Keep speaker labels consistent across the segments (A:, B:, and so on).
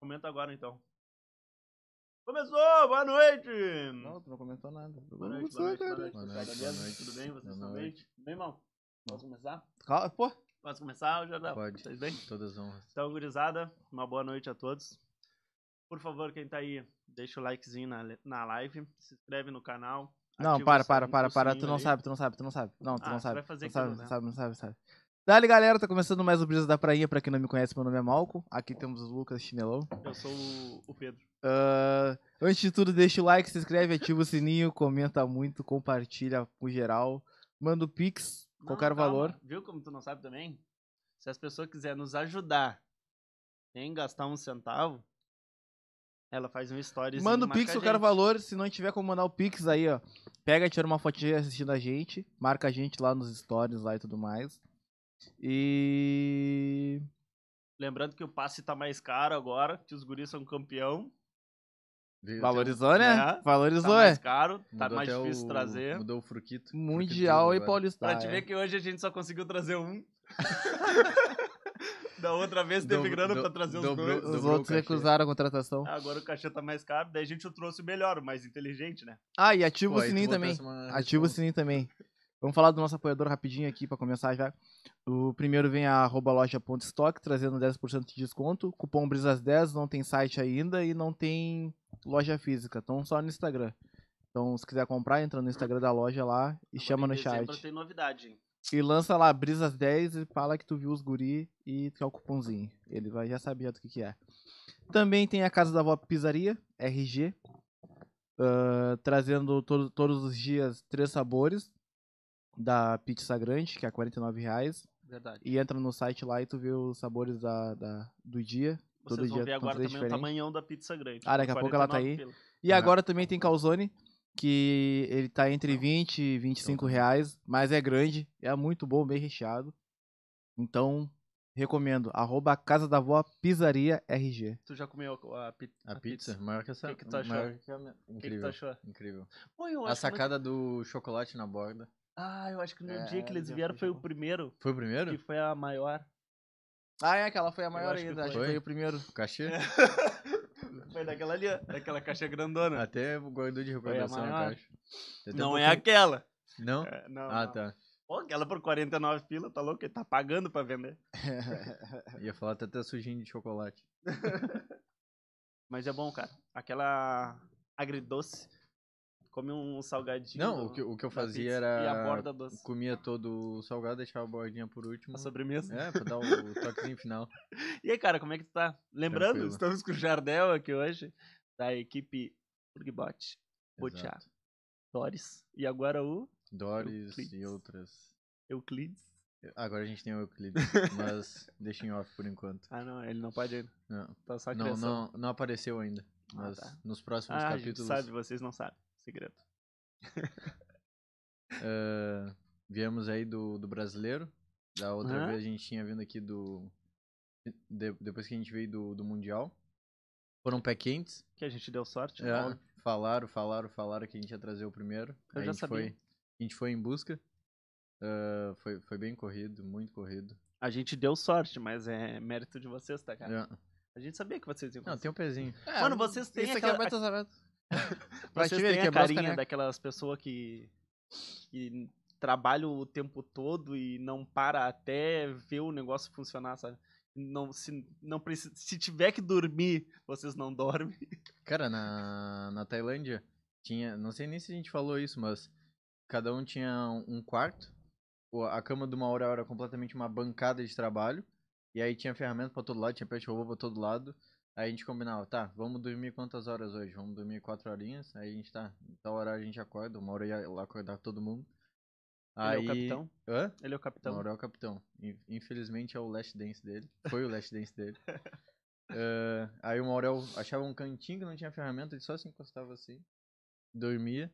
A: Comenta agora então. Começou! Boa noite!
B: Não, tu não comentou nada.
A: Uhum. Boa noite, boa noite, boa noite, pessoal. Beleza? Tudo bem? Vocês
B: Boa
A: também?
B: noite.
A: Tudo bem, irmão? Posso começar?
B: Calma, pô.
A: Posso começar? Eu já dá.
B: Pode.
A: Vocês bem?
B: Todas honras.
A: Então, gurizada, uma boa noite a todos. Por favor, quem tá aí, deixa o likezinho na, na live, se inscreve no canal.
B: Não,
A: ativa
B: para,
A: o
B: para,
A: sino-
B: para,
A: o
B: para.
A: sininho
B: Tu não
A: aí.
B: sabe, tu não sabe, tu não sabe. Não, tu
A: Ah,
B: não
A: tu
B: sabe.
A: vai fazer
B: não sabe,
A: aquilo,
B: não
A: né?
B: sabe, não sabe, sabe. Dale, galera, tá começando mais o Brisa da Prainha. Pra quem não me conhece, meu nome é Malco. Aqui temos o Lucas Chinelão.
A: Eu sou o, o Pedro.
B: Ah, antes de tudo, deixa o like, se inscreve, ativa o sininho, comenta muito, compartilha com geral. Manda o Pix,
A: Não,
B: qualquer
A: calma.
B: valor.
A: Viu como tu não sabe também? Se as pessoas quiserem nos ajudar em gastar um centavo, ela faz um story.
B: Manda o Pix, qualquer valor. Se não tiver como mandar o Pix aí, ó. Pega, tira uma fotinha assistindo a gente. Marca a gente lá nos stories lá e tudo mais. E.
A: Lembrando que o passe tá mais caro agora, que os guris são campeão.
B: Valorizou, né?
A: É. Tá
B: Valorizou, é.
A: mais caro, tá
C: Mudou
A: mais
C: até
A: difícil
C: o-
A: trazer.
C: Mudou o Fruquito.
B: Mundial e é.
C: Paulista.
B: Paulista.
A: Pra te ver que hoje a gente só conseguiu trazer um. da outra vez teve
C: Dobro-
A: grana
C: do-
A: pra trazer os
C: dobrou-
A: dois.
B: Os
C: dobrou o
B: outros
C: cachê.
B: recusaram a
A: né?
B: contratação.
A: Agora o cachê tá mais caro, daí a gente trouxe o melhor, o mais inteligente, né?
B: Ah, e ativa
C: Pô,
B: o
C: aí tu
B: sininho também.
C: botasse uma
B: Ativa o
C: resposta.
B: sininho também. Vamos falar do nosso apoiador rapidinho aqui pra começar já. O primeiro vem a arroba loja.stock, trazendo 10% de desconto. Cupom Brisas10, não tem site ainda e não tem loja física. Então só no Instagram. Então, se quiser comprar, entra no Instagram da loja lá e chama no
A: Sempre
B: chat.
A: tem novidade, hein?
B: E lança lá Brisas10 e fala que tu viu os guri e que é o cupomzinho. Ele vai já saber do que, que é. Também tem a Casa da Vó Pizzaria, RG, ah, trazendo todo- todos os dias três sabores da pizza grande, que é R$ 49 reais.
A: Verdade.
B: E entra no site lá e tu vê os sabores da, da- do dia.
A: Vocês
B: todo
A: vão
B: dia
A: ver
B: com
A: agora também
B: três
A: o
B: diferentes.
A: tamanhão da pizza grande.
B: Ah, daqui a pouco ela tá
A: 49
B: aí.
A: pila.
B: E
C: Ah.
B: agora também tem calzone, que ele tá entre 20 e 25
A: Então.
B: reais, mas é grande, é muito bom, bem recheado. Então, recomendo. Arroba Casa da Vó Pizzaria RG.
A: Tu já comeu a, a pi-
C: A pizza, maior que essa.
A: Que que tu achou?
C: maior que a minha-
A: O que, que tu
C: Incrível.
A: achou?
C: Incrível.
A: Pô, eu
C: A
A: acho que-
C: sacada do chocolate na borda.
A: Ah, eu acho que no
B: É,
A: dia que eles
B: já
A: vieram
B: foi
A: foi o
B: bom.
A: primeiro,
C: Foi o
A: que
C: primeiro?
A: foi a maior.
B: Ah, é, aquela foi a maior
A: acho que
B: ainda, acho que
C: foi.
B: foi o primeiro.
C: O cachê?
A: É, Foi daquela ali, ó, daquela caixa grandona.
C: Até guardou de recordação a
A: maior.
C: caixa. Ah, Tem até um
A: Não é
C: pouquinho-
A: aquela.
C: Não?
A: É, não,
C: Ah,
A: não.
C: tá.
A: Pô, aquela por 49 pila, tá louco? Ele tá pagando pra vender.
C: Ia falar até tá sujinho de chocolate.
A: Mas é bom, cara. Aquela agridoce. Come um salgadinho.
C: Não, o que, o que eu
A: da
C: fazia
A: pizza E a
C: era.
A: borda doce.
C: Comia todo o salgado, deixava a bordinha por último.
A: A sobremesa.
C: É, pra dar o toquezinho final.
A: E aí, cara, como é que tu tá? Lembrando,
C: Tranquilo.
A: estamos com o Jardel aqui hoje, da equipe Urgbot, Botiá,
C: Exato.
A: Doris. E agora o
C: Doris e
A: Euclides.
C: outras.
A: Euclides.
C: Agora a gente tem o Euclides, mas deixa em off por enquanto.
A: Ah, não, ele não pode ainda.
C: Não,
A: Tá só a
C: não,
A: criação.
C: não, não apareceu ainda.
A: Ah,
C: Mas
A: tá.
C: nos próximos
A: Ah, a gente
C: capítulos
A: sabe, vocês não sabem. Segredo.
C: eh, viemos aí do, do brasileiro. Da outra
A: Aham.
C: vez a gente tinha vindo aqui do. de- depois que a gente veio do, do Mundial. Foram pé quentes.
A: Que a gente deu sorte.
C: é,
A: óbvio.
C: falaram, falaram, falaram que a gente ia trazer o primeiro.
A: um Eu
C: Aí
A: já
C: a gente
A: sabia.
C: Foi, a gente foi em busca. Eh, foi, foi bem corrido, muito corrido.
A: A gente deu sorte, mas é mérito de vocês, tá, cara?
C: É.
A: A gente sabia que vocês iam
C: Não,
A: conseguir.
C: tem um pezinho.
A: Mano, vocês têm
B: Isso aqui
A: aquela-
B: é Betas Abertas. Vai te
A: Vocês
B: ver, é
A: têm a
B: quebrar os
A: carinha
B: canecos.
A: daquelas pessoas que, que trabalham o tempo todo e não para até ver o negócio funcionar, sabe? Não, se, não precisa, se tiver que dormir, vocês não dormem.
C: Cara, na, na Tailândia tinha. Não sei nem se a gente falou isso, mas cada um tinha um um quarto. o- A cama de uma hora era completamente uma bancada de trabalho. E aí tinha ferramenta pra todo lado, tinha pet robô pra todo lado. Aí a gente combinava, tá, vamos dormir quantas horas hoje? Vamos dormir quatro horinhas. Aí a gente tá, em tal horário a gente acorda, uma hora ia lá acordar todo mundo. Aí...
A: Ele é o capitão.
C: Hã?
A: Ele é o
C: Então...
A: capitão.
C: é o capitão. In- Infelizmente é o last dance dele. Foi o last dance dele. Eh, aí o Maurel achava um cantinho que não tinha ferramenta, ele só se encostava assim, dormia,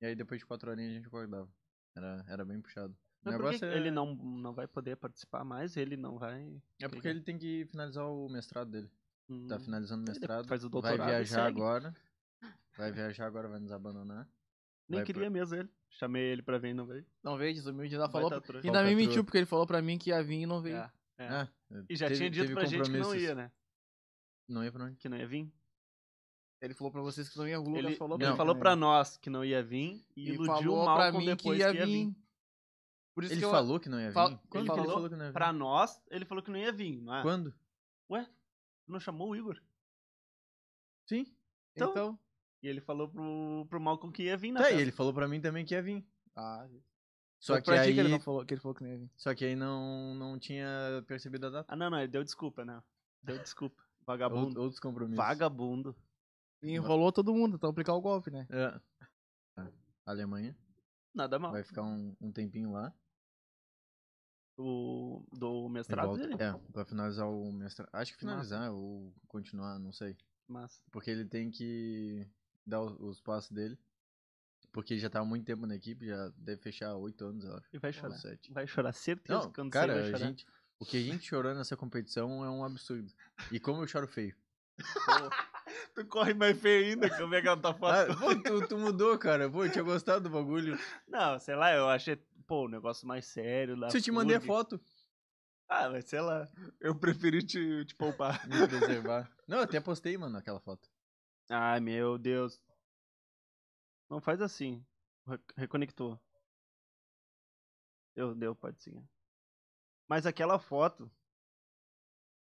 C: e aí depois de quatro horinhas a gente acordava. Era, era bem puxado.
A: Mas
C: o
A: por que
C: negócio
A: que
C: é,
A: ele não, não vai poder participar mais? Ele não vai.
C: é porque ele tem que finalizar o mestrado dele.
A: Hum,
C: Tá finalizando o
A: Ele
C: mestrado,
A: faz o
C: vai
A: doutorado e
C: viajar
A: segue.
C: agora. Vai viajar agora, vai nos abandonar.
A: nem
C: vai
A: queria
C: pra-
A: mesmo ele. Chamei ele pra vir e não veio.
B: Não veio, desumilde, ainda
A: Vai
B: falou.
A: tá
B: pra-
A: trouxa.
B: ainda me
C: Falcatrua.
B: mentiu, porque ele falou pra mim que ia vir e não veio.
A: É, é. E já
C: Ah, teve-
A: tinha dito
C: teve
A: pra gente que não
C: compromissos.
A: ia, né?
C: Não ia pra onde?
A: que não ia vir.
D: Ele falou pra vocês que não ia, o Lucas
A: Ele,
D: falou
A: ele
D: mim
A: falou
D: também.
A: pra nós que não ia vir e,
D: E
A: iludiu
D: falou
A: o
D: pra
A: Malcolm
D: mim que
A: depois
D: ia
A: que ia vir.
D: vir. Por isso
C: Ele
D: que eu-
C: falou que não ia vir?
D: Fal-
C: Quando
D: ele
C: que
A: falou
C: que não ia vir?
A: Pra nós, ele falou que não ia vir. Mas
C: Uhum. Quando?
A: não chamou o Igor.
C: Sim.
A: Então-
D: Então...
A: E ele falou pro, pro Malcolm que ia vir na
C: Tá, e
A: festa.
C: ele falou pra mim também que ia vir.
D: Ah, gente.
C: Só
D: Eu
C: que,
D: pratico,
C: aí,
D: ele não falou, que ele falou que não ia vir.
C: só que aí não, não tinha percebido a data.
A: Ah, não, não, ele deu desculpa, né? Deu desculpa.
C: É Out-
A: Vagabundo.
C: Outros compromissos.
A: Vagabundo.
D: E enrolou todo mundo, então aplicar o golpe, né?
C: É. Tá. Alemanha.
A: Nada mal.
C: Vai ficar um, um tempinho lá.
A: Do, do
C: e
A: mestrado
C: volta.
A: dele.
C: É, pra finalizar o mestrado. Acho que finalizar ou continuar, não sei.
A: Mas
C: Porque ele tem que dar o- os passos dele. Porque ele já tá há muito tempo na equipe, já deve fechar oito anos, eu acho.
A: ele vai
C: ou
A: chorar.
C: sete.
A: Vai chorar, certeza
C: Não,
A: que né? quando
C: cara,
A: sair vai
C: a
A: chorar.
C: gente, o que a gente chorou nessa competição é um absurdo. E como eu choro feio.
A: Tu corre mais feio ainda, como é que ela tá
C: Ah,
A: falando?
C: pô, tu, tu mudou, cara. Pô, eu tinha gostado do bagulho.
A: Ah, Não, sei lá, eu achei, pô, um negócio mais sério lá.
C: Se eu te mandei a
A: FURG.
C: foto,
A: Ah, mas sei lá, eu preferi te, te poupar.
C: me preservar. Não, eu até postei, mano, aquela foto.
A: Ai, meu Deus. Não faz assim. Re- Reconectou. Deu, deu, pode sim. Mas aquela foto.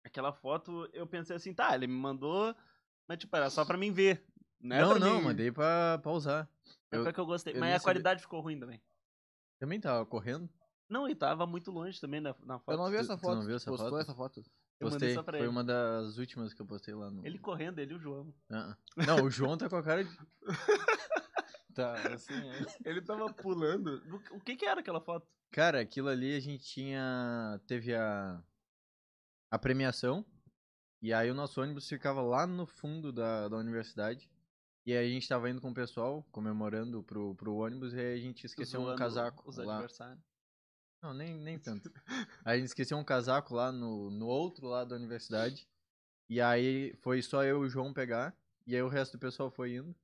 A: Aquela foto, eu pensei assim, tá, ele me mandou, mas tipo, era só pra mim ver. Não, era
C: não,
A: pra
C: não,
A: mim...
C: mandei pra, pra usar.
A: É
C: eu-
A: pior que eu gostei.
C: eu
A: mas
C: nem
A: a
C: sabia.
A: qualidade ficou ruim também.
C: Também tava correndo.
A: Não, e tava muito longe também na, na foto.
D: Eu não vi
C: Tu-
D: essa
C: tu
D: foto.
C: não viu
D: tu
C: essa
D: postou
C: foto?
D: essa foto?
A: Eu mandei
C: Postei.
A: só pra
C: Foi
A: ele.
C: uma das últimas que eu postei lá no.
A: Ele correndo, ele e o João.
C: Ah, ah. Não, o João tá com a cara de. tá, assim. É.
A: Ele tava pulando. O- O que que era aquela foto?
C: Cara, aquilo ali a gente tinha. Teve a. A premiação. E aí o nosso ônibus ficava lá no fundo da, da universidade. E aí a gente tava indo com o pessoal, comemorando pro, pro ônibus, e aí a gente esqueceu um
A: Zoando
C: casaco
A: Os
C: lá.
A: adversários.
C: Não, nem, nem tanto. Aí a gente esqueceu um casaco lá no, no outro lado da universidade. E aí foi só eu e o João pegar. E aí o resto do pessoal foi indo.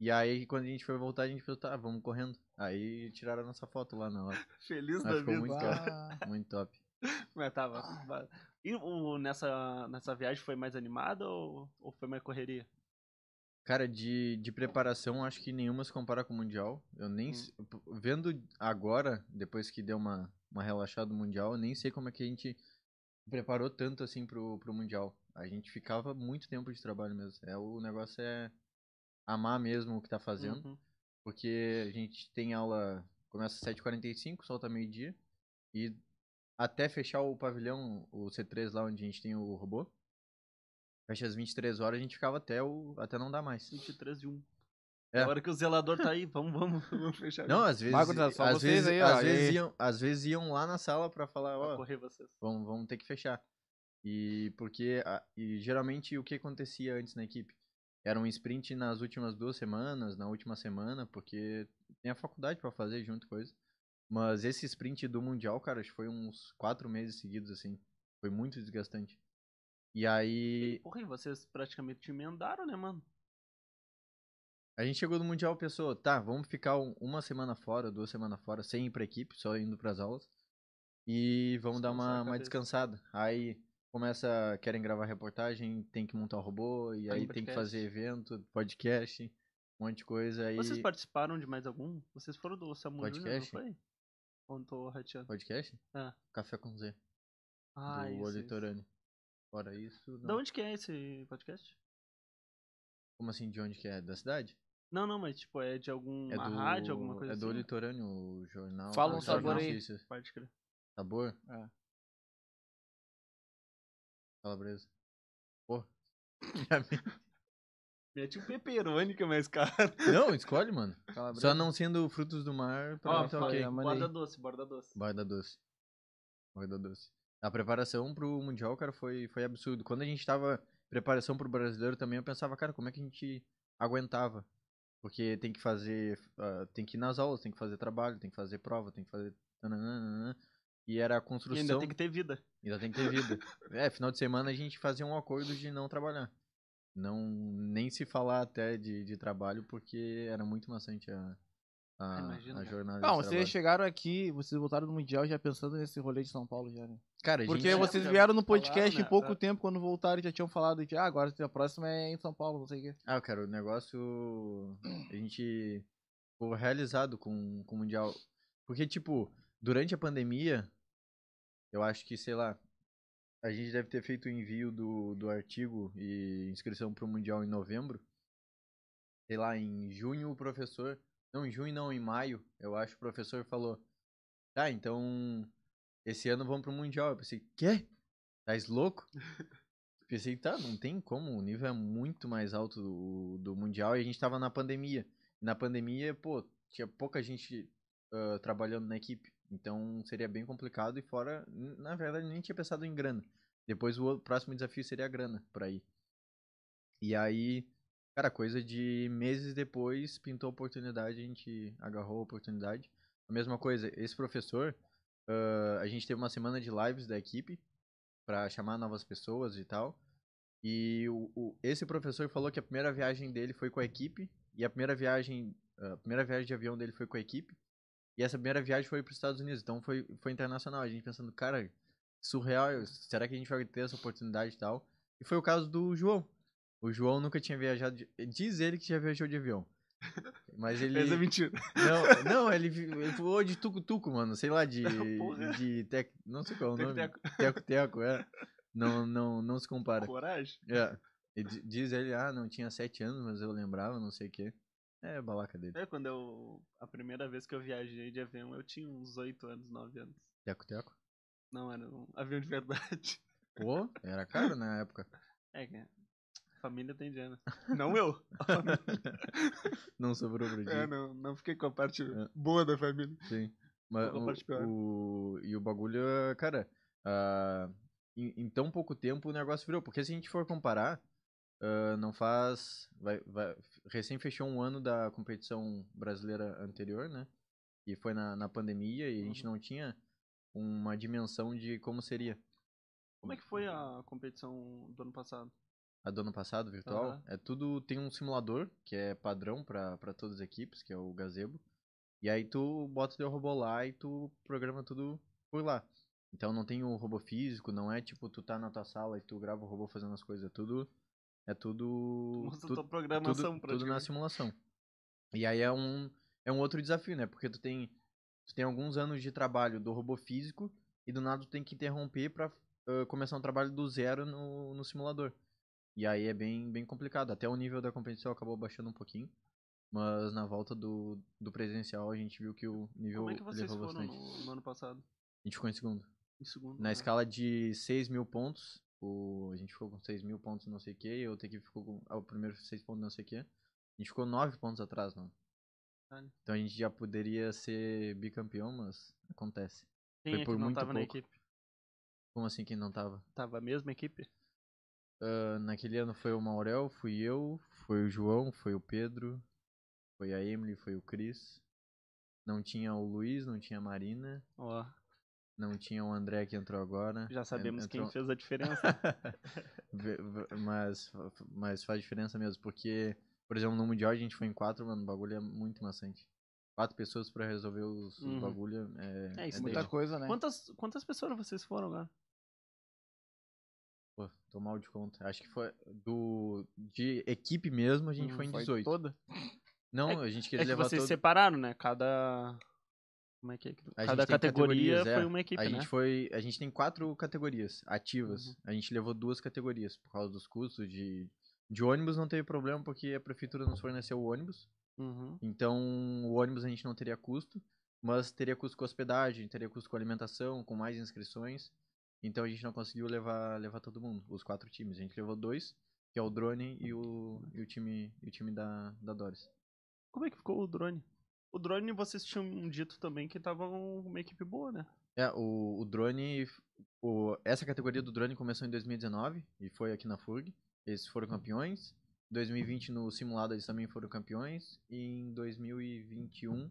C: E aí quando a gente foi voltar, a gente pensou, tá, vamos correndo. Aí tiraram a nossa foto lá na hora.
A: Feliz
C: Ah,
A: da
C: ficou
A: vida.
C: muito
D: Ah,
C: Muito top.
A: Mas tava.
C: Ah.
A: tava- E o, nessa, nessa viagem foi mais animada ou, ou foi mais correria?
C: Uhum. Cara, de, de preparação, acho que nenhuma se compara com o Mundial. Eu nem.
A: Hum.
C: se- p- Vendo agora, depois que deu uma, uma relaxada no Mundial, eu nem sei como é que a gente preparou tanto assim pro, pro Mundial. A gente ficava muito tempo de trabalho mesmo. É, o negócio é amar mesmo o que tá fazendo.
A: Uhum.
C: Porque a gente tem aula. Começa às 7h45, solta meio-dia. E até fechar o pavilhão, o C3 lá onde a gente tem o robô. Fecha às 23 horas, a gente ficava até, o, até não dar mais.
A: 23 de 1.
C: É.
A: É. A hora que o zelador tá aí, vamos, vamos, vamos fechar.
C: Não, às vezes.
D: Bagunça, só
C: às
D: vocês
C: vezes,
D: aí, ó,
C: às, vezes
D: e-
C: iam, às vezes iam lá na sala pra falar,
A: pra
C: é, ó,
A: correr vocês.
C: vamos, vamos ter que fechar. E porque a- e geralmente o que acontecia antes na equipe? Era um sprint nas últimas duas semanas, na última semana, porque tem a faculdade pra fazer junto coisa. Mas esse sprint do Mundial, cara, acho que foi uns quatro meses seguidos, assim. Foi muito desgastante. E aí,
A: Porra, e vocês praticamente emendaram, né, mano?
C: A gente chegou no Mundial, pensou, tá, vamos ficar um- uma semana fora, duas semanas fora, sem ir pra equipe, só indo pras aulas. E vamos dar
A: Descansar a
C: uma, uma
A: cabeça.
C: descansada. Aí começa, querem gravar reportagem, tem que montar o robô, e
A: Tem
C: aí tem que
A: podcast.
C: fazer evento, podcast, um monte de coisa. Aí...
A: Vocês participaram de mais algum? Vocês foram do Samu Júnior, não
C: Podcast?
A: foi? Ou não tô rateando?
C: Podcast?
A: Ah.
C: Café com Z,
A: Ah,
C: do
A: isso, isso.
C: Auditorâneo. Fora isso, não.
A: Da onde que é esse podcast?
C: Como assim, de onde que é? Da cidade?
A: Não, não, mas tipo, é de alguma
C: É do...
A: rádio, alguma coisa
C: É
A: assim.
C: do
A: né?
C: Litorâneo, o jornal.
D: Fala
A: um
C: o jornal
A: sabor
C: de
D: aí.
C: notícias.
A: Pode crer.
C: Sabor?
D: É.
C: Calabresa. Pô. Pra mim-
A: Mete um pepperoni que é mais caro.
C: não, escolhe, mano.
D: calabresa.
C: Só não sendo frutos do mar, pra
A: Ó, é
C: mim tá
A: fala-
C: ok.
D: aí, manda
A: borda
D: aí.
A: doce, borda doce.
C: Borda doce. Borda doce. A preparação pro Mundial, cara, foi, foi absurdo. Quando a gente tava preparação pro brasileiro também, eu pensava, cara, como é que a gente aguentava? Porque tem que fazer. ah, tem que ir nas aulas, tem que fazer trabalho, tem que fazer prova, tem que fazer. tananana. E era a
A: E
C: construção.
A: ainda tem que ter vida.
C: Ainda tem que ter vida. é, final de semana a gente fazia um acordo de não trabalhar. Não, nem se falar até de, de trabalho, porque era muito maçante a, a,
A: Ah, imagino,
C: a
A: cara.
C: jornada
D: Não,
C: de
D: vocês
C: trabalho.
D: chegaram aqui, vocês voltaram do Mundial já pensando nesse rolê de São Paulo já, né?
C: Cara, a
D: Porque
C: gente...
A: já-
D: vocês
A: já
D: vieram no
A: falaram,
D: podcast
A: né?
D: em pouco
A: Ah.
D: tempo, quando voltaram já tinham falado de, ah, agora a próxima é em São Paulo, não sei o quê.
C: Ah, cara, o negócio. A gente ficou realizado com, com o Mundial. Porque, tipo, durante a pandemia, eu acho que, sei lá, a gente deve ter feito o envio do, do artigo e inscrição pro Mundial em novembro. Sei lá, em junho o professor. Não, em junho não, em maio, eu acho o professor falou. Tá, então. Esse ano vamos pro Mundial. Eu pensei, quê? Tais louco? Pensei, tá, não tem como, o nível é muito mais alto do, do Mundial e a gente tava na pandemia. E na pandemia, pô, tinha pouca gente ah, trabalhando na equipe, então seria bem complicado e fora, n- na verdade, nem tinha pensado em grana. Depois o outro- próximo desafio seria a grana, por aí. E aí, cara, coisa de meses depois, pintou a oportunidade, a gente agarrou a oportunidade. A mesma coisa, esse professor, ah, a gente teve uma semana de lives da equipe pra chamar novas pessoas e tal. E o, o- esse professor falou que a primeira viagem dele foi com a equipe e a primeira viagem, a primeira viagem de avião dele foi com a equipe. E essa primeira viagem foi para os Estados Unidos, então foi foi internacional. A gente pensando, cara, surreal, será que a gente vai ter essa oportunidade e tal? E foi o caso do João. O João nunca tinha viajado, de, diz ele que já viajou de avião. Mas ele
A: Mas é mentira.
C: não, não, ele, vi- ele voou de tucutuco, mano. Sei lá, de.
A: Porra.
C: de tec, não sei qual é o nome.
A: Teco-teco.
C: Teco-teco, é. Não, não, não se compara.
A: Coragem.
C: É. E di- diz ele, ah, não tinha sete anos, mas eu lembrava, não sei o quê. É, balaca dele.
A: É, quando eu. A primeira vez que eu viajei de avião, eu tinha uns 8 anos, 9 anos.
C: Teco-teco.
A: Não, era um avião de verdade.
C: Pô, era caro na época.
A: É que. Família tem dinheiro. Não eu.
C: Não sobrou pro
A: É,
C: dia.
A: não, não fiquei com a parte
C: É.
A: boa da família.
C: Sim. Mas
A: Pouca parte pior.
C: o, o- e o bagulho, é, cara, ah, em, em tão pouco tempo o negócio virou. Porque se a gente for comparar, ah, não faz. vai- vai- recém fechou um ano da competição brasileira anterior, né? E foi na, na pandemia e a
A: Uhum.
C: gente não tinha uma dimensão de como seria.
A: Como é que foi a competição do ano passado?
C: a do ano passado, virtual,
A: Aham.
C: é tudo. Tem um simulador que é padrão pra pra todas as equipes, que é o Gazebo. E aí tu bota teu robô lá e tu programa tudo por lá. Então não tem o robô físico, não é tipo tu tá na tua sala e tu grava o robô fazendo as coisas, é tudo. É
A: Tu
C: tudo.
A: mostra
C: tu-
A: tua programação
C: tudo, tudo na
A: É praticamente.
C: simulação. E aí é um, é um outro desafio, né? Porque tu tem, tu tem alguns anos de trabalho do robô físico e do nada tu tem que interromper pra ah, começar um trabalho do zero no, no simulador. E aí é bem, bem complicado. Até o nível da competição acabou baixando um pouquinho. Mas na volta do, do presencial a gente viu que o nível
A: Como é que vocês
C: elevou
A: foram
C: bastante.
A: no, no ano passado?
C: A gente ficou em segundo.
A: Em segundo.
C: Na
A: né?
C: escala de 6 mil pontos, o... a gente ficou com 6 mil pontos não sei o que, e a outra equipe ficou com ah, o primeiro 6 pontos não sei o que. A gente ficou 9 pontos atrás, não.
A: Caralho.
C: Então a gente já poderia ser bicampeão, mas acontece.
A: Quem é
C: foi
A: que
C: por
A: não
C: muito
A: tava na
C: pouco.
A: equipe?
C: Como assim quem não tava?
A: Tava a mesma equipe?
C: Ah, naquele ano foi o Maurel, fui eu, foi o João, foi o Pedro, foi a Emily, foi o Cris. Não tinha o Luiz, não tinha a Marina,
A: Ó,
C: não tinha o André que entrou agora.
A: já sabemos
C: É, entrou...
A: quem fez a diferença. né?
C: Ve- ve- mas, mas faz diferença mesmo, porque, por exemplo, no Mundial a gente foi em quatro, mano, o bagulho é muito maçante. Quatro pessoas pra resolver os, os
A: Uhum.
C: bagulho é,
A: É isso
D: É muita
A: mesmo.
C: doido.
D: coisa, né?
A: quantas, quantas pessoas vocês foram agora?
C: Pô, tô mal de conta. Acho que foi do de equipe mesmo, a gente
A: Hum,
C: foi em
D: Foi
C: 18.
D: toda?
C: Não, a gente queria
A: é que
C: levar
A: vocês
C: todo...
A: separaram, né? Cada. Como é que é?
C: A gente
A: Cada
C: tem
A: categoria
C: categorias, é.
A: foi uma equipe,
C: a
A: né?
C: gente foi, a gente tem quatro categorias ativas.
A: Uhum.
C: A gente levou duas categorias por causa dos custos de de ônibus não teve problema porque a prefeitura nos forneceu o ônibus.
A: Uhum.
C: Então, o ônibus a gente não teria custo, mas teria custo com hospedagem, teria custo com alimentação, com mais inscrições. Então a gente não conseguiu levar levar todo mundo, os quatro times. A gente levou dois, que é o drone e o, e o time e o time da, da Doris.
A: Como é que ficou o drone? O drone vocês tinham um dito também que tava um- uma equipe boa, né?
C: É, o, o drone. O, essa categoria do drone começou em 2019 e foi aqui na FURG. Eles foram campeões. Em 2020, no simulado, eles também foram campeões. E em 2021,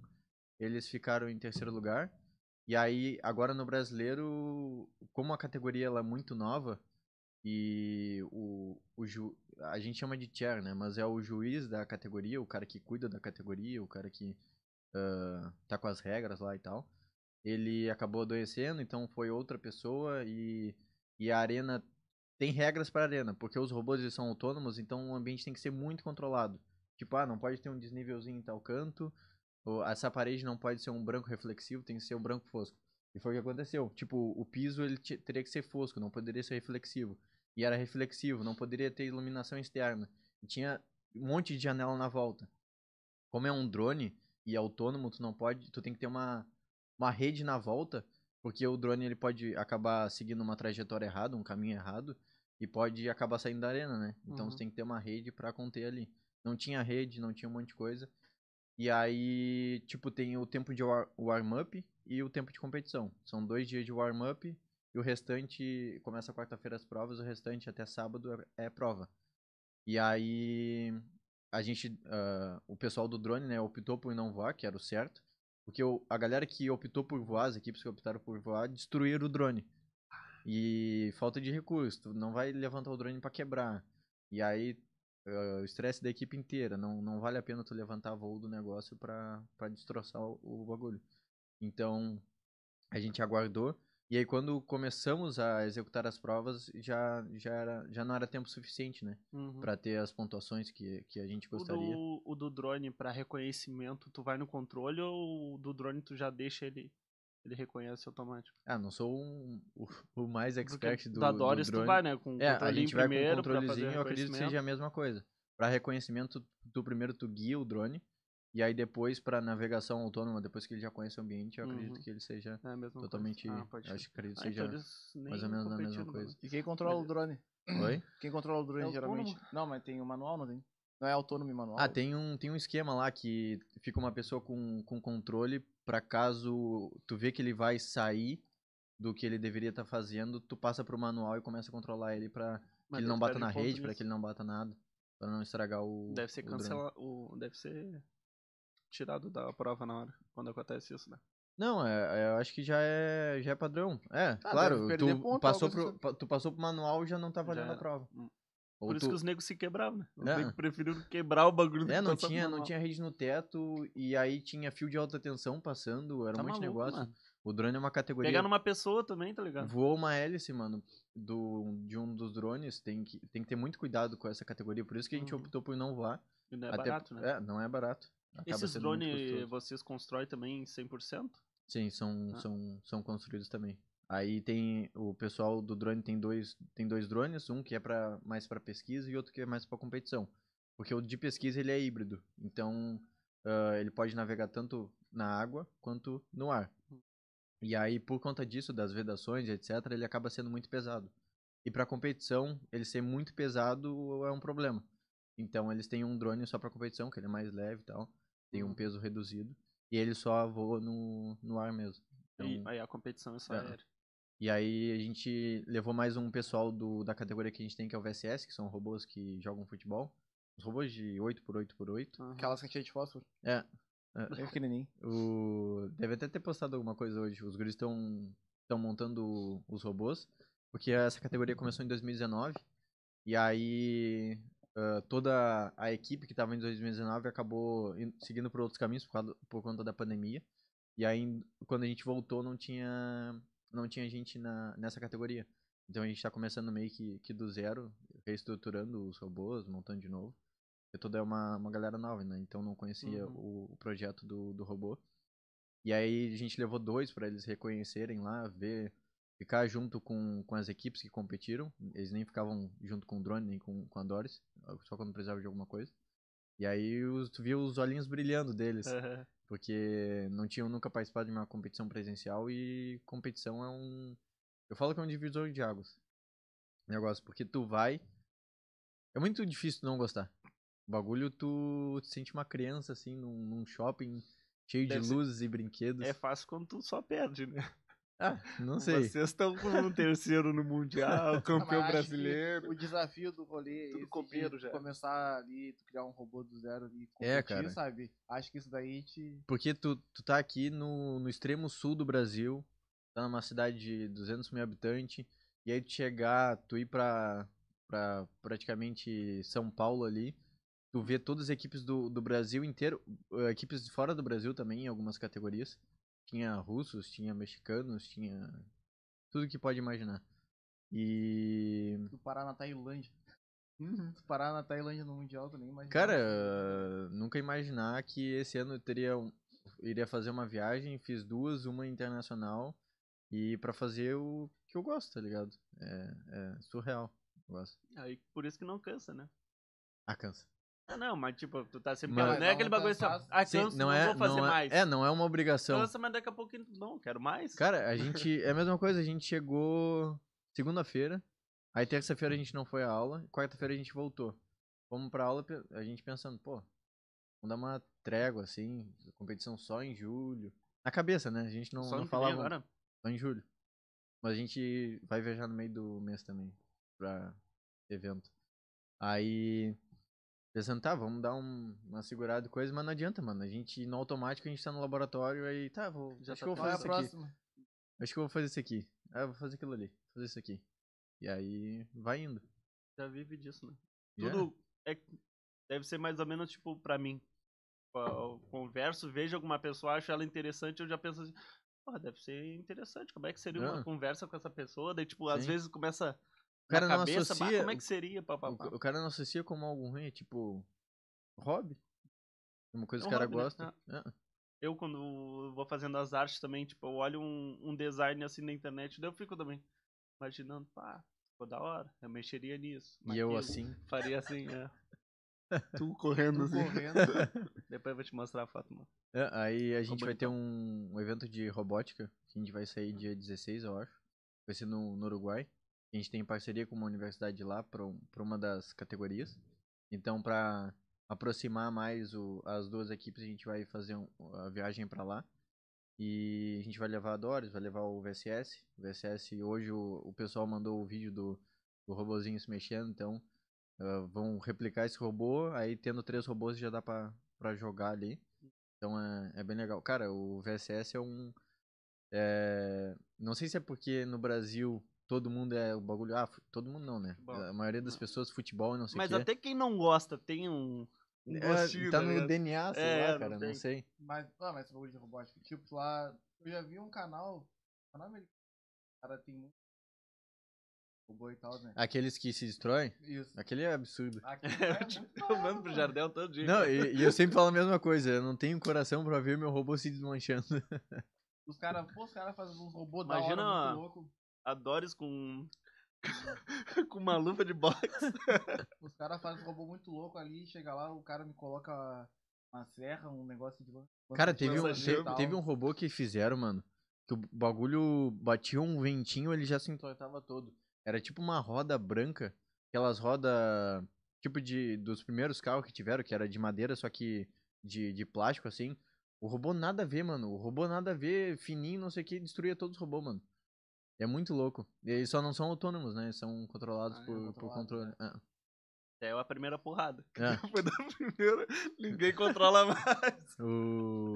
C: eles ficaram em terceiro lugar. E aí, agora no brasileiro, como a categoria ela é muito nova, e o, o ju, a gente chama de chair, né? Mas é o juiz da categoria, o cara que cuida da categoria, o cara que ah, tá com as regras lá e tal. ele acabou adoecendo, então foi outra pessoa e, e a arena tem regras para arena, porque os robôs eles são autônomos, então o ambiente tem que ser muito controlado. Tipo, ah, não pode ter um desnívelzinho em tal canto, ou essa parede não pode ser um branco reflexivo, tem que ser um branco fosco. E foi o que aconteceu. Tipo, o piso ele te- teria que ser fosco, não poderia ser reflexivo. E era reflexivo, não poderia ter iluminação externa. E tinha um monte de janela na volta. Como é um drone e autônomo, tu não pode, tu tem que ter uma uma rede na volta, porque o drone ele pode acabar seguindo uma trajetória errada, um caminho errado e pode acabar saindo da arena, né? Então
A: Uhum.
C: você tem que ter uma rede pra conter ali. Não tinha rede, não tinha um monte de coisa. E aí, tipo, tem o tempo de war- warm-up e o tempo de competição. São dois dias de warm-up e o restante começa quarta-feira as provas, o restante até sábado é, é prova. E aí a gente, ah, o pessoal do drone, né, optou por não voar, que era o certo, porque o- a galera que optou por voar, as equipes que optaram por voar, destruíram o drone. E falta de recurso, tu não vai levantar o drone pra quebrar. E aí ah, o estresse da equipe inteira, não, não vale a pena tu levantar voo do negócio pra, pra destroçar o, o bagulho. Então, a gente aguardou. E aí quando começamos a executar as provas, já, já, era, já não era tempo suficiente, né?
A: Uhum.
C: Pra ter as pontuações que, que a gente
A: O
C: gostaria.
A: do, o do drone pra reconhecimento, tu vai no controle ou o do drone tu já deixa ele ele reconhece automático?
C: Ah, não sou um- o, o mais expert
A: Porque
C: do,
A: da
C: do
A: Doris tu
C: drone.
A: vai, né? Com o
C: É, a
A: controlinho
C: gente vai com um
A: primeiro pra fazer
C: controlezinho, eu acredito que
A: reconhecimento.
C: seja a mesma coisa. Pra reconhecimento, tu primeiro tu guia o drone, e aí depois pra navegação autônoma, depois que ele já conhece o ambiente, eu acredito
A: Uhum.
C: que ele seja
A: É a mesma coisa.
C: totalmente,
A: Ah, pode
C: eu
A: ser.
C: acho que acredito
A: Ah,
C: seja
A: então eles
C: mais ou
A: nem né?
C: menos a mesma
A: competiram,
C: coisa.
D: E quem controla o drone?
C: Oi?
D: Quem controla o drone
A: É
D: geralmente? Não, mas tem o manual, não tem? Não é autônomo e manual?
C: Ah, tem um, tem um esquema lá que fica uma pessoa com, com controle pra caso tu vê que ele vai sair do que ele deveria estar fazendo, tu passa pro manual e começa a controlar ele pra que
A: Mas daí
C: ele não
A: tu
C: bata
A: perde
C: na
A: ponto
C: rede, pra
A: nisso.
C: que ele não bata nada, pra não estragar o
A: Deve ser
C: o drone.
A: cancelado. O... Deve ser tirado da prova na hora, quando acontece isso, né?
C: Não, é, é, eu acho que já é, já é padrão. É,
D: Ah,
C: claro,
D: deve perder
C: tu
D: ponto,
C: passou,
D: alguma coisa
C: pro, pa- tu passou pro manual e já não tá
A: Já
C: valendo a
A: era.
C: prova.
A: Hum.
C: Ou
A: Por isso
C: tu-
A: que os negros se quebravam, né? Os
C: É.
A: negros preferiram quebrar o bagulho do
C: É,
A: que
C: não
A: passar pro
C: tinha, não
A: manual.
C: tinha rede no teto e aí tinha fio de alta tensão passando, era
A: Tá
C: um monte de
A: maluco,
C: negócio.
A: mano.
C: O drone é uma categoria.
A: Pegar numa pessoa também, tá ligado?
C: Voou uma hélice, mano, do, de um dos drones. Tem que, tem que ter muito cuidado com essa categoria. Por isso que a gente
A: Uhum.
C: optou por não voar.
A: E não é
C: até-
A: barato, né?
C: É, não é barato. Acaba
A: Esses
C: sendo muito
A: drones
C: custoso.
A: vocês constroem também 100%?
C: Sim, são,
A: Ah.
C: são, são construídos também. Aí tem o pessoal do drone tem dois, tem dois drones, um que é para mais para pesquisa e outro que é mais para competição. Porque o de pesquisa ele é híbrido, então ah, ele pode navegar tanto na água quanto no ar. E aí por conta disso, das vedações, etc, ele acaba sendo muito pesado. E para competição, ele ser muito pesado é um problema. Então eles têm um drone só para competição, que ele é mais leve e tal, tem um
A: Uhum.
C: peso reduzido. E ele só voa no, no ar mesmo.
A: E-
C: Então,
A: aí a competição é só
C: é.
A: aérea.
C: e aí a gente levou mais um pessoal do, da categoria que a gente tem, que é o VSS, que são robôs que jogam futebol. Os robôs de 8x8x8.
A: Aham.
D: Aquelas que a gente fósforo?
C: É.
D: Bem pequenininho.
C: O... Deve até ter postado alguma coisa hoje. Os guris estão estão montando os robôs. Porque essa categoria começou em 2019. E aí ah, toda a equipe que estava em 2019 acabou in- seguindo por outros caminhos por, causa- por conta da pandemia. E aí quando a gente voltou não tinha não tinha gente na, nessa categoria. Então a gente tá começando meio que, que do zero, reestruturando os robôs, montando de novo. Porque toda é uma, uma galera nova, né? Então não conhecia
A: Uhum.
C: o, o projeto do, do robô. E aí a gente levou dois pra eles reconhecerem lá, ver, ficar junto com, com as equipes que competiram. Eles nem ficavam junto com o drone, nem com, com a Doris, só quando precisava de alguma coisa. E aí os, tu viu os olhinhos brilhando deles
A: Aham.
C: porque não tinham nunca participado de uma competição presencial e competição é um. Eu falo que é um divisor de águas. Negócio, porque tu vai. É muito difícil tu não gostar. O bagulho, tu te sente uma criança assim num, num shopping cheio
A: Deve
C: de
A: ser-
C: luzes e brinquedos.
A: É fácil quando tu só perde, né?
C: Ah, não sei.
A: Vocês estão com um terceiro no Mundial, campeão
D: mas acho que
A: brasileiro.
D: O desafio do rolê é
A: Tudo
D: esse
A: copeiro
D: de
A: já.
D: começar ali, tu criar um robô do zero ali, competir,
C: É, cara.
D: sabe? Acho que isso daí te...
C: Porque tu, tu tá aqui no, no extremo sul do Brasil, tá numa cidade de 200 mil habitantes, e aí tu chegar, tu ir pra, pra praticamente São Paulo ali, tu vê todas as equipes do, do Brasil inteiro, eh, equipes de fora do Brasil também, em algumas categorias, Tinha russos, tinha mexicanos, tinha tudo que pode imaginar. E.
D: Tu parar na Tailândia. Uhum. Tu parar na Tailândia no Mundial, tu nem imagina.
C: Cara, nunca imaginar que esse ano eu teria um- iria fazer uma viagem, fiz duas, uma internacional e pra fazer o que eu gosto, tá ligado? É, é surreal, eu gosto.
A: Aí por isso que não cansa, né?
C: Ah, cansa.
A: Ah, não, mas tipo, tu tá sempre.
C: Mas-
A: Não é aquele
D: Vai dar um
A: bagulho assim, ó,
D: cansaço.
A: ah,
C: Sim,
A: canso, não, vou fazer
C: não é,
A: mais.
C: É, não é uma obrigação.
A: Cansa, mas daqui a pouco. Não, quero mais.
C: Cara, a gente. É a mesma coisa, a gente chegou segunda-feira. Aí terça-feira
A: Hum.
C: a gente não foi à aula. Quarta-feira a gente voltou. Fomos pra aula, pe- a gente pensando, pô, vamos dar uma trégua, assim, competição só em julho. Na cabeça, né? A gente não,
A: Só
C: não
A: não falava.
C: falava
A: agora.
C: só em julho. Mas a gente vai viajar no meio do mês também pra evento. Aí. Pensando, tá, vamos dar um- uma segurada e coisa, mas não adianta, mano. A gente, no automático, a gente tá no laboratório, aí, tá, vou,
A: Já
C: acho
A: tá
C: que eu vou
A: tudo
D: Qual é
C: fazer
D: a
C: isso aqui.
D: próxima?
C: Acho que eu vou fazer isso aqui. Ah, eu vou fazer aquilo ali. Vou fazer isso aqui. E aí vai indo.
A: Já vive disso, né?
C: Já
A: Tudo é, deve ser mais ou menos tipo pra mim. Tipo, Eu converso, vejo alguma pessoa, acho ela interessante, eu já penso assim, porra, deve ser interessante. Como é que seria
C: Ah.
A: uma conversa com essa pessoa? Daí, tipo, às
C: Sim.
A: vezes começa
C: O
A: na
C: cara não
A: cabeça, "Bah,
C: associa.
A: como é que seria, pá, pá,
C: o,
A: pá."
C: ca- o cara não associa como algo ruim, é tipo. Hobby. Uma
A: É
C: coisa que
A: um
C: o cara
A: hobby, né?
C: gosta. Ah,
A: Eu, quando vou fazendo as artes também, tipo, eu olho um, um design assim na internet, daí eu fico também imaginando, pá, ficou da hora, eu mexeria nisso.
C: E eu
A: naquilo,
C: assim.
A: Faria assim, é.
D: Tu correndo,
A: assim.
D: correndo.
A: Depois eu vou te mostrar a foto, mano.
C: É, aí a gente vai ter
A: bonitão.
C: um, um evento de robótica, que a gente vai sair dia 16, eu acho. Vai ser no, no Uruguai. A gente tem parceria com uma universidade lá para uma das categorias. Então, para aproximar mais o- as duas equipes, a gente vai fazer um- a viagem para lá. E a gente vai levar a Doris, vai levar o VSS. O VSS, hoje o, o pessoal mandou o vídeo do, do robozinho se mexendo, então ah, vão replicar esse robô. Aí, tendo três robôs, já dá para jogar ali. Então é, é bem legal. Cara, o VSS é um. é, não sei se é porque no Brasil todo mundo é o bagulho. Ah, fu- todo mundo não, né?
A: Futebol.
C: A maioria das
A: Não.
C: pessoas, futebol e não sei o
A: Mas
C: quê.
A: até quem não gosta tem um, um
C: É,
A: gostinho,
C: tá
A: tá
C: no
A: ligado?
C: DNA, sei
A: É,
C: lá,
A: não
C: cara, não,
A: tem.
C: sei.
D: Mas, ah, mas esse bagulho de robótica, tipo lá, eu já vi um canal, canal americano, cara tem muito robô e tal, né?
C: Aqueles que se destroem,
D: Isso.
C: aquele é absurdo.
D: Aqui é muito
A: Eu mando pro
D: mano.
A: Jardel todo dia.
C: Não, e, e eu sempre falo a mesma coisa, eu não tenho coração pra ver meu robô se desmanchando.
D: Os caras, pô, os caras fazem uns robôs
A: Imagina
D: da hora,
A: uma-
D: muito louco.
A: A Doris com. com uma luva de boxe.
D: Os caras fazem uns robô muito louco ali, chega lá, o cara me coloca uma serra, um negócio de...
C: Cara, teve um,
A: lança
C: te-
A: gelo.
C: teve, um robô que fizeram, mano. Que o bagulho batia um ventinho, ele já se entortava todo. Era tipo uma roda branca, aquelas rodas tipo de dos primeiros carros que tiveram, que era de madeira, só que de, de plástico assim. O robô nada a ver, mano. O robô nada a ver, fininho, não sei o que, destruía todos os robôs, mano. É muito louco. E eles só não são autônomos, né? Eles são controlados
D: Ah, é,
C: por, por
D: controlado,
C: controle. Ah.
A: É a primeira porrada.
C: É.
A: Foi da primeira, ninguém controla mais.
C: O...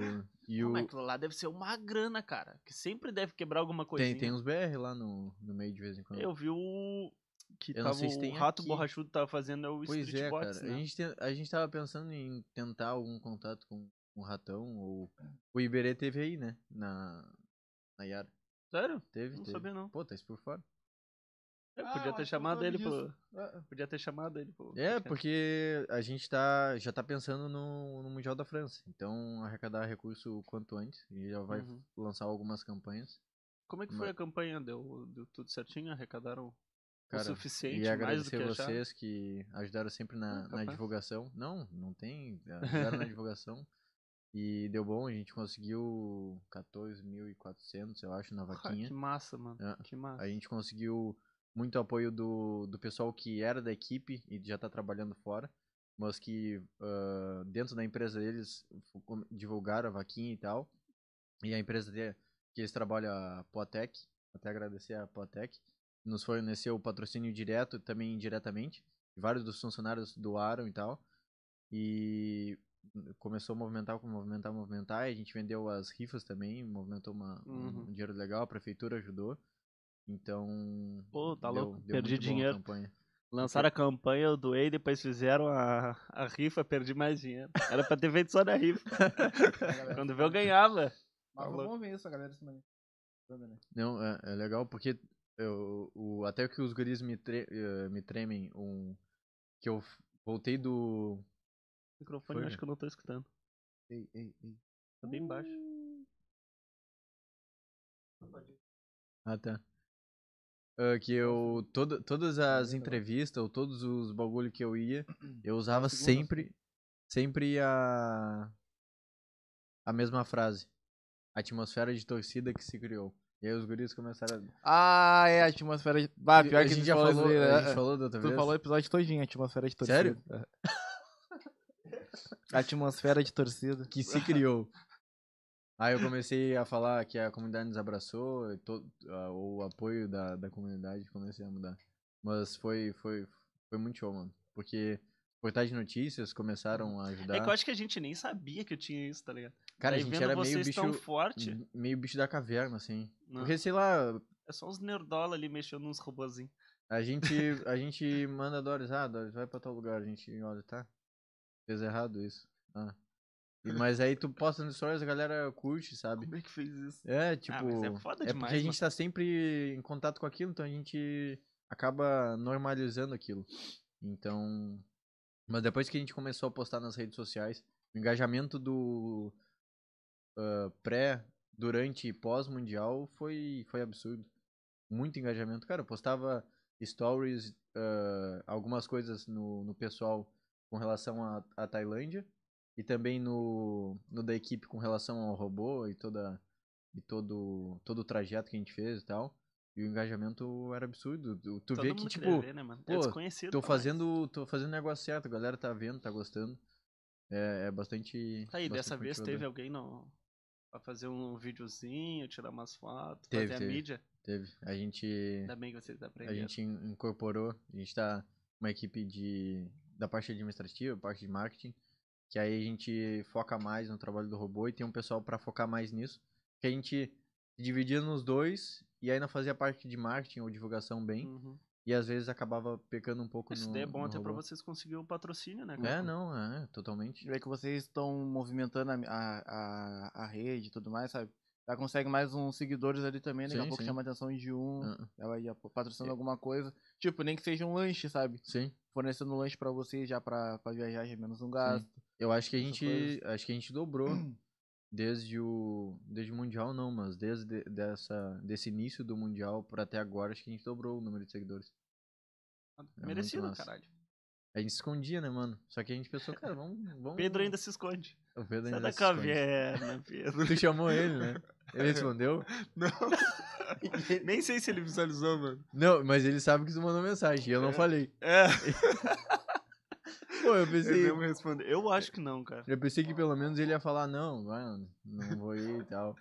C: E
A: Ah,
C: o...
D: é
A: Mas aquilo lá deve ser uma grana, cara. Que sempre deve quebrar alguma coisinha.
C: Tem, tem uns BR lá no, no meio de vez em quando.
A: Eu vi o. Que
C: Eu não
A: tava
C: sei se
A: o
C: tem
A: Rato
C: aqui.
A: Borrachudo tava fazendo é o
C: Pois
A: Street
C: é,
A: Box,
C: cara. A,
A: né?
C: gente ten- a gente tava pensando em tentar algum contato com um ratão ou. O Iberê teve aí, né? Na. Na Yara.
A: Sério?
C: Teve,
A: Não
C: teve.
A: sabia, não.
C: Pô, tá isso por fora.
A: É,
D: Ah, eu
A: podia
D: acho
A: ter
D: que
A: chamado
D: eu
A: ele
D: soube
A: pro.
D: disso. Ah,
A: Podia ter chamado ele pro.
C: É,
A: podcast.
C: porque a gente tá. Já tá pensando no, no Mundial da França. Então arrecadar recurso o quanto antes. E já vai
A: Uhum.
C: lançar algumas campanhas.
A: Como é que foi a campanha? Deu, deu tudo certinho? Arrecadaram
C: Cara,
A: o suficiente?
C: E
A: mais do que
C: agradecer
A: achar?
C: vocês que ajudaram sempre
A: Ah,
C: na, na
A: capaz.
C: divulgação. Não, não tem. Ajudaram na divulgação. E deu bom, a gente conseguiu 14.400, eu acho, na
A: Ah,
C: vaquinha.
A: que massa, mano.
C: É.
A: Que massa.
C: A gente conseguiu muito apoio do, do pessoal que era da equipe e já tá trabalhando fora, mas que ah, dentro da empresa deles fu- com- divulgaram a vaquinha e tal. E a empresa de- que eles trabalham, a Poatec, até agradecer a Poatec, nos forneceu o patrocínio direto e também indiretamente, vários dos funcionários doaram e tal. E começou a movimentar, movimentar, movimentar, e a gente vendeu as rifas também, movimentou uma-
A: Uhum.
C: um dinheiro legal, a prefeitura ajudou. Então.
A: Pô, tá
C: deu-
A: louco.
C: deu
A: Perdi
C: muito bom a
A: dinheiro.
C: campanha.
A: Lançaram a campanha, eu doei, depois fizeram a, a rifa, perdi mais dinheiro. Era pra ter feito só na rifa.
D: a galera-
A: Quando eu ganhava.
D: Mas
A: Tá
D: vamos ver isso, a galera se manifestando, né?
C: Não, é, é legal porque eu, o, até que os guris me, tre- eh, me tremem, um, que eu f- voltei do.
A: microfone,
C: Foi,
A: acho
C: né?
A: que eu não tô escutando.
D: Ei, ei, ei.
A: Tá bem baixo.
C: Ah, tá. Ah, que eu. Toda, todas as
D: Beleza, agora.
C: entrevistas ou todos os bagulho que eu ia, eu usava
D: segunda,
C: sempre. Sempre a. A mesma frase. Atmosfera de torcida que se criou. E aí os guris começaram a.
D: Ah, é a atmosfera de. Ah, pior
C: a
D: que
C: gente já
D: falou,
C: falou.
D: isso aí,
C: A
D: né?
C: gente falou da outra
D: Tu
C: vez.
D: falou o episódio todinho, a atmosfera de torcida.
C: Sério?
D: É. atmosfera de torcida.
C: Que se criou. Aí eu comecei a falar que a comunidade nos abraçou, e to- ah, o apoio da, da comunidade comecei a mudar. Mas foi, foi, foi muito show, mano. Porque portais de notícias começaram a ajudar.
A: É que eu acho que a gente nem sabia que eu tinha isso, tá ligado?
C: Cara, a
A: Aí
C: gente
A: vendo
C: era
A: vocês
C: meio bicho,
A: tão forte.
C: meio bicho da caverna, assim.
A: Não,
C: Porque, sei lá,
A: É só uns nerdola ali mexendo nos robozinhos.
C: a gente, a gente manda a Doris, ah, Doris, vai pra tal lugar. A gente olha, tá? Fez errado isso. Ah. E- Mas aí tu posta no stories, a galera curte, sabe?
A: Como é que fez isso?
C: É, tipo.
A: mas é foda demais,
C: porque a gente
A: mano.
C: tá sempre em contato com aquilo, então a gente acaba normalizando aquilo. Então. Mas depois que a gente começou a postar nas redes sociais, o engajamento do ah, pré, durante e pós-mundial foi, foi absurdo. Muito engajamento. Cara, eu postava stories, ah, algumas coisas no, no pessoal com relação à à Tailândia e também no, no da equipe com relação ao robô e toda e todo todo o trajeto que a gente fez e tal. E o engajamento era absurdo. Tu, tu
A: Todo
C: vê
A: mundo
C: que
A: queria
C: tipo,
A: ver, né, mano?
C: pô,
A: é desconhecido.
C: tô
A: pra nós.
C: fazendo, tô fazendo o negócio certo, a galera tá vendo, tá gostando. É, é bastante
A: Tá aí,
C: bastante
A: dessa vez
C: motivador.
A: teve alguém no... pra fazer um videozinho, tirar umas fotos,
C: Teve,
A: fazer
C: teve.
A: a mídia.
C: teve. A gente
A: Ainda bem que vocês
C: a
A: aprenderam.
C: gente in- incorporou, a gente tá uma equipe de da parte administrativa, parte de marketing, que aí a gente foca mais no trabalho do robô e tem um pessoal pra focar mais nisso, que a gente se dividia nos dois e ainda fazia a parte de marketing ou divulgação bem
A: Uhum.
C: e às vezes acabava pecando um pouco
A: Isso
C: no
A: daí é bom
C: no
A: até pra
C: robô.
A: vocês conseguirem um patrocínio, né,
C: É,
A: cara?
C: não, é, totalmente.
D: Vê que vocês estão movimentando a, a, a, a rede e tudo mais, sabe? Já consegue mais uns seguidores ali também, daqui a
C: Sim,
D: pouco
C: sim.
D: chama a atenção de um,
C: Ah,
D: já vai já patrocinando
C: É.
D: alguma coisa. Tipo, nem que seja um lanche, sabe?
C: sim.
D: Fornecendo um lanche pra vocês já pra, pra viajar, já é menos um gasto.
C: Eu acho que a
D: Essas
C: gente,
D: coisas.
C: acho que a gente dobrou desde o desde o mundial não, mas desde de- dessa desse início do mundial por até agora acho que a gente dobrou o número de seguidores. É muito
A: Merecido,
C: massa.
A: caralho.
C: A gente se escondia, né, mano? Só que a gente pensou, cara, vamos, vamos...
A: Pedro ainda se esconde.
C: o Pedro
A: Sai
C: ainda
A: da
C: se esconde.
A: caverna, Pedro.
C: Tu chamou ele, né? Ele respondeu?
A: Não. Nem sei se ele visualizou, mano.
C: Não, mas ele sabe que tu mandou mensagem, e eu não falei.
A: É,
C: Pô, eu
A: ele
C: pensei,
A: não respondeu. Eu acho que não, cara.
C: eu pensei que pelo menos ele ia falar não, vai, não vou ir e tal.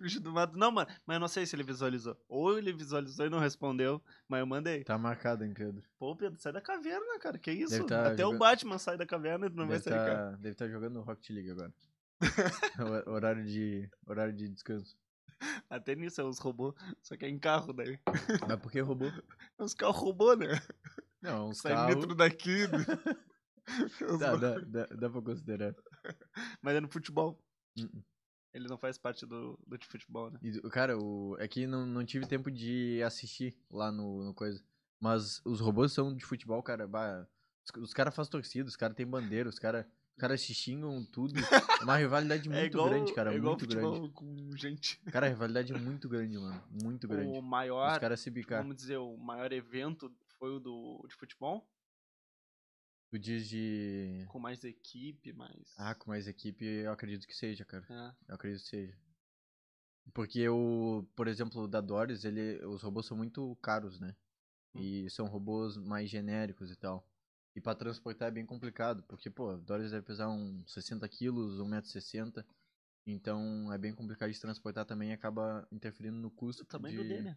A: Bicho do mato. Não, mano, mas eu não sei se ele visualizou. Ou ele visualizou e não respondeu, mas eu mandei.
C: Tá marcado, hein, Pedro.
A: Pô, Pedro, sai da caverna, cara. Que isso?
C: Deve tá
A: Até o
C: jogando-
A: Batman sai da caverna e tu não vai
C: deve
A: sair, cara.
C: tá, deve estar jogando Rocket League agora. Hor- horário de horário de descanso.
A: Até nisso é os robôs. Só que é em carro daí.
C: Mas por que robô?
A: É uns carros robô, né?
C: Não, uns Tá,
A: Sai
C: carros.
A: nitro daqui. né? Os
C: Dá,
A: bo-
C: dá, dá, dá pra considerar.
A: Mas é no futebol.
C: Uhum.
A: Ele não faz parte do, do de futebol, né?
C: E, cara, o, é que não, não tive tempo de assistir lá no, no coisa. Mas os robôs são de futebol, cara. bah, os os caras fazem torcida, os caras têm bandeira, os caras os cara se xingam tudo. É uma rivalidade muito
A: é igual,
C: grande, cara.
A: é igual
C: muito
A: futebol
C: grande.
A: com gente.
C: Cara, a rivalidade é muito grande, mano. Muito grande.
A: O
C: Os
A: maior,
C: caras se bicar.
A: vamos dizer, o maior evento foi o do, de futebol.
C: Tu diz de.
A: Com mais equipe, mais...
C: Ah, com mais equipe, eu acredito que seja, cara.
A: É.
C: Eu acredito que seja. Porque o, por exemplo, o da Doris, ele, os robôs são muito caros, né?
A: Hum.
C: E são robôs mais genéricos e tal. E pra transportar é bem complicado, porque, pô, a Doris deve pesar uns 60 quilos, 1,60m. Então é bem complicado de transportar também e acaba interferindo no custo.
A: O tamanho
C: de...
A: do D, né?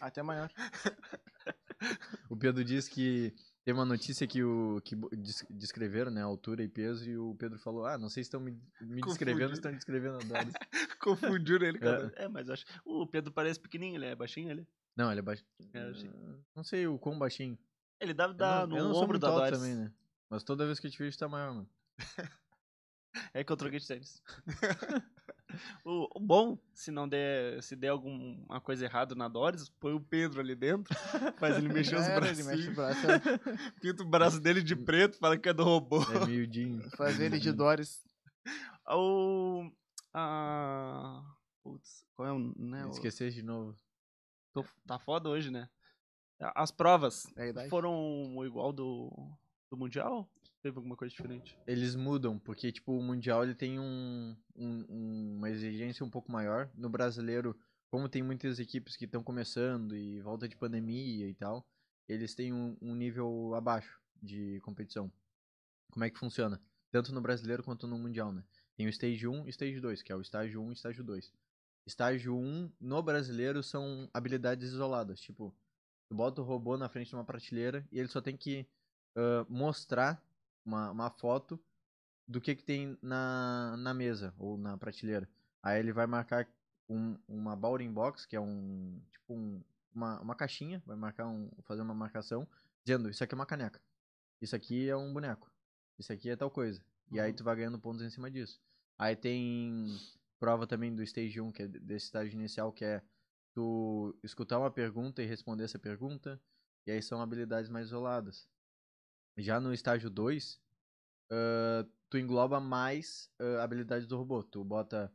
D: Até maior.
C: O Pedro diz que tem uma notícia que, o, que bo- des- descreveram, né? Altura e peso, e o Pedro falou: Ah, não sei se estão me, me descrevendo ou
A: Confundi.
C: estão descrevendo a Doris.
A: Confundiu ele, cara. É, mas eu acho. O Pedro parece pequenininho, ele é baixinho, ele.
C: Não, ele é baixinho.
A: É, eu achei.
C: Não sei o quão baixinho.
A: Ele deve
C: Eu
A: dar
C: não- eu
A: no
C: não sou
A: ombro
C: muito
A: da
C: alto né?
A: Doris.
C: também, né? Mas toda vez que eu te vejo, tá maior, mano.
A: É que eu troquei de tênis. o, o bom, se não der, se der alguma coisa errada na Doris, põe o Pedro ali dentro, faz ele mexer
C: É,
A: os
C: né,
D: Era, ele
A: braços,
D: mexe o braço. é.
A: pinta o braço dele de preto, fala que é do robô.
C: É miudinho.
D: Fazer ele
B: Uhum.
D: de Doris.
A: O... Ah... Putz, qual é o... Né, o-
C: Esquecer de novo.
A: tô- tá foda hoje, né? As provas
D: É a idade.
A: foram igual do, do Mundial? Teve alguma coisa diferente?
C: Eles mudam, porque, tipo, o Mundial ele tem um, um- uma exigência um pouco maior. No brasileiro, como tem muitas equipes que estão começando e volta de pandemia e tal, eles têm um, um nível abaixo de competição. Como é que funciona? Tanto no brasileiro quanto no Mundial, né? Tem o Stage 1 e Stage 2, que é o Estágio 1 e Estágio 2. Estágio 1 no brasileiro são habilidades isoladas, tipo, tu bota o robô na frente de uma prateleira e ele só tem que ah, mostrar uma, uma foto do que, que tem na, na mesa ou na prateleira. Aí ele vai marcar um, uma Bowling Box, que é um. Tipo um, uma, uma caixinha, vai marcar um. fazer uma marcação, dizendo, isso aqui é uma caneca. Isso aqui é um boneco. Isso aqui é tal coisa. E aí tu vai ganhando pontos em cima disso. Aí tem prova também do stage 1, que é de- desse estágio inicial, que é tu escutar uma pergunta e responder essa pergunta. E aí são habilidades mais isoladas. Já no estágio 2, tu engloba mais ah, habilidades do robô. Tu bota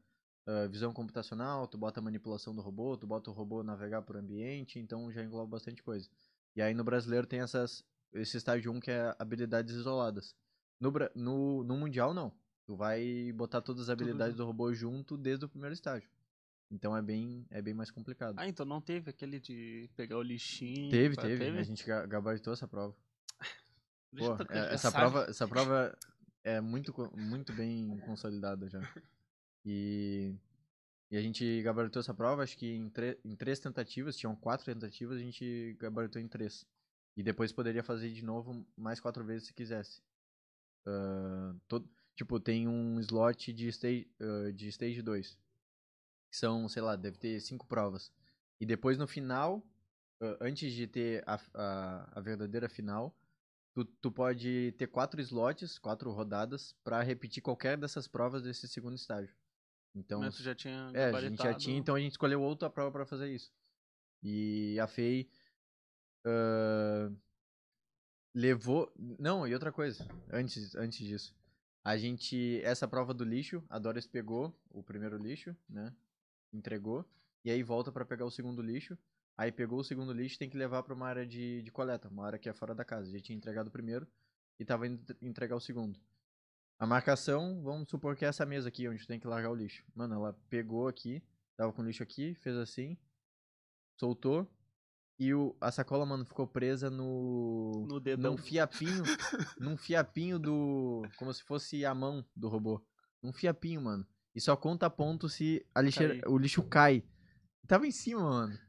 C: ah, visão computacional, tu bota manipulação do robô, tu bota o robô navegar por ambiente, então já engloba bastante coisa. E aí no brasileiro tem essas, esse estágio 1 que é habilidades isoladas. No, bra- no, no mundial, não. Tu vai botar todas as habilidades do robô junto desde o primeiro estágio. Então é bem, é bem mais complicado.
A: Ah, então não teve aquele de pegar o lixinho. tá,
C: teve,
A: pá,
C: tá, teve, A gente ga- gabaritou essa prova.
A: Deixa
C: Pô,
A: eu tocar,
C: é-
A: já tá
C: essa,
A: sabe.
C: prova, essa prova é muito, co- muito bem consolidada já. E, e a gente gabaritou essa prova, acho que em, tre- em três tentativas, tinham quatro tentativas, a gente gabaritou em três. E depois poderia fazer de novo mais quatro vezes se quisesse. Ah, to- tipo, tem um slot de stage, ah, de stage 2. Que são, sei lá, deve ter cinco provas. E depois no final, ah, antes de ter a, a, a verdadeira final, Tu, tu pode ter quatro slots, quatro rodadas, pra repetir qualquer dessas provas desse segundo estágio. Então,
A: Mas tu já tinha
C: é, a gente já tinha,
A: um gabaritado.
C: então a gente escolheu outra prova pra fazer isso. E a FEI ah, levou. Não, e outra coisa, antes, antes disso. A gente. Essa prova do lixo, a Doris pegou o primeiro lixo, né? Entregou. E aí volta pra pegar o segundo lixo. Aí pegou o segundo lixo tem que levar pra uma área de, de coleta, uma área que é fora da casa. Já tinha entregado o primeiro e tava indo tre- entregar o segundo. A marcação, vamos supor que é essa mesa aqui, onde tu tem que largar o lixo. Mano, ela pegou aqui, tava com o lixo aqui, fez assim, soltou, e o, a sacola, mano, ficou presa no.
A: No dedão.
C: num fiapinho. num fiapinho do. Como se fosse a mão do robô. Num fiapinho, mano. E só conta ponto se a lixeira,
A: Cair.
C: o lixo cai. Tava em cima, mano.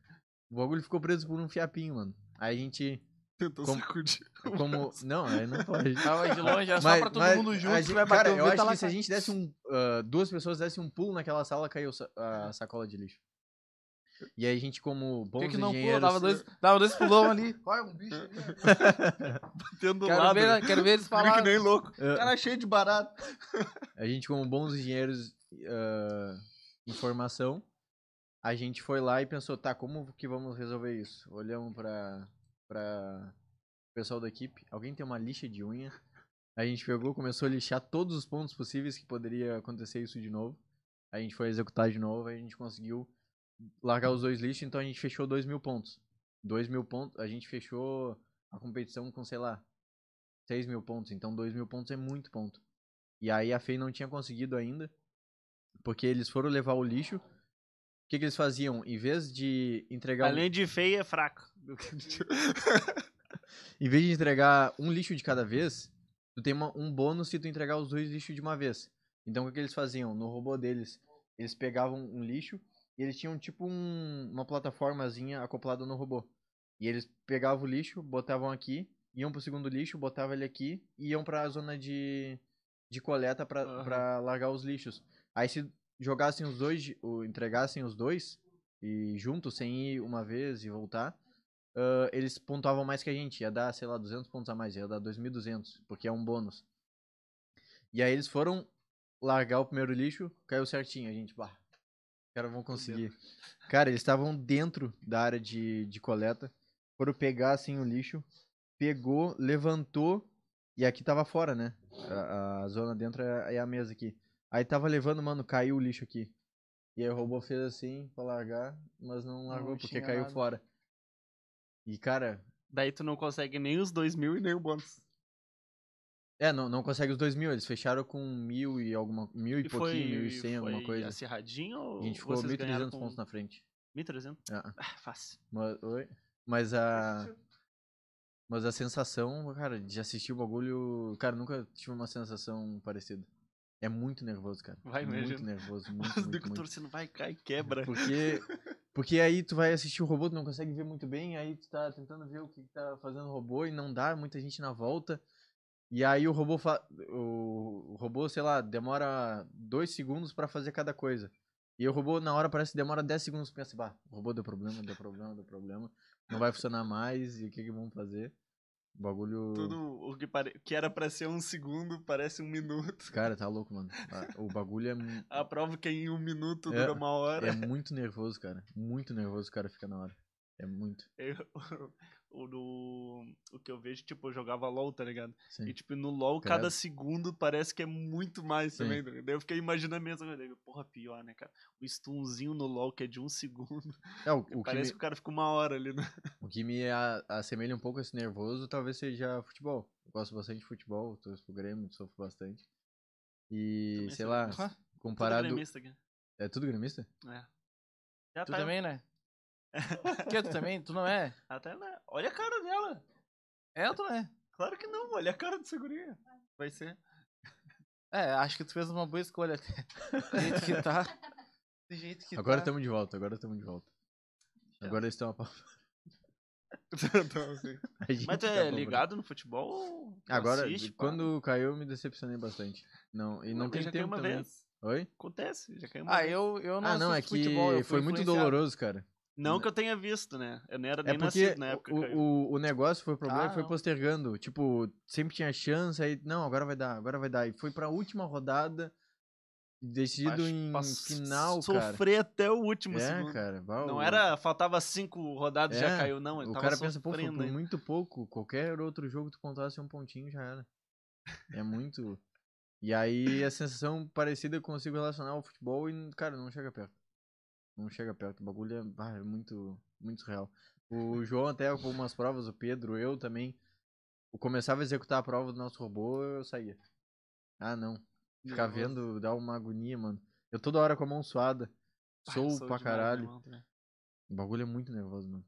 C: O bagulho ficou preso por um fiapinho, mano. Aí a gente.
A: Tentou
C: como-
A: sacudir.
C: Como. Não, aí não pode.
B: Tava de longe, era É só pra todo mundo junto.
C: a
B: que
C: gente-
B: vai
C: cara,
B: bater o tá
C: eu
B: vento,
C: acho
B: ela
C: que se a
B: cai.
C: gente desse um. ah, duas pessoas dessem um pulo naquela sala, caiu sa- a sacola de lixo. E aí a gente, como
B: Por
C: bons
B: que, que não pula?
C: engenheiros. é
B: Dava dois, dava dois pulão ali.
D: Olha um bicho ali.
A: Tendo
B: Quero
A: lado. né?
B: ver, quero ver eles
A: Fica que
B: falarem.
A: nem louco.
C: ah,
A: Cara cheio de barato.
C: A gente, como bons engenheiros ah, em formação, a gente foi lá e pensou, tá, como que vamos resolver isso? Olhamos pra, pra o pessoal da equipe, alguém tem uma lixa de unha? A gente pegou, começou a lixar todos os pontos possíveis que poderia acontecer isso de novo. A gente foi executar de novo, a gente conseguiu largar os dois lixos, então a gente fechou 2 mil pontos. 2 mil pontos, a gente fechou a competição com, sei lá, 6 mil pontos. Então 2 mil pontos é muito ponto. E aí a FEI não tinha conseguido ainda, porque eles foram levar o lixo. O que, que eles faziam? Em vez de entregar um-
A: Além de feio, é fraco.
C: em vez de entregar um lixo de cada vez, tu tem uma- um bônus se tu entregar os dois lixos de uma vez. Então o que, que eles faziam? No robô deles, eles pegavam um lixo e eles tinham tipo um- uma plataformazinha acoplada no robô. E eles pegavam o lixo, botavam aqui, iam pro segundo lixo, botavam ele aqui e iam pra zona de, de coleta pra,
A: Aham.
C: pra largar os lixos. Aí se jogassem os dois, de- ou entregassem os dois e juntos, sem ir uma vez e voltar, ah, eles pontuavam mais que a gente. Ia dar, sei lá, 200 pontos a mais. Ia dar 2.200, porque é um bônus. E aí eles foram largar o primeiro lixo, caiu certinho, a gente, bah, os caras vão conseguir. Cara, eles estavam dentro da área de, de coleta, foram pegar, assim, o lixo, pegou, levantou, e aqui tava fora, né? A, a zona dentro é, é a mesa aqui. Aí tava levando, mano, caiu o lixo aqui. E aí o robô fez assim pra largar, mas não largou porque
B: tinha
C: caiu
B: nada.
C: fora. E, cara,
A: Daí tu não consegue nem os dois mil e nem o bônus.
C: É, não, não consegue os dois mil, eles fecharam com mil e alguma. Mil e,
A: E foi,
C: Um pouquinho, mil e cem, alguma
A: foi
C: coisa. assim.
A: acirradinho ou
C: a gente ficou
A: vocês
C: 1.300
A: ganharam com...
C: pontos na frente.
A: 1.300?
C: Ah,
A: Ah, fácil.
C: mas, oi? Mas a. Mas a sensação, cara, de assistir o bagulho. Cara, nunca tive uma sensação parecida. É muito nervoso, cara.
A: Vai
C: muito
A: mesmo.
C: nervoso, muito,
A: Os
C: muito,
A: bicos
C: muito.
A: torcendo, vai, cai, quebra.
C: Porque, porque aí tu vai assistir o robô, tu não consegue ver muito bem, aí tu tá tentando ver o que, que tá fazendo o robô e não dá, muita gente na volta. E aí o robô fa- o, o robô, sei lá, demora dois segundos pra fazer cada coisa. E o robô, na hora, parece que demora 10 segundos. Pensa, bah, o robô deu problema, deu problema, deu problema. Não vai funcionar mais, e o que que vamos fazer? O bagulho...
A: Tudo o que, pare... que era pra ser um segundo parece um minuto.
C: Cara, tá louco, mano. Ah, O bagulho é, mu-
A: A prova que em um minuto
C: É.
A: dura uma hora.
C: é muito nervoso, cara. Muito nervoso o cara fica na hora. É muito.
A: Eu- o, do- o que eu vejo, tipo, eu jogava LOL, tá ligado?
C: Sim.
A: E, tipo, no LOL,
C: Credo.
A: cada segundo parece que é muito mais
C: Sim.
A: também. tá ligado? Daí eu fiquei imaginando mesmo. eu digo, Porra, pior, né, cara? O stunzinho no LOL, que é de um segundo.
C: É, o, o que me-
A: parece que o cara fica uma hora ali, né?
C: O que me a- assemelha um pouco a esse nervoso talvez seja futebol. Eu gosto bastante de futebol, torço pro Grêmio, sofro bastante. E,
A: Também
C: sei
A: sou
C: lá,
A: gremista.
C: comparado.
A: Tudo gremista aqui.
C: É tudo gremista?
A: É. Já
B: Tu
A: tá-
B: também, né? que tu também? Tu não é?
A: Até lá. Olha a cara dela.
B: É ou tu não é?
A: Claro que não, olha a cara do segurinha. Vai ser.
B: É, acho que tu fez uma boa escolha até. Do jeito que tá. Do jeito que
C: agora
B: tá.
C: estamos de volta, agora estamos de volta.
A: Tá.
C: Agora eles estão apavor-
A: Então, assim.
C: a gente
A: Mas tu
C: tá
A: é
C: apavorado.
A: ligado no futebol? ou tu
C: Agora,
A: assiste,
C: de-
A: pá?
C: quando caiu, eu me decepcionei bastante. Não, e não,
A: mas
C: tem
A: já caiu
C: tempo
A: uma
C: também.
A: vez.
C: Oi?
A: Acontece, já caiu uma
B: Ah,
A: vez.
B: eu, eu não
C: ah, não, é
B: assisto
C: que
B: futebol, eu fui
C: foi muito
B: influenciado.
C: doloroso, cara.
A: Não que eu tenha visto, né? Eu nem era
C: É
A: nem
C: porque
A: nascido na época.
C: o,
A: caiu.
C: o, o negócio foi o problema
B: Ah,
C: e foi
B: não.
C: postergando. Tipo, sempre tinha chance, aí, não, agora vai dar, agora vai dar. E foi pra última rodada, decidido
A: Pas-
C: em
A: pas-
C: final, cara.
A: Sofrer até o último
C: É,
A: segundo.
C: cara. bah,
A: Não
C: o-
A: era, faltava cinco rodadas e já
C: É,
A: caiu, não. Ele
C: O
A: tava
C: cara pensa, pô, foi
A: sofrendo
C: por
A: ainda.
C: muito pouco. Qualquer outro jogo que tu pontuasse um pontinho já era. É muito. E aí a sensação parecida eu consigo relacionar ao futebol e, cara, não chega perto. Não chega perto. O bagulho é, ah, é muito, muito surreal. O João até com umas provas, o Pedro, eu também. Eu começava a executar a prova do nosso robô, eu saía. Ah, não. Ficar
A: Nervoso.
C: vendo dá uma agonia, mano. Eu toda hora com a mão suada.
A: Pá,
C: Sou, pra
A: demais,
C: caralho.
A: meu irmão, né?
C: O bagulho é muito nervoso, mano.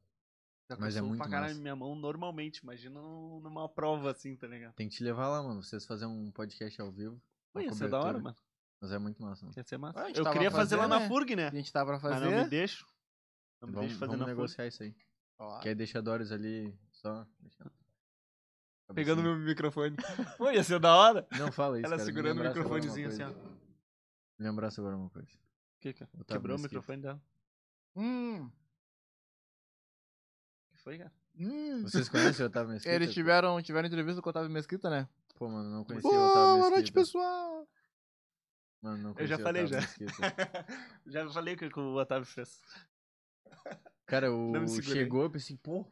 A: Já que
C: Mas
A: eu
C: é
A: sou
C: muito
A: pra caralho
C: massa.
A: minha mão normalmente. Imagina num- numa prova assim, tá ligado?
C: Tem que te levar lá, mano. Vocês fazerem um podcast ao vivo. uma
A: Pô, ia ser é da hora,
C: cobertura.
A: mano.
C: Mas é muito massa, mano.
A: Ia ser massa.
B: Ah, a gente
A: eu
B: tava
A: queria fazer lá na
B: fazendo, né?
A: FURG, né?
B: A gente tava pra
A: Mas não me
B: fazer.
A: deixo. Não me
C: vamos
A: deixo fazer
C: vamos
A: na Ah. FURG.
C: negociar isso aí.
B: Ó,
C: Que aí deixa a Doris ali só. deixando.
A: Pegando
C: Cabecinha.
A: meu microfone. Pô, ia ser da hora.
C: Não, fala isso.
A: Ela
C: cara, me
A: segurando o
C: lembrasse agora uma
A: microfonezinho assim,
C: coisa.
A: ó.
C: Me lembrasse agora uma coisa.
A: Que que-
C: é? Otávio
A: Quebrou o
C: Mesquita.
A: microfone dela.
B: Hum,
A: que foi, cara?
B: hum.
C: Vocês conhecem o Otávio Mesquita?
A: é
B: Eles
A: tipo
B: tiveram, tiveram entrevista com o Otávio Mesquita, né?
C: Pô, mano, não conhecia
A: é
C: o Otávio
B: Boa
C: Mesquita.
B: noite, pessoal!
C: Mano, não
A: tipo, Eu já
C: conhecia o
A: falei, já.
C: Otávio Mesquita.
A: Já falei o que que o Otávio fez.
C: Cara,
A: Não me
C: o
A: segurei.
C: chegou, eu pensei, pô,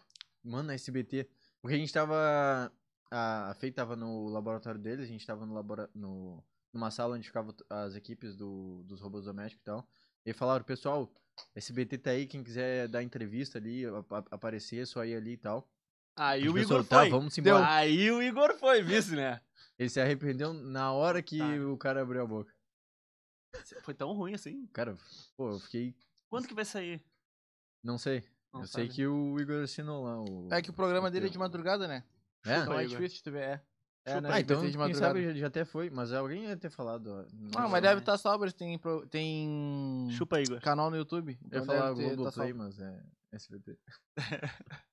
C: mano, SBT. Porque a gente tava. A, a Fei tava no laboratório deles, a gente tava no labora, no, numa sala onde ficavam t- as equipes do, dos robôs domésticos e tal. E falaram, pessoal, SBT tá aí, quem quiser dar entrevista ali, a- a- aparecer, é só ir ali e tal.
A: Aí
C: A
A: o
C: gente
A: Igor
C: pensou, tá,
A: foi.
C: vamos
A: Deu.
C: embora.
A: Aí o Igor foi, vice, né?
C: Ele se arrependeu na hora que
A: Tá.
C: o cara abriu a boca.
A: Foi tão ruim assim.
C: Cara, pô, eu fiquei.
A: Quanto que vai sair?
C: Não sei.
A: Não
C: eu sei
A: sabe.
C: que o Igor assinou lá. O...
B: É que o programa dele é
C: Entendeu?
B: de madrugada, né?
C: É?
B: Então
A: Foi,
B: é
A: Igor.
B: difícil de tu ver, é. É,
A: Chupa
B: né?
A: aí.
C: Ah, então
B: SBT de
C: quem
B: madrugada.
C: sabe já, já até foi, mas alguém ia ter falado. ó,
B: Ah,
C: sei.
B: mas deve estar sobra, tem, pro- tem
A: Chupa, Igor.
B: canal no YouTube.
C: Eu ia
B: Então
C: falar
B: deve ter, tá
C: Globoplay,
B: salvo.
C: mas é SBT.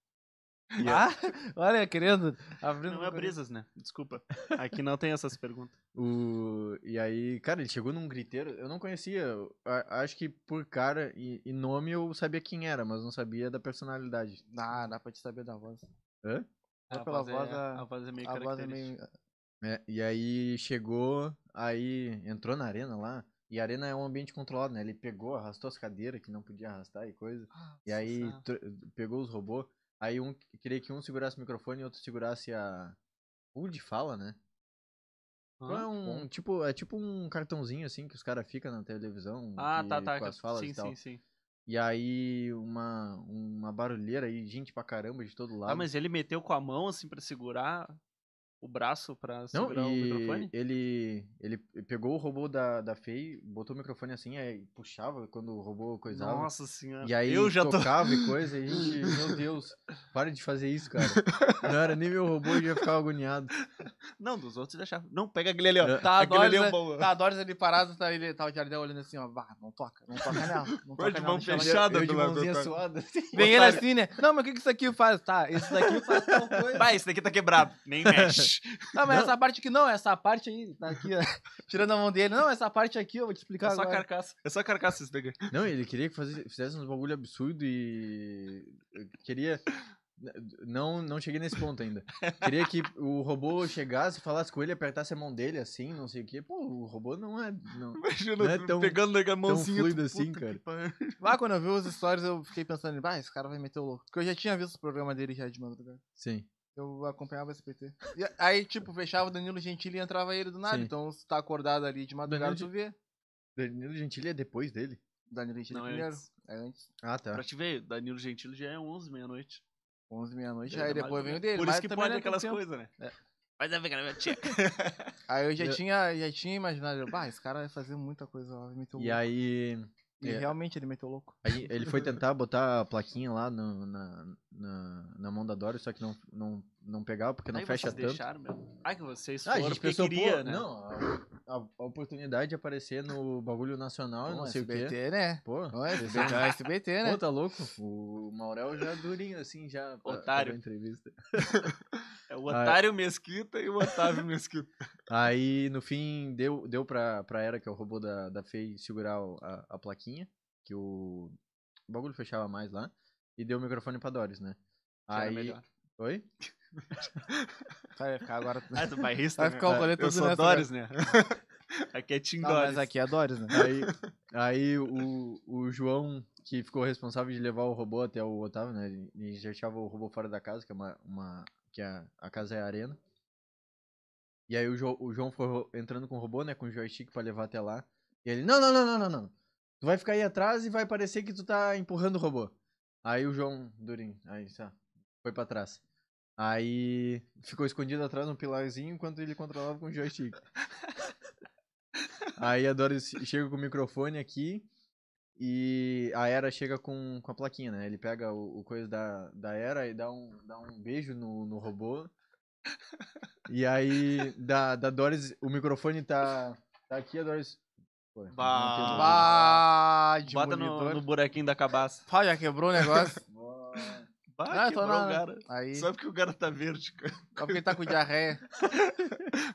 B: Ah, olha, querendo. Abrindo um
A: Não é brisas, né? Desculpa. Aqui não tem essas perguntas.
C: O... E aí, cara, ele chegou num griteiro, eu não conhecia. eu a- acho que por cara e, e nome eu sabia quem era, mas não sabia da personalidade.
B: Ah, dá pra te saber da voz.
C: Hã?
B: Só pela voz,
A: é,
B: a-
A: a voz é meio
B: A voz é
A: característica.
B: meio.
C: É, e aí chegou, aí entrou na arena lá. E a arena é um ambiente controlado, né? Ele pegou, arrastou as cadeiras que não podia arrastar e coisa. E aí tr- pegou os robôs. Aí um queria que um segurasse o microfone e outro segurasse a. O de fala, né? Então é um tipo, é tipo um cartãozinho assim que os caras ficam na televisão.
A: Ah,
C: que-
A: tá, tá.
C: Com as falas
A: sim,
C: então? e tal.
A: sim, sim.
C: E aí uma, uma barulheira e gente pra caramba de todo lado.
A: Ah, mas ele meteu com a mão, assim, pra segurar o braço pra
C: Não,
A: segurar
C: e
A: o microfone?
C: Ele, ele pegou o robô da, da Fei, botou o microfone assim, aí puxava quando o robô coisava.
A: Nossa senhora.
C: E aí
A: eu já tô.
C: tocava e coisa, e a gente, meu Deus, para de fazer isso, cara. Não era nem meu robô, eu já ficava agoniado.
A: Não, dos outros deixava. Não, pega aquele ali, ó.
C: É,
A: Tá,
B: Tá, a
A: aquele ali
B: Doris,
A: é um
B: né?
A: bom.
B: tá, a Doris ali parada, tá, ele, tá o Jardel olhando assim, ó. Bah, não toca, não toca nela. Não toca
A: Pô, de
B: nela,
A: mão
B: deixa ela-
A: fechada
C: eu
A: do
C: de
A: lado
C: mãozinha
A: do-
C: suada.
D: Vem ele assim, né? Não, mas o que, que isso aqui faz? Tá, isso daqui faz tal coisa.
A: Vai, esse daqui tá quebrado. Nem mexe.
D: Não, mas essa parte aqui não, essa parte aí, tá aqui, ó, tirando a mão dele. Não, essa parte aqui eu vou te
A: É
D: explicar
A: só
D: agora.
A: carcaça. É só carcaça esse daqui.
C: Não, ele queria que fazi- fizesse uns bagulho absurdo e. Queria. Não, não cheguei nesse ponto ainda. Queria que o robô chegasse, falasse com ele, apertasse a mão dele assim, não sei o quê. Pô, o robô não é. não-
A: Imagina,
C: Não é tão-
A: pegando a mãozinha. tu,
C: fluido assim,
A: puta que
C: cara.
A: pariu.
B: Lá quando eu vi os stories, eu fiquei pensando, bah, esse cara vai meter o louco. Porque eu já tinha visto o programa dele já de madrugada.
C: Sim.
B: Eu acompanhava esse PT. E aí, tipo, fechava o Danilo Gentili e entrava ele do nada.
C: Sim.
B: Então, se tá acordado ali de madrugada,
C: Danilo
B: tu vê.
C: Danilo Gentili é depois dele?
B: Danilo Gentili
A: Não, é
B: primeiro.
A: antes.
B: É antes.
C: Ah, tá.
A: Pra te ver, Danilo Gentili já é 11, meia-noite.
B: 11 meia-noite.
A: Ele
B: Aí
A: é
B: depois
A: madrugada.
B: vem o dele.
A: Por
B: mas
A: isso que
B: também
A: pode
B: não é tanto
A: aquelas
B: tempo.
A: coisas, né? Mas é pegar minha tia.
B: Aí eu já
C: Eu-
B: tinha, já tinha imaginado, bah, esse cara vai fazer muita coisa lá, vai meter o
C: E
B: louco.
C: aí,
B: E
C: é.
B: realmente ele meteu o louco.
C: aí ele foi tentar botar a plaquinha lá no- na, na, na mão da Dory, só que não, não, não pegava porque não
A: Aí
C: fecha
A: vocês
C: tanto.
A: deixaram, meu. Ai, que vocês
C: Ah, a
A: foram
C: gente
A: porque
C: pensou,
A: queria,
C: pô,
A: né?
C: não, a, a- a oportunidade de aparecer no bagulho nacional, e
B: Bom,
C: não sei o quê.
B: SBT, né?
C: Pô,
B: Não é SBT, é SBT, né?
C: pô, tá louco? O Maurel já é durinho, assim, já pra- pra
A: Otário.
C: dar entrevista.
A: É o Otário Mesquita e o Otávio Mesquita.
C: Aí, no fim, deu, deu pra, pra Era, que é o robô da, da Fei, segurar o- a, a plaquinha, que o, o bagulho fechava mais lá, e deu o microfone pra Doris, né?
A: Que era
C: Aí,
A: é melhor.
C: Oi?
B: Vai ficar agora.
A: Ah, tu bairrista,
B: Vai
A: né?
B: ficar o rolê
A: Eu
B: todo
A: sou
B: nessa,
A: Doris, né? Aqui é Tim
B: Não,
A: Doris.
B: mas aqui é Doris, né?
C: Aí, aí o, o João, que ficou responsável de levar o robô até o Otávio, né? Ele- Ele já achava o robô fora da casa, que é uma. uma- que a, a casa é a arena. E aí o, Jo- o João foi ro- entrando com o robô, né? Com o joystick pra levar até lá. E ele, não, não, não, não, não, não. Tu vai ficar aí atrás e vai parecer que tu tá empurrando o robô. Aí o João, durinho, aí tá. Foi pra trás. Aí ficou escondido atrás de um pilarzinho enquanto ele controlava com o joystick. Aí a Doris chega com o microfone aqui e a Era chega com, com a plaquinha, né? Ele pega o, o coisa da, da Era e dá um, dá um beijo no, no robô. E aí, da, da Doris, o microfone tá, tá aqui, a Doris. Pô, não
A: Bah.
C: tem Doris.
B: Bah,
A: Bota no,
B: demolidor.
A: no buraquinho da cabaça.
B: Pá, já quebrou o negócio.
A: Bah,
B: eu tô
A: quebrou
B: na-
A: o cara.
B: Aí,
A: Só porque o cara tá verde, cara.
B: só porque ele tá com diarreia.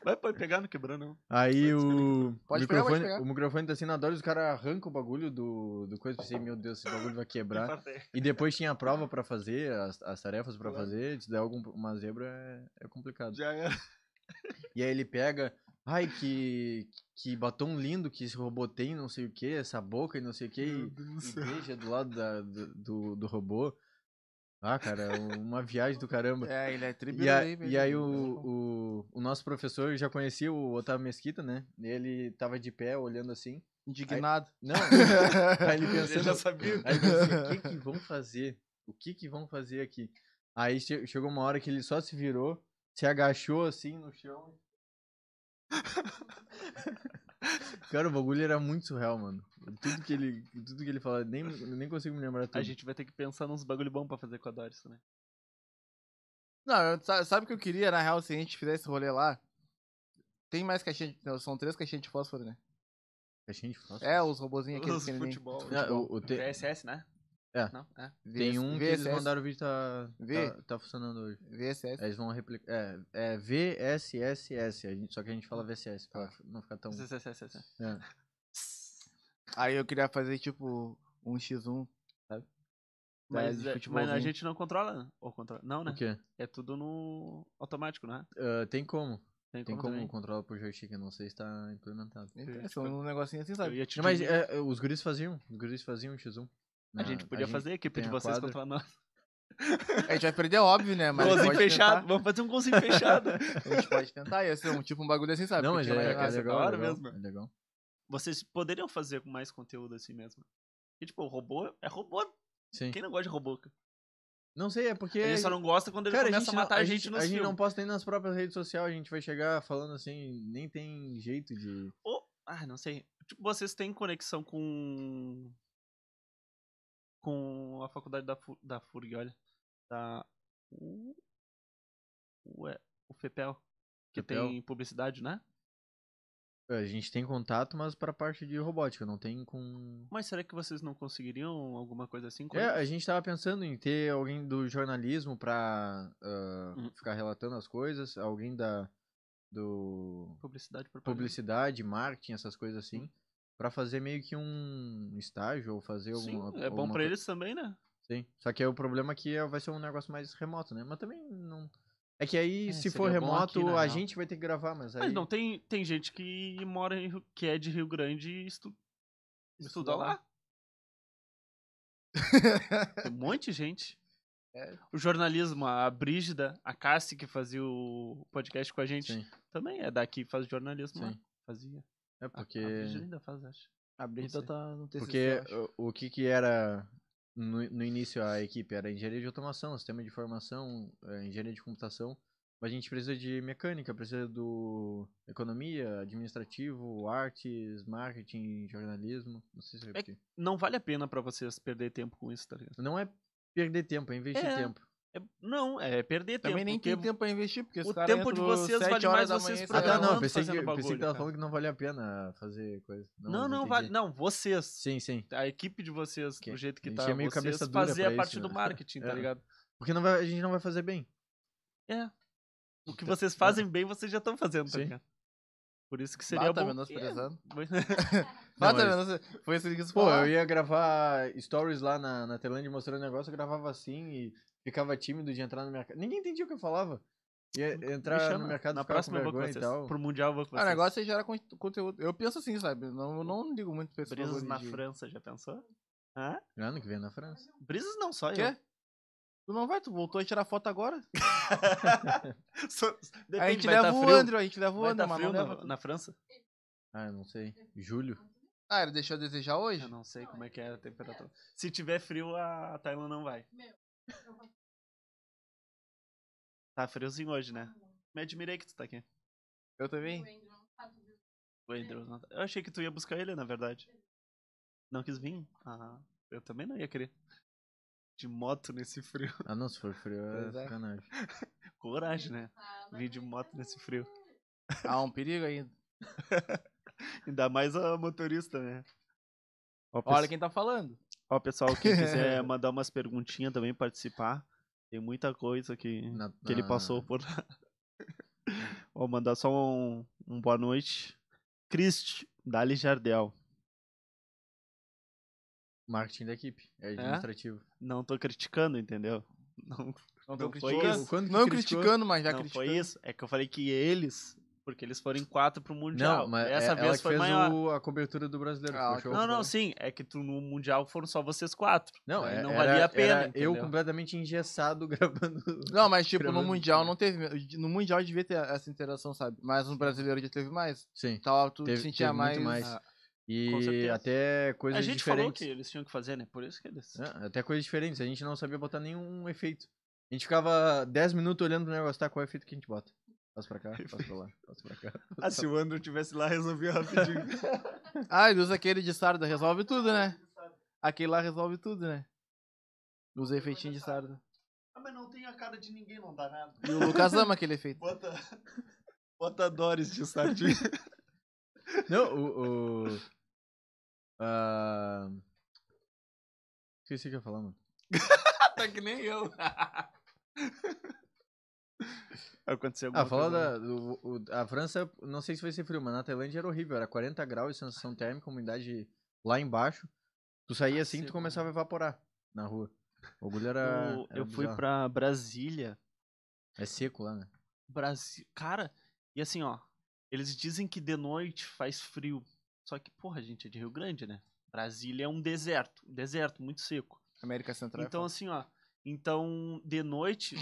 A: Vai pode pegar, não quebrou, não.
C: Aí o,
B: Pode
C: microfone,
B: pegar, pode pegar.
C: o microfone tá assim na Doris, o cara arranca o bagulho do, do coisa. Pensei, meu Deus, esse bagulho vai quebrar. E depois tinha a prova pra fazer, as, as tarefas pra
A: Claro.
C: fazer. Se der algum, uma zebra, é, é complicado.
A: Já era.
C: E aí ele pega, ai, que, que batom lindo que esse robô tem, não sei o que, essa boca e não sei o que,
A: Meu
C: e,
A: Deus do
C: e
A: céu.
C: beija do lado da- do, do, do robô. Ah, cara, uma viagem do caramba.
B: É, ele é
C: E,
B: tributo
C: a-
B: aí, velho.
C: e aí
A: é
C: o, o, o nosso professor já conhecia o Otávio Mesquita, né? E Ele tava de pé olhando assim.
B: Indignado.
C: Não, aí ele
A: Ele
C: pensando, assim,
A: já sabia.
C: Aí eu pensei, o que que vão fazer? O que que vão fazer aqui? Aí che- chegou uma hora que ele só se virou, se agachou assim no chão. Cara, o bagulho era muito surreal, mano. Tudo que ele, tudo que ele falava, nem, nem consigo me lembrar tudo.
A: A gente vai ter que pensar nos bagulho bom pra fazer com a Doris, né?
B: Não, eu- sa- sabe o que eu queria, na real, se a gente fizesse rolê lá? Tem mais caixinha de... não, são três caixinhas de fósforo, né?
C: A gente faz.
B: É, os robozinhos aqueles
A: Os
B: pequenininhos.
A: futebol. né?
C: Ah, o- o te-
A: VSS, né?
C: É.
A: Não? É.
C: tem um que eles
B: VSS.
C: mandaram o vídeo tá,
B: V.
C: tá, tá funcionando hoje.
B: VSS.
C: Aí Eles vão replicar. É, é VSSS, a gente, só que a gente fala VSS pra
A: Tá.
C: não ficar tão.
A: Sim, sim, sim, sim, sim.
C: É.
B: Aí eu queria fazer, tipo, um x1.
A: Mas,
B: de
A: é- mas
B: futebolzinho.
A: a gente não controla, né? Ou controla. Não, né?
C: O quê?
A: É tudo no automático, né?
C: Ah, tem como. Tem como controlar por joystick, eu não sei se tá implementado.
B: Então,
A: tipo,
B: é só um negocinho assim,
A: Eu
B: sabe?
A: ia te
C: Não, mas
A: dizer,
C: é, é, os guris faziam, os guris faziam X1.
A: a gente podia fazer a equipe de
C: tem né, a
A: vocês
C: quadra.
A: contra nós.
B: A gente vai perder, óbvio, né? Mas a gente
A: Golzinho
B: pode
A: fechado.
B: tentar.
A: Vamos fazer um golzinho fechado.
B: A gente pode tentar, ia ser um tipo um bagulho assim, sabe?
C: Não, mas é,
B: Porque vai-
C: é
A: vai ser
C: legal,
A: da
C: é
A: hora
C: legal,
A: mesmo.
C: é legal.
A: Vocês poderiam fazer com mais conteúdo assim mesmo. E tipo, o robô é robô.
C: Sim.
A: Quem não gosta de robô? cara?
C: Não sei, é porque...
A: A gente só não gosta quando ele
C: Cara,
A: começa a
C: não-
A: matar a gente
C: A
A: nos
C: gente não
A: filmes.
C: posta nem nas próprias redes sociais, a gente vai chegar falando assim, nem tem jeito de...
A: Ou- Ah, não sei. Tipo, vocês têm conexão com. Com a faculdade da, Fu- da FURG, olha. Da. U- Ué, o FEPEL. Que
C: FEPEL.
A: tem publicidade, né?
C: A gente tem contato, mas pra parte de robótica, não tem com...
A: Mas será que vocês não conseguiriam alguma coisa assim? com
C: É,
A: eles?
C: a gente tava pensando em ter alguém do jornalismo pra ah,
A: Hum.
C: ficar relatando as coisas, alguém da... do...
A: Publicidade para
C: publicidade, marketing, essas coisas
A: Hum.
C: assim, pra fazer meio que um estágio ou fazer
A: Sim,
C: alguma
A: é bom
C: alguma
A: pra
C: coi-
A: eles também, né?
C: Sim. Só que aí o problema é que é- vai ser um negócio mais remoto, né? Mas também não é que aí
B: É,
C: se
B: seria
C: for
B: bom
C: remoto,
B: aqui, na
C: a
B: real.
C: gente vai ter que gravar, mas aí
A: Mas não, tem, tem gente que mora em Rio- que é de Rio Grande e estu... estuda
B: Estuda lá.
A: lá. tem um monte de gente.
B: É.
A: O jornalismo, a Brígida, a Cassi que fazia o podcast com a gente,
C: Sim.
A: também é daqui, faz jornalismo lá.
C: Sim.
A: Fazia.
C: é
A: A-
C: porque
A: A, Brígida ainda faz, acho.
B: A Brita
C: sei.
B: tá no TCC,
C: porque
B: eu acho.
C: o, o que que era no, no início a equipe era engenharia de automação, sistema de informação, eh, engenharia de computação, mas a gente precisa de mecânica, precisa do economia, administrativo, artes, marketing, jornalismo, não sei se eu
A: É
C: repeti.
A: Não vale a pena pra vocês perder tempo com isso, tá ligado?
C: Não é perder tempo, é investir
A: É.
C: tempo.
A: É- não, é perder
B: Também
A: tempo.
B: nem
A: porque
B: tem tempo pra investir, porque
A: o
B: os caras
A: tempo de
B: entram
A: vocês
B: sete
A: vale mais
B: horas da
A: vocês
B: manhã e
A: pra Tá
B: saem
C: Ah, tá,
A: gravando,
C: não,
A: não,
B: lá.
A: pensei
C: pensei
A: fazendo
C: que,
A: que- pensei que bagulho, tava
C: tava
A: cara.
C: falando
A: falando
C: que não valia a pena fazer coisa.
A: Não, não, vale. Não, vocês.
C: Sim, sim.
A: a equipe de vocês,
C: Que-
A: do jeito que
C: a gente
A: tá,
C: é meio
A: vocês
C: cabeça dura
A: fazer
C: pra
A: a
C: isso,
A: parte do
C: né?
A: marketing, tá
C: É.
A: ligado?
C: Porque não vai- a gente não vai fazer bem.
A: O que vocês fazem bem, vocês já estão fazendo, tá
C: Sim.
A: ligado? Por isso que
B: Bah,
A: seria
B: tá
A: bom.
B: menosprezando.
A: É,
B: Bah,
C: Não,
B: tá
C: mas-
B: menosprezando. Foi isso que eu quis
C: Pô,
B: falar.
C: eu ia gravar stories lá na, na Tailândia mostrando o negócio, eu gravava assim e ficava tímido de entrar no mercado. Ninguém entendia o que eu falava. Ia
A: me
C: entrar no
A: chama,
C: mercado,
A: Na
C: ficava
A: próxima
C: com
A: eu vou com
C: vergonha e
A: vocês.
C: tal.
A: Pro Mundial eu vou com
B: Ah, o
A: vocês.
B: negócio é gerar con- conteúdo. Eu penso assim, sabe? Não, eu não ligo muito pra esse
A: Brisas
B: bagulho
A: na
B: é de-
A: França, já pensou? Hã?
C: É, Ano que vem na França.
A: Brisas não, só eu.
B: Quê? Tu não vai, tu voltou a tirar foto agora.
A: Só- Depende,
B: a gente
A: vai
B: leva
A: tá
B: o
A: frio.
B: André, a gente leva o
A: Vai
B: André,
A: tá
B: mas
A: frio
B: não
A: na,
B: leva tu.
A: na França?
C: Ah, eu não sei. Julho.
B: Ah, ele deixou a desejar hoje?
A: Eu não sei como é que é a temperatura. Se tiver frio, a Tailândia não vai. Tá friozinho hoje, né? Me admirei que tu tá aqui.
B: Eu também.
A: O Andrew não tá- Eu achei que tu ia buscar ele, na verdade. Não quis vir? Ah, eu também não ia querer. De moto nesse frio.
C: Ah, não, se for frio, é
B: Pois é.
C: sacanagem.
A: Coragem, né? Vir de moto nesse frio.
B: Há um perigo ainda.
A: Ainda mais a motorista, né? Ó,
B: Olha quem tá falando.
A: Ó, pessoal, quem quiser mandar umas perguntinhas também, participar. Tem muita coisa que,
C: Na-
A: que ele
C: na-
A: passou por lá. Ó, mandar só um, um boa noite. Crist, Dali Jardel.
C: Marketing da equipe, é administrativo.
A: Não tô criticando, entendeu? Não,
B: Não
A: Não
B: tô
A: foi
B: criticando.
A: isso.
C: Quando que
B: Não
C: criticou?
B: criticando, mas já
A: não
B: criticando.
A: foi isso. É que eu falei que eles, porque eles foram em quatro pro Mundial.
C: Não, mas
A: Essa
C: é- ela
A: vez
C: que
A: foi
C: fez
A: maior.
C: o- a cobertura do brasileiro.
B: Ah,
C: ficou show.
A: Não, não, sim. É que tu, no Mundial foram só vocês quatro.
C: Não,
A: Aí
C: é-
A: não
C: era-
A: valia a pena,
C: era eu
A: entendeu?
C: completamente engessado gravando.
B: Não, mas tipo, no
A: né?
C: Gravando.
B: Mundial não teve. No Mundial devia ter essa interação, sabe? Mas no brasileiro já teve mais.
C: Sim.
B: Tal, tu
C: Teve-
B: sentia
C: teve
B: mais.
C: muito mais.
B: Ah,
A: Com
C: E
A: certeza.
C: até coisas
A: a gente falou
C: diferentes.
A: que eles tinham que fazer, né? Por isso que eles.
C: É, até coisas diferentes. A gente não sabia botar nenhum efeito. A gente ficava 10 minutos olhando pro negócio, tá? Qual é o efeito que a gente bota? Passa pra cá, passa pra lá, passa pra cá.
A: Ah, se o Andrew tivesse lá, resolvia rapidinho.
B: Ah, ele usa aquele de sarda, resolve tudo, né? Aquele lá resolve tudo, né? Usa efeitinho de sarda.
A: ah, mas não tem a cara de ninguém, não dá nada.
B: E o Lucas ama aquele efeito.
A: Bota. Bota Doris de sardinha.
C: Não, o. o- ah, Esqueci o que eu ia falar, mano.
A: tá que nem eu. Aconteceu alguma
C: Ah, falar
A: coisa, né?
C: da. do- o- a França, não sei se vai ser frio, mas na Tailândia era horrível. Era 40 graus, sensação térmica, umidade lá embaixo. Tu saía assim, tu
A: Caceta,
C: começava a evaporar na rua. O bagulho era.
A: né? Eu-
C: era
A: eu fui
C: bizarro.
A: pra Brasília.
C: É seco lá, né?
A: Brasil. Cara, E assim, ó, eles dizem que de noite faz frio. Só que, porra, gente, é de Rio Grande, né? Brasília é um deserto, um deserto muito seco.
B: América Central. é
A: Então, assim, ó. Então, de noite,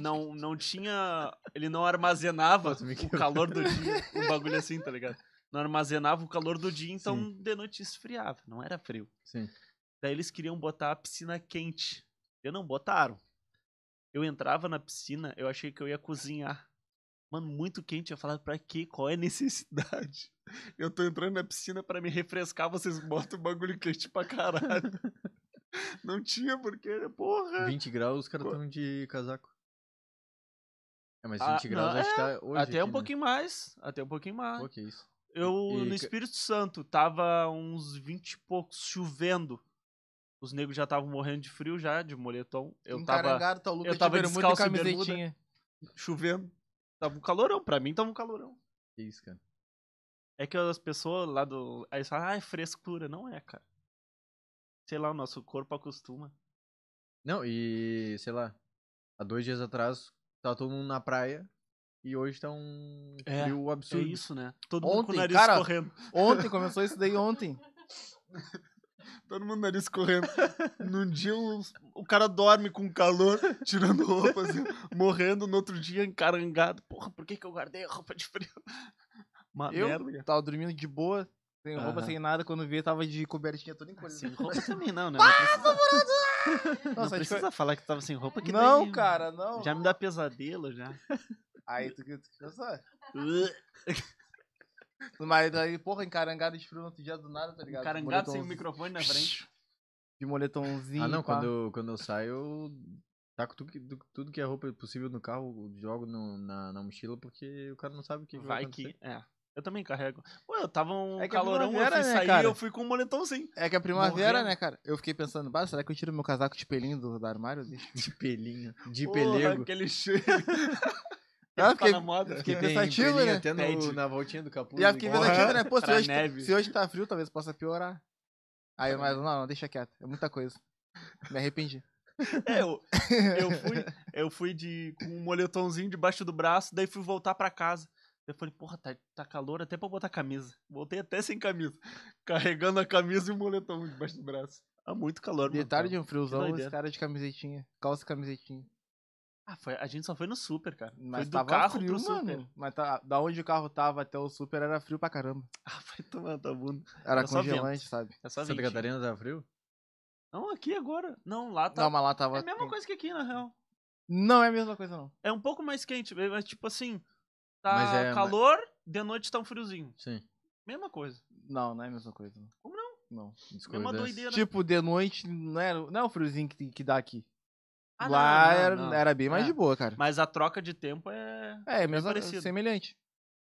A: não, não tinha. Ele não armazenava
C: Nossa, me
A: o calor do dia. O bagulho assim, tá ligado? Não armazenava o calor do dia, então de noite esfriava. Não era frio.
C: Sim.
A: Daí eles queriam botar a piscina quente. E não botaram. Eu entrava na piscina, eu achei que eu ia cozinhar. Mano, muito quente. Eu falava, pra quê? Qual é a necessidade? Eu tô entrando na piscina pra me refrescar, vocês botam o bagulho quente pra caralho. Não tinha porque, né? porra.
C: 20 graus, os caras estão de casaco. É, mas 20
A: Ah,
C: graus
A: não,
C: acho que tá hoje.
A: até
C: aqui,
A: um pouquinho mais. Até um pouquinho
C: Né?
A: mais.
C: Pô, que isso.
A: Eu,
C: E
A: no
C: ca-
A: Espírito Santo, tava uns 20 e poucos chovendo. Os negros já estavam morrendo de frio já, de moletom. Eu
C: um
A: tava
B: tá o Lucas
A: eu tava
B: de bermuda e
A: descalço e bermuda.
B: camisetinha.
A: chovendo. Tava um calorão, pra mim tava um calorão.
C: Que isso, cara.
A: É que as pessoas lá do... Aí falam, ah, é frescura. Não é, cara. Sei lá, o nosso corpo acostuma. É
C: Não, e sei lá. Há dois dias atrás, tava todo mundo na praia. E hoje tá um
A: É,
C: frio
A: É
C: absurdo.
A: isso, né? Todo mundo com o
B: Ontem,
A: nariz
B: cara-
A: correndo.
B: Ontem, começou isso daí ontem.
A: Todo mundo nariz correndo. Num dia o, o cara dorme com calor, tirando roupa, assim, morrendo. No outro dia encarangado. Porra, por que, que eu guardei a roupa de frio? Uma
B: Eu
A: merda. cara.
B: tava dormindo de boa, sem roupa,
A: Aham.
B: sem nada. Quando vi, tava de cobertinha toda encolhida.
A: Sem roupa também não, né? Não precisa, não
B: Nossa, a gente
A: precisa falar que tava sem roupa que
B: Não,
A: daí- né?
B: cara, não.
A: Já me dá pesadelo, já.
B: Aí tu que tu pensa. Mas aí, porra, encarangado de frio no outro dia do nada, tá ligado?
A: Um Carangado sem o
B: Moletom-
A: microfone na frente.
B: De moletomzinho.
C: Ah, não,
B: pá.
C: quando eu, quando eu saio, eu taco tudo que, do- tudo que é roupa possível no carro, jogo no- na, na mochila, porque o cara não sabe o que,
A: Vai
C: acontecer.
A: que. É. Eu também carrego. Pô, eu tava um
B: É que é
A: calorão, eu fui
B: primavera, né,
A: sair
B: cara?
A: eu fui com um moletom sem.
B: É que a primavera,
A: Morrendo.
B: né, cara? Eu fiquei pensando, bah, será que eu tiro meu casaco de pelinho do, do armário? Assim, tipo, Deixa.
C: De pelinho. né? De
A: Porra,
C: pelego.
A: Aquele cheiro.
B: Ah,
A: Ele tá
B: fiquei-
A: na moda.
B: fiquei-
C: Tem
B: pensativo,
C: pelinho
B: né?
C: Até no-
A: Pede.
C: na voltinha do capuz.
B: E eu fiquei
C: igual.
B: pensando,
A: Porra.
B: né? Pô, se
A: Pra
B: hoje,
A: neve.
B: se hoje tá frio, talvez possa piorar. Aí, mas não, não, deixa quieto. É muita coisa. Me arrependi.
A: É, eu, eu fui, eu fui de, com um moletomzinho debaixo do braço, daí fui voltar pra casa. Eu falei, porra, tá, tá calor até pra botar camisa. Voltei até sem camisa. Carregando a camisa e o moletom debaixo do braço. Tá muito calor, mano.
B: Detalhe de um friozão,
A: doideira.
B: esse cara de camisetinha. Calça e camisetinha.
A: Ah, foi, a gente só foi no super, cara.
B: Mas
A: foi do
B: tava
A: carro
B: frio,
A: pro
B: mano.
A: super.
B: Mas tá- da onde o carro tava até o super era frio pra caramba.
A: Ah, vai tomar tua bunda.
B: Era
A: Era só
B: congelante, sabe?
A: É só
C: Santa
A: ventinho.
C: Catarina tá frio?
A: Não, aqui agora. Não, lá tá.
B: Não, mas lá tava.
A: É a mesma coisa que aqui, na real.
B: Não é a mesma coisa, não.
A: É um pouco mais quente, mas tipo assim, tá
C: Mas é-
A: calor, de noite tá um friozinho.
C: Sim.
A: Mesma coisa.
B: Não, não é a mesma coisa. não.
A: Como
B: não? Não.
A: Mesma
C: Discordância.
A: doideira.
B: Tipo, de noite não é, não é o friozinho que, que dá aqui.
A: Ah, não,
B: lá
A: não,
B: era,
A: não.
B: era bem mais
A: É.
B: de boa, cara.
A: Mas a troca de tempo é.
B: É, mesmo
A: parecido.
B: semelhante.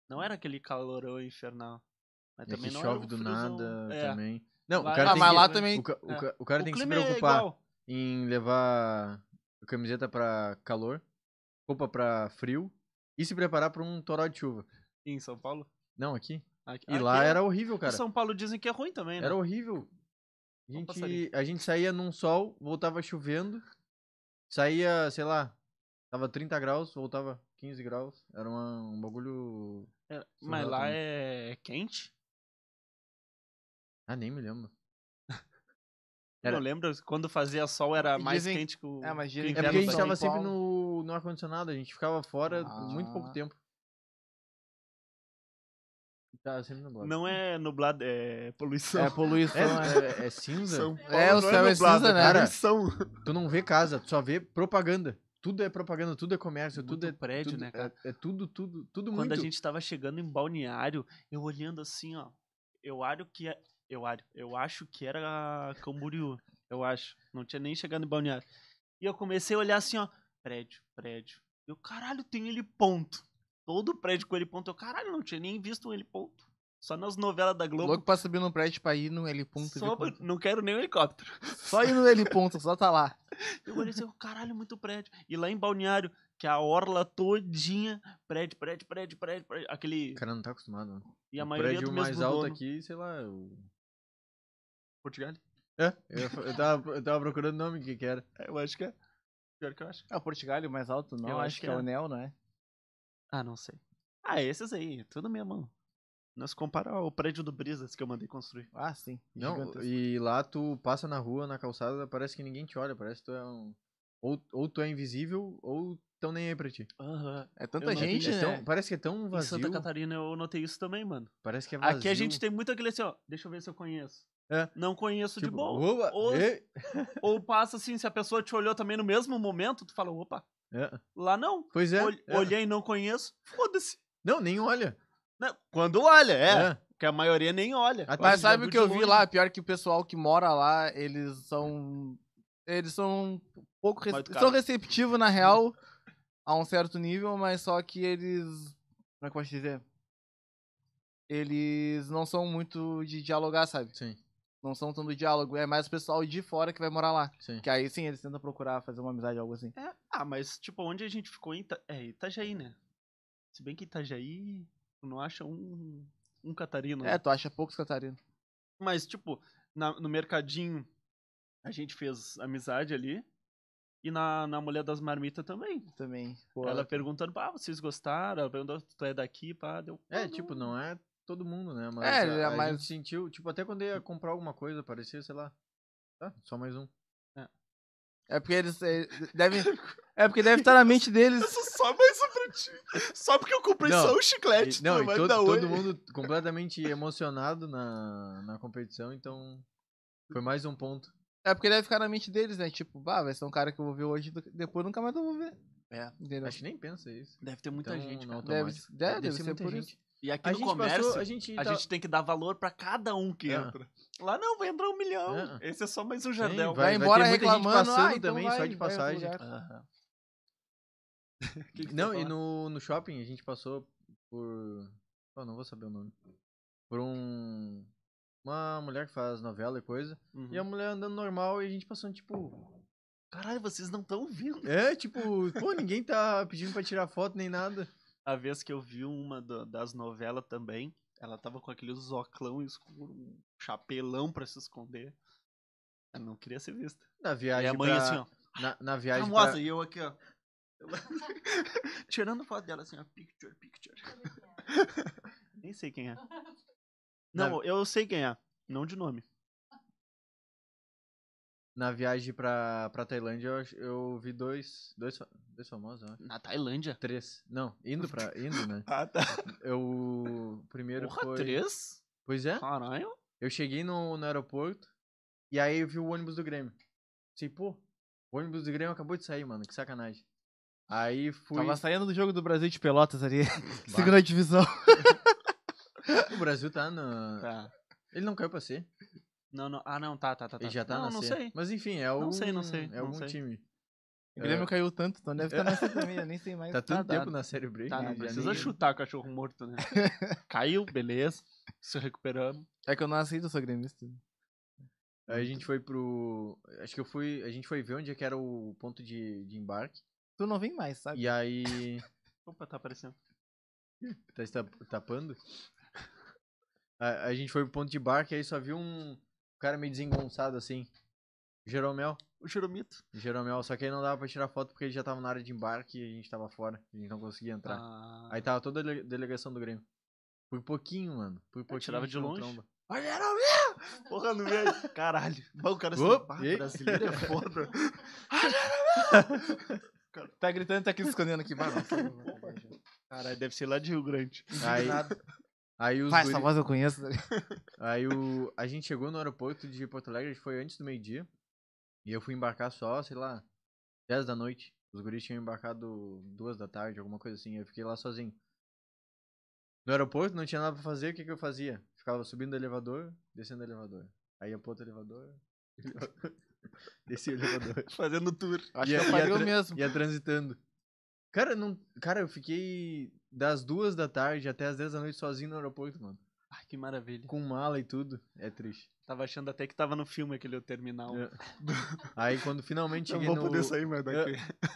A: Não era aquele calorão infernal. Mas
C: É que
A: também não
C: chove
A: era um
C: do
A: friozão.
C: nada
A: É.
C: também. Não,
A: Lá-
C: o
A: Ah,
C: cara tem
A: mas
C: que-
A: lá
C: o ca- o ca- o cara
A: o
C: tem que se
A: clima é
C: preocupar
A: igual.
C: em levar camiseta pra calor, roupa pra frio e se preparar pra um toró de chuva.
A: Em São Paulo?
C: Não, aqui.
A: Aqui-
C: E lá
A: aqui é-
C: era horrível,
A: em
C: cara.
A: São Paulo dizem que é ruim também, né?
C: Era horrível. A
A: Olha o
C: gente,
A: passarinho.
C: a gente saía num sol, voltava chovendo, saía, sei lá, tava 30 graus, voltava 15 graus. Era uma- um bagulho.
A: É, Mas
C: Surreal
A: lá
C: também.
A: é quente?
C: Ah, nem me lembro.
A: Eu
C: Era-
A: Não lembro quando fazia sol era
B: E
A: mais
B: dizem-
A: quente que o.
B: É, mas
A: que o
B: dizem que
C: É
A: inverno
C: porque a gente
A: só.
B: São
C: tava sempre
B: Paulo.
C: no, no ar-condicionado, a gente ficava fora muito pouco
B: Ah.
C: tempo. Tava Tá, sempre nublado.
A: Não é nublado, é poluição.
B: É poluição,
C: É,
B: é.
C: é- é cinza?
B: É, o céu é cinza, né?
C: cara?
A: Poluição.
C: Tu não vê casa, tu só vê propaganda. Tudo é propaganda, tudo é comércio, tudo é.
A: Muito prédio,
C: tudo-
A: né, cara?
C: É, é tudo, tudo, tudo
A: Quando
C: muito.
A: a gente tava chegando em Balneário, eu olhando assim, ó. Eu acho que é. Eu acho, eu acho que era Camboriú. Eu acho. Não tinha nem chegado em Balneário. E eu comecei a olhar assim, ó. Prédio, prédio. Eu, caralho, tem ele ponto. Todo prédio com ele ponto. Eu, caralho, não tinha nem visto um ele ponto. Só nas novelas da Globo.
B: Louco pra subir num prédio pra ir no heliponto. e ver
A: só-
B: quanto-
A: não quero nem um helicóptero.
B: Só ir no heliponto, só tá lá.
A: Eu olhei assim, eu, caralho, muito prédio. E lá em Balneário, que é a orla todinha, prédio, prédio, prédio, prédio, prédio. Aquele.
C: O cara não tá acostumado. mano.
A: E a
C: o
A: maioria é
C: prédio
A: do mesmo
C: mais alto
A: dono.
C: aqui, sei lá. o-
A: Portugal?
C: É, eu, ia fa- eu tava, eu tava procurando o nome que que era.
A: É, Eu acho que é. Pior que eu acho.
B: É o Portugal mais alto, não.
A: Eu
B: acho,
A: acho
B: que
A: que
B: é
A: é.
B: o Nel, não é?
A: Ah, não sei. Ah, esses aí, tudo mesmo. mano. Nós compara ao prédio do Brisas que eu mandei construir.
D: Ah, sim.
C: Não,
D: gigantesco.
C: e lá tu passa na rua, na calçada, parece que ninguém te olha, parece que tu é um. Ou, ou tu é invisível, ou tão nem aí pra ti.
B: É
A: Eu
B: tanta
A: não
B: gente,
A: entendi.
B: né?
C: É tão- parece que é tão
A: Em
C: vazio.
A: Santa Catarina eu notei isso também, mano.
C: Parece que é vazio.
A: Aqui a gente tem muito aquele assim, ó, deixa eu ver se eu conheço.
C: É.
A: Não conheço de
C: Tipo, é,
A: boa.
C: opa,
A: Ou-
C: ei,
A: Ou passa assim, se a pessoa te olhou também no mesmo momento, tu fala, opa,
C: é,
A: lá não.
C: Pois é.
A: Ol-
C: é.
A: Olhei e não conheço, foda-se.
C: Não, nem olha.
A: Não, Quando olha, é.
C: É.
A: Porque a maioria nem olha.
C: Até
B: Mas
A: Eles já
B: sabe
A: viu
B: o que
A: de
B: eu vi
A: longe.
B: lá? Pior que o pessoal que mora lá, eles são. Eles são pouco. rece-
A: Mais educados.
B: São receptivos, na real, a um certo nível, mas só que eles. Como é que eu posso dizer? Eles não são muito de dialogar, sabe?
C: Sim,
B: Não são tão do diálogo. É mais o pessoal de fora que vai morar lá.
C: sim.
B: Que aí sim eles tentam procurar fazer uma amizade, algo assim.
A: É, ah, mas tipo, onde a gente ficou em Ita... É, Itajaí, né? Se bem que Itajaí tu não acha um, um catarino.
B: É,
A: né?
B: tu acha poucos Catarina.
A: Mas tipo, na- no mercadinho a gente fez amizade ali. E na, na Mulher das Marmitas também.
B: Também. Pô,
A: Ela perguntando, ah, vocês gostaram? Ela perguntou, tu é daqui, pá. Deu,
C: É,
A: "Ah,
C: tipo, não é todo mundo, né? Mas
B: É,
C: a,
B: é
C: a
B: mais-
C: gente sentiu, tipo, até quando ia comprar alguma coisa, parecia, sei lá. Tá, só mais um.
B: É porque eles. eh, Devem, é porque deve estar na mente deles.
A: Isso só mais um pra ti. Só porque eu comprei
C: Não,
A: só um chiclete.
C: E- não,
A: tu
C: e
A: vai
C: todo,
A: dar oi.
C: todo mundo completamente emocionado na, na competição, então foi mais um ponto.
B: É porque deve ficar na mente deles, né? Tipo, bah, vai ser um cara que eu vou ver hoje, do- depois nunca mais eu vou ver. É. Entendeu?
C: Acho que nem pensa isso.
A: Deve ter muita
C: Então,
A: gente,
C: não
A: cara.
C: automático.
B: Deve, deve, deve ser, por isso.
A: E aqui
C: A
A: no
C: gente
A: comércio,
C: passou, a gente,
A: a
C: tá-
A: gente tem que dar valor pra cada um que
C: É.
A: entra. Lá não, vai entrar um milhão.
C: É.
A: Esse é só mais um
C: tem,
A: jardel.
B: vai embora
C: ter muita gente
B: reclamando,
C: passando
B: "Ah, então
C: também, só
B: vai,
C: de
B: vai em outro
C: passagem.
B: lugar".
A: Aham.
C: Não, e no, no shopping a gente passou por. Oh, não vou saber o nome. Por um. Uma mulher que faz novela e coisa.
A: Uhum.
C: E é a mulher andando normal e a gente passando, tipo.
A: Caralho, vocês não estão vendo.
C: É, tipo, pô, ninguém tá pedindo pra tirar foto nem nada.
A: A vez que eu vi uma da- das novelas também, ela tava com aquele zoclão escuro, um chapelão pra se esconder. Ela não queria ser vista.
C: Na
A: E
C: viagem.
A: a mãe
C: pra-
A: assim, ó.
C: Na, na viagem.
A: Famosa,
C: Pra...
A: e eu aqui, ó. Tirando foto dela assim, ó. Picture, picture. Nem sei quem é. Não, eu sei quem é. Não de nome.
C: Na viagem pra, pra Tailândia, eu, ach- eu vi dois. Dois, fa- dois famosos, eu acho.
A: Na Tailândia.
C: Três. Não, indo pra. Indo, né?
A: Ah, tá.
C: Eu. o Primeiro
A: Porra,
C: foi.
A: três?
C: Pois é?
A: Caralho.
C: Eu cheguei no, no aeroporto e aí eu vi o ônibus do Grêmio. Sei, pô, o ônibus do Grêmio acabou de sair, mano, que sacanagem. Aí fui.
D: Tava saindo do jogo do Brasil de Pelotas ali.
C: Bah,
D: Segunda divisão.
C: O Brasil tá na.
A: Tá.
C: Ele não caiu pra ser.
A: Não, não. Ah, não, tá, tá, tá.
C: Ele já tá
A: não,
C: na
A: não
C: C.
A: sei.
C: Mas enfim, é algum,
A: Não sei, não sei,
C: É
A: não
C: algum
A: sei.
C: time.
B: O Grêmio caiu tanto, então deve estar nessa também, eu nem sei mais.
C: Tá tanto
A: tá,
C: tempo na Série B.
A: Tá,
C: que
A: não
C: já
A: precisa
C: nem-
A: chutar cachorro morto, né? Caiu, beleza. Se recuperamos.
B: É que eu não aceito, eu sou gremista.
C: Aí a gente foi pro. Acho que eu fui. A gente foi ver onde é que era o ponto de, de embarque.
B: Tu não vem mais, sabe?
C: E aí.
A: Opa, tá aparecendo.
C: Tá se tap- tapando? A, a gente foi pro ponto de barco e aí só viu um cara meio desengonçado assim. Jeromel.
A: O Jeromito.
C: Jeromel. Só que aí não dava pra tirar foto porque ele já tava na área de embarque e a gente tava fora. A gente não conseguia entrar.
A: Ah,
C: Tá. Aí tava toda a dele- delegação do Grêmio. Por pouquinho, mano. Por pouquinho.
A: É, tirava
C: a gente
A: de
C: não
A: longe.
C: tromba.
A: Olha, Jeromito! Porra, não veio. Caralho. Mas o cara se
C: Opa,
A: pá,
C: e aí?
A: brasileiro é foda.
B: Tá gritando, tá aqui se escondendo aqui, mano.
A: Caralho, deve ser lá de Rio Grande.
C: Aí, aí os
D: Pá,
C: guri-
D: essa voz eu
B: tá
D: conheço.
C: Aí o... a gente chegou no aeroporto de Porto Alegre, foi antes do meio-dia. E eu fui embarcar só, sei lá, 10 da noite. Os guris tinham embarcado 2 da tarde, alguma coisa assim. Eu fiquei lá sozinho. No aeroporto não tinha nada pra fazer, o que, que eu fazia? Ficava subindo o elevador, descendo o elevador. Aí ia pro outro elevador. Descia o elevador.
A: Fazendo tour.
B: Acho
C: E a-
B: que
C: e a
B: eu pariu
C: tra-
B: mesmo.
C: Ia transitando. Cara, não... Cara, eu fiquei das 2 da tarde até as 10 da noite sozinho no aeroporto, mano.
A: Ai, que maravilha.
C: Com mala e tudo. É triste.
A: Tava achando até que tava no filme aquele terminal.
C: É. Aí quando finalmente cheguei no...
A: mais
C: daqui.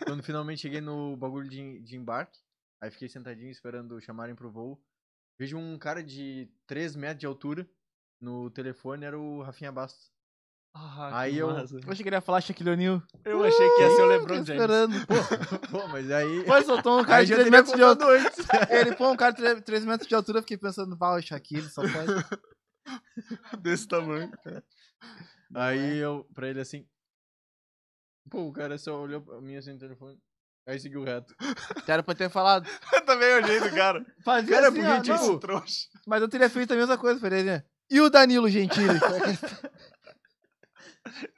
C: Quando finalmente cheguei no bagulho de, de embarque, aí fiquei sentadinho esperando chamarem pro voo. Vejo um cara de 3 metros de altura no telefone, era o Rafinha Bastos.
A: Ah,
C: Aí
A: que
C: eu-
A: massa.
B: Eu achei que ele ia falar Shaquille O'Neal.
A: Eu achei que ia ser é o
B: Tô
A: LeBron James.
B: esperando.
C: Pô, mas aí.
B: Pô, soltou um cara
C: aí
B: de
C: já
B: 3
C: teria
B: metros de altura.
C: contado antes.
B: Ele pô um cara de 3 metros de altura, eu fiquei pensando, pau, Shaquille, só pode.
A: Desse tamanho.
C: Aí eu, pra ele assim. Pô, o cara só olhou pra mim assim no telefone. Aí seguiu reto.
B: Era pra ter falado.
A: Eu também olhei do cara.
B: Fazia
C: Cara,
B: assim,
C: porque,
B: ó,
C: tipo,
B: não,
A: Esse trouxa.
B: mas eu teria feito a mesma coisa, assim, Pereira. E o Danilo Gentili?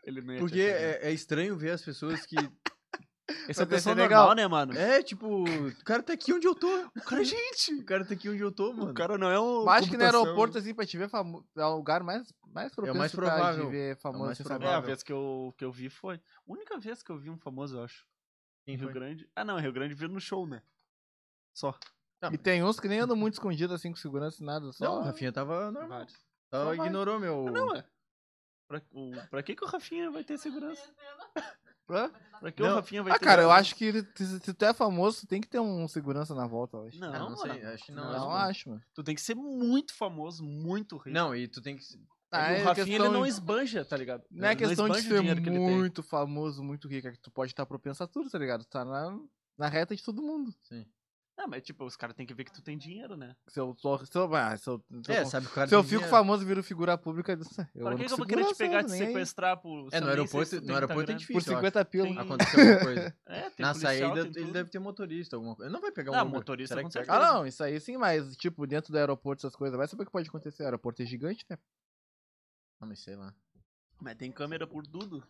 A: Ele não ia
C: Porque
A: te atender.
C: é, é estranho ver as pessoas que.
A: Essa é
B: Mas esse é
A: pessoa
B: legal.
A: normal, né, mano?
C: É, tipo, o cara tá aqui onde eu tô.
A: O cara, gente,
C: O cara tá aqui onde eu tô, mano.
A: o cara não é um.
B: Mas acho que no
A: computação.
B: aeroporto, assim, pra te ver famoso. É o lugar mais, mais propenso
C: mais
B: pra te
C: provável.
B: ver famoso.
C: mais
B: assim,
A: É, a
C: provável.
A: vez que eu, que eu vi foi. A única vez que eu vi um famoso, eu acho. Em
C: Quem
A: Rio
C: foi?
A: Grande. Ah, não, em Rio Grande viu no show, né? Só.
B: E tem uns que nem andam muito escondidos, assim, com segurança e nada.
C: Não,
B: Só...
C: o Rafinha tava normal.
A: Vários.
C: Só
A: Só vai.
C: ignorou meu.
A: Ah, não, é. Pra, o, pra que, que o Rafinha vai ter segurança?
B: Hã?
A: Pra que o
C: Não.
A: Rafinha vai
B: Ah,
A: ter
B: cara, eu
A: segurança?
B: acho que se, se tu é famoso, tu tem que ter um segurança na volta, eu acho.
A: Não,
C: Ah, não,
A: mano.
C: sei, acho que não.
B: não,
C: acho que-
B: acho, mano.
A: Tu tem que ser muito famoso, muito rico.
C: Não, e tu tem que.
B: Ah,
A: e
B: é
A: o Rafinha ele
B: questão-
A: não esbanja, tá ligado?
B: Não é
A: Ele
B: questão de
A: esbanja o
B: ser
A: dinheiro que ele tem.
B: muito famoso, muito rico, é que tu pode estar propenso a tudo, tá ligado? Tu tá na, na reta de todo mundo.
A: Não, mas tipo, os caras têm que ver que tu tem dinheiro, né?
B: Se eu, tô- se eu, ah, se eu, se eu-
C: É, sabe, o cara.
B: se eu
C: tem
B: fico
C: dinheiro.
B: famoso e viro figura pública, eu, eu
A: pra
B: ando
A: que, que
B: com
A: eu vou querer te
B: segurança,
A: pegar, te
B: nem aí.
A: sequestrar por. se
C: É,
A: eu nem
C: no
A: sei
C: aeroporto,
A: se tu
C: no
A: tem
C: aeroporto é
A: Instagram?
B: Por
C: difícil. eu acho.
B: 50 pila.
A: Tem-
C: Aconteceu alguma coisa.
A: É, tem
C: Na
A: policial,
C: saída,
A: tem
C: ele
A: tudo.
C: deve ter motorista, alguma coisa. Ele não vai pegar um
A: Ah,
C: Uber.
A: motorista
C: Será
A: com
C: que pega?
A: certeza.
B: Ah, não, isso aí sim, mas, tipo, dentro do aeroporto, essas coisas, vai saber o que pode acontecer. O aeroporto é gigante, né?
C: Ah, mas sei lá.
A: Mas tem câmera por tudo.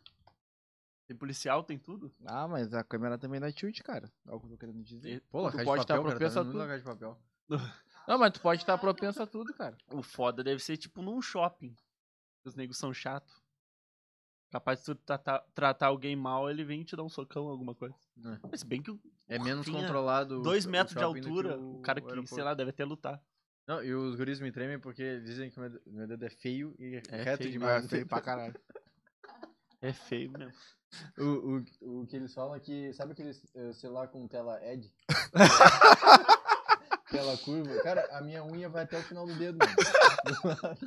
A: Tem policial, tem tudo.
B: Ah, mas a câmera também dá tilt, cara. É o que eu tô querendo dizer.
C: Pô,
B: Tu
C: lacar de
B: pode
C: papel,
B: estar
C: cara, tá
B: propenso a
C: vendo muito
B: tudo.
C: lacar de papel.
B: Não, mas tu pode estar propenso a tudo, cara.
A: O foda deve ser tipo num shopping. Os negros são chatos. Capaz de tu tratar, tratar alguém mal, ele vem te dar um socão, alguma coisa.
C: É.
A: Mas se bem que o
C: É menos
A: Rafinha,
C: controlado. o-
A: dois
C: o
A: metros de
C: shopping do que
A: altura, o cara que,
C: aeroporto.
A: sei lá, deve até lutar.
C: Não, e os guris me tremem porque dizem que meu dedo- meu dedo é feio e
A: É
C: reto
A: feio,
B: Ah,
C: demais.
B: é feio pra caralho.
A: É feio mesmo.
C: O, o, o que eles falam é que. Sabe aquele eh, celular com tela Ed? tela curva? Cara, a minha unha vai até o final do dedo, mano.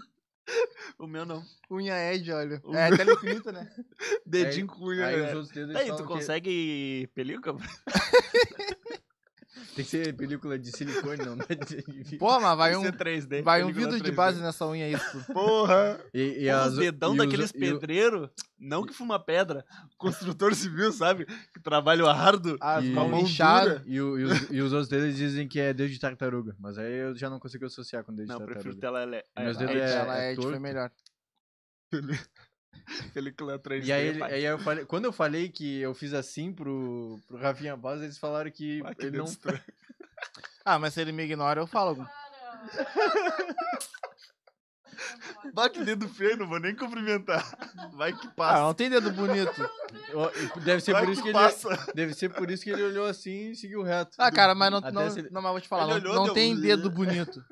A: O meu não.
B: Unha Ed, olha.
A: O
B: É, tela infinita, né?
A: Dedinho com unha.
C: Aí
A: né?
C: os outros dedos eles
A: Daí, tu
C: falam que
A: consegue película?
C: Tem que ser película de silicone, não. não é de-
B: Pô, mas vai um,
A: Isso é 3D.
B: vai um
A: película
B: vidro de
A: 3D.
B: base nessa unha aí. tipo, tu-
A: Porra!
C: E, e
A: Os
C: as-
A: dedão
C: e os-
A: daqueles
C: e o-
A: pedreiros, não que fuma pedra, construtor civil, sabe? Que trabalho árduo.
B: Ah, com
C: E-
B: a mão
A: Moldura.
B: inchada.
C: E, o- e os, e os outros deles dizem que é dedo de tartaruga. Mas aí eu já não consigo associar com dedo
A: Não,
C: de
A: eu prefiro
C: tartaruga.
A: tela ele...
C: Meus
A: é,
C: dedos
A: é,
C: é-
B: Ela Ed foi
C: torto.
B: melhor.
A: película 3D.
C: E aí, ele-
A: pai.
C: aí eu falei, quando eu falei que eu fiz assim pro, pro Rafinha Baz, eles falaram que
A: Ah, que
C: ele
A: dedo
C: não.
A: estranho.
B: Ah, mas se ele me ignora, eu falo. algum-
A: Bah, que dedo feio, não vou nem cumprimentar. Vai que
B: Ah,
A: passa.
B: não tem dedo bonito.
C: Ó, e Deve ser,
A: Vai
C: é por
A: que,
C: isso que ele, assim,
A: passa.
C: deve ser por isso que ele olhou assim e seguiu reto.
B: Ah, cara, mas não,
C: Até
B: não,
C: se ele- um
B: não mas vou te falar.
A: Ele
B: Não,
A: olhou,
B: não
A: deu-
B: tem dedo bonito.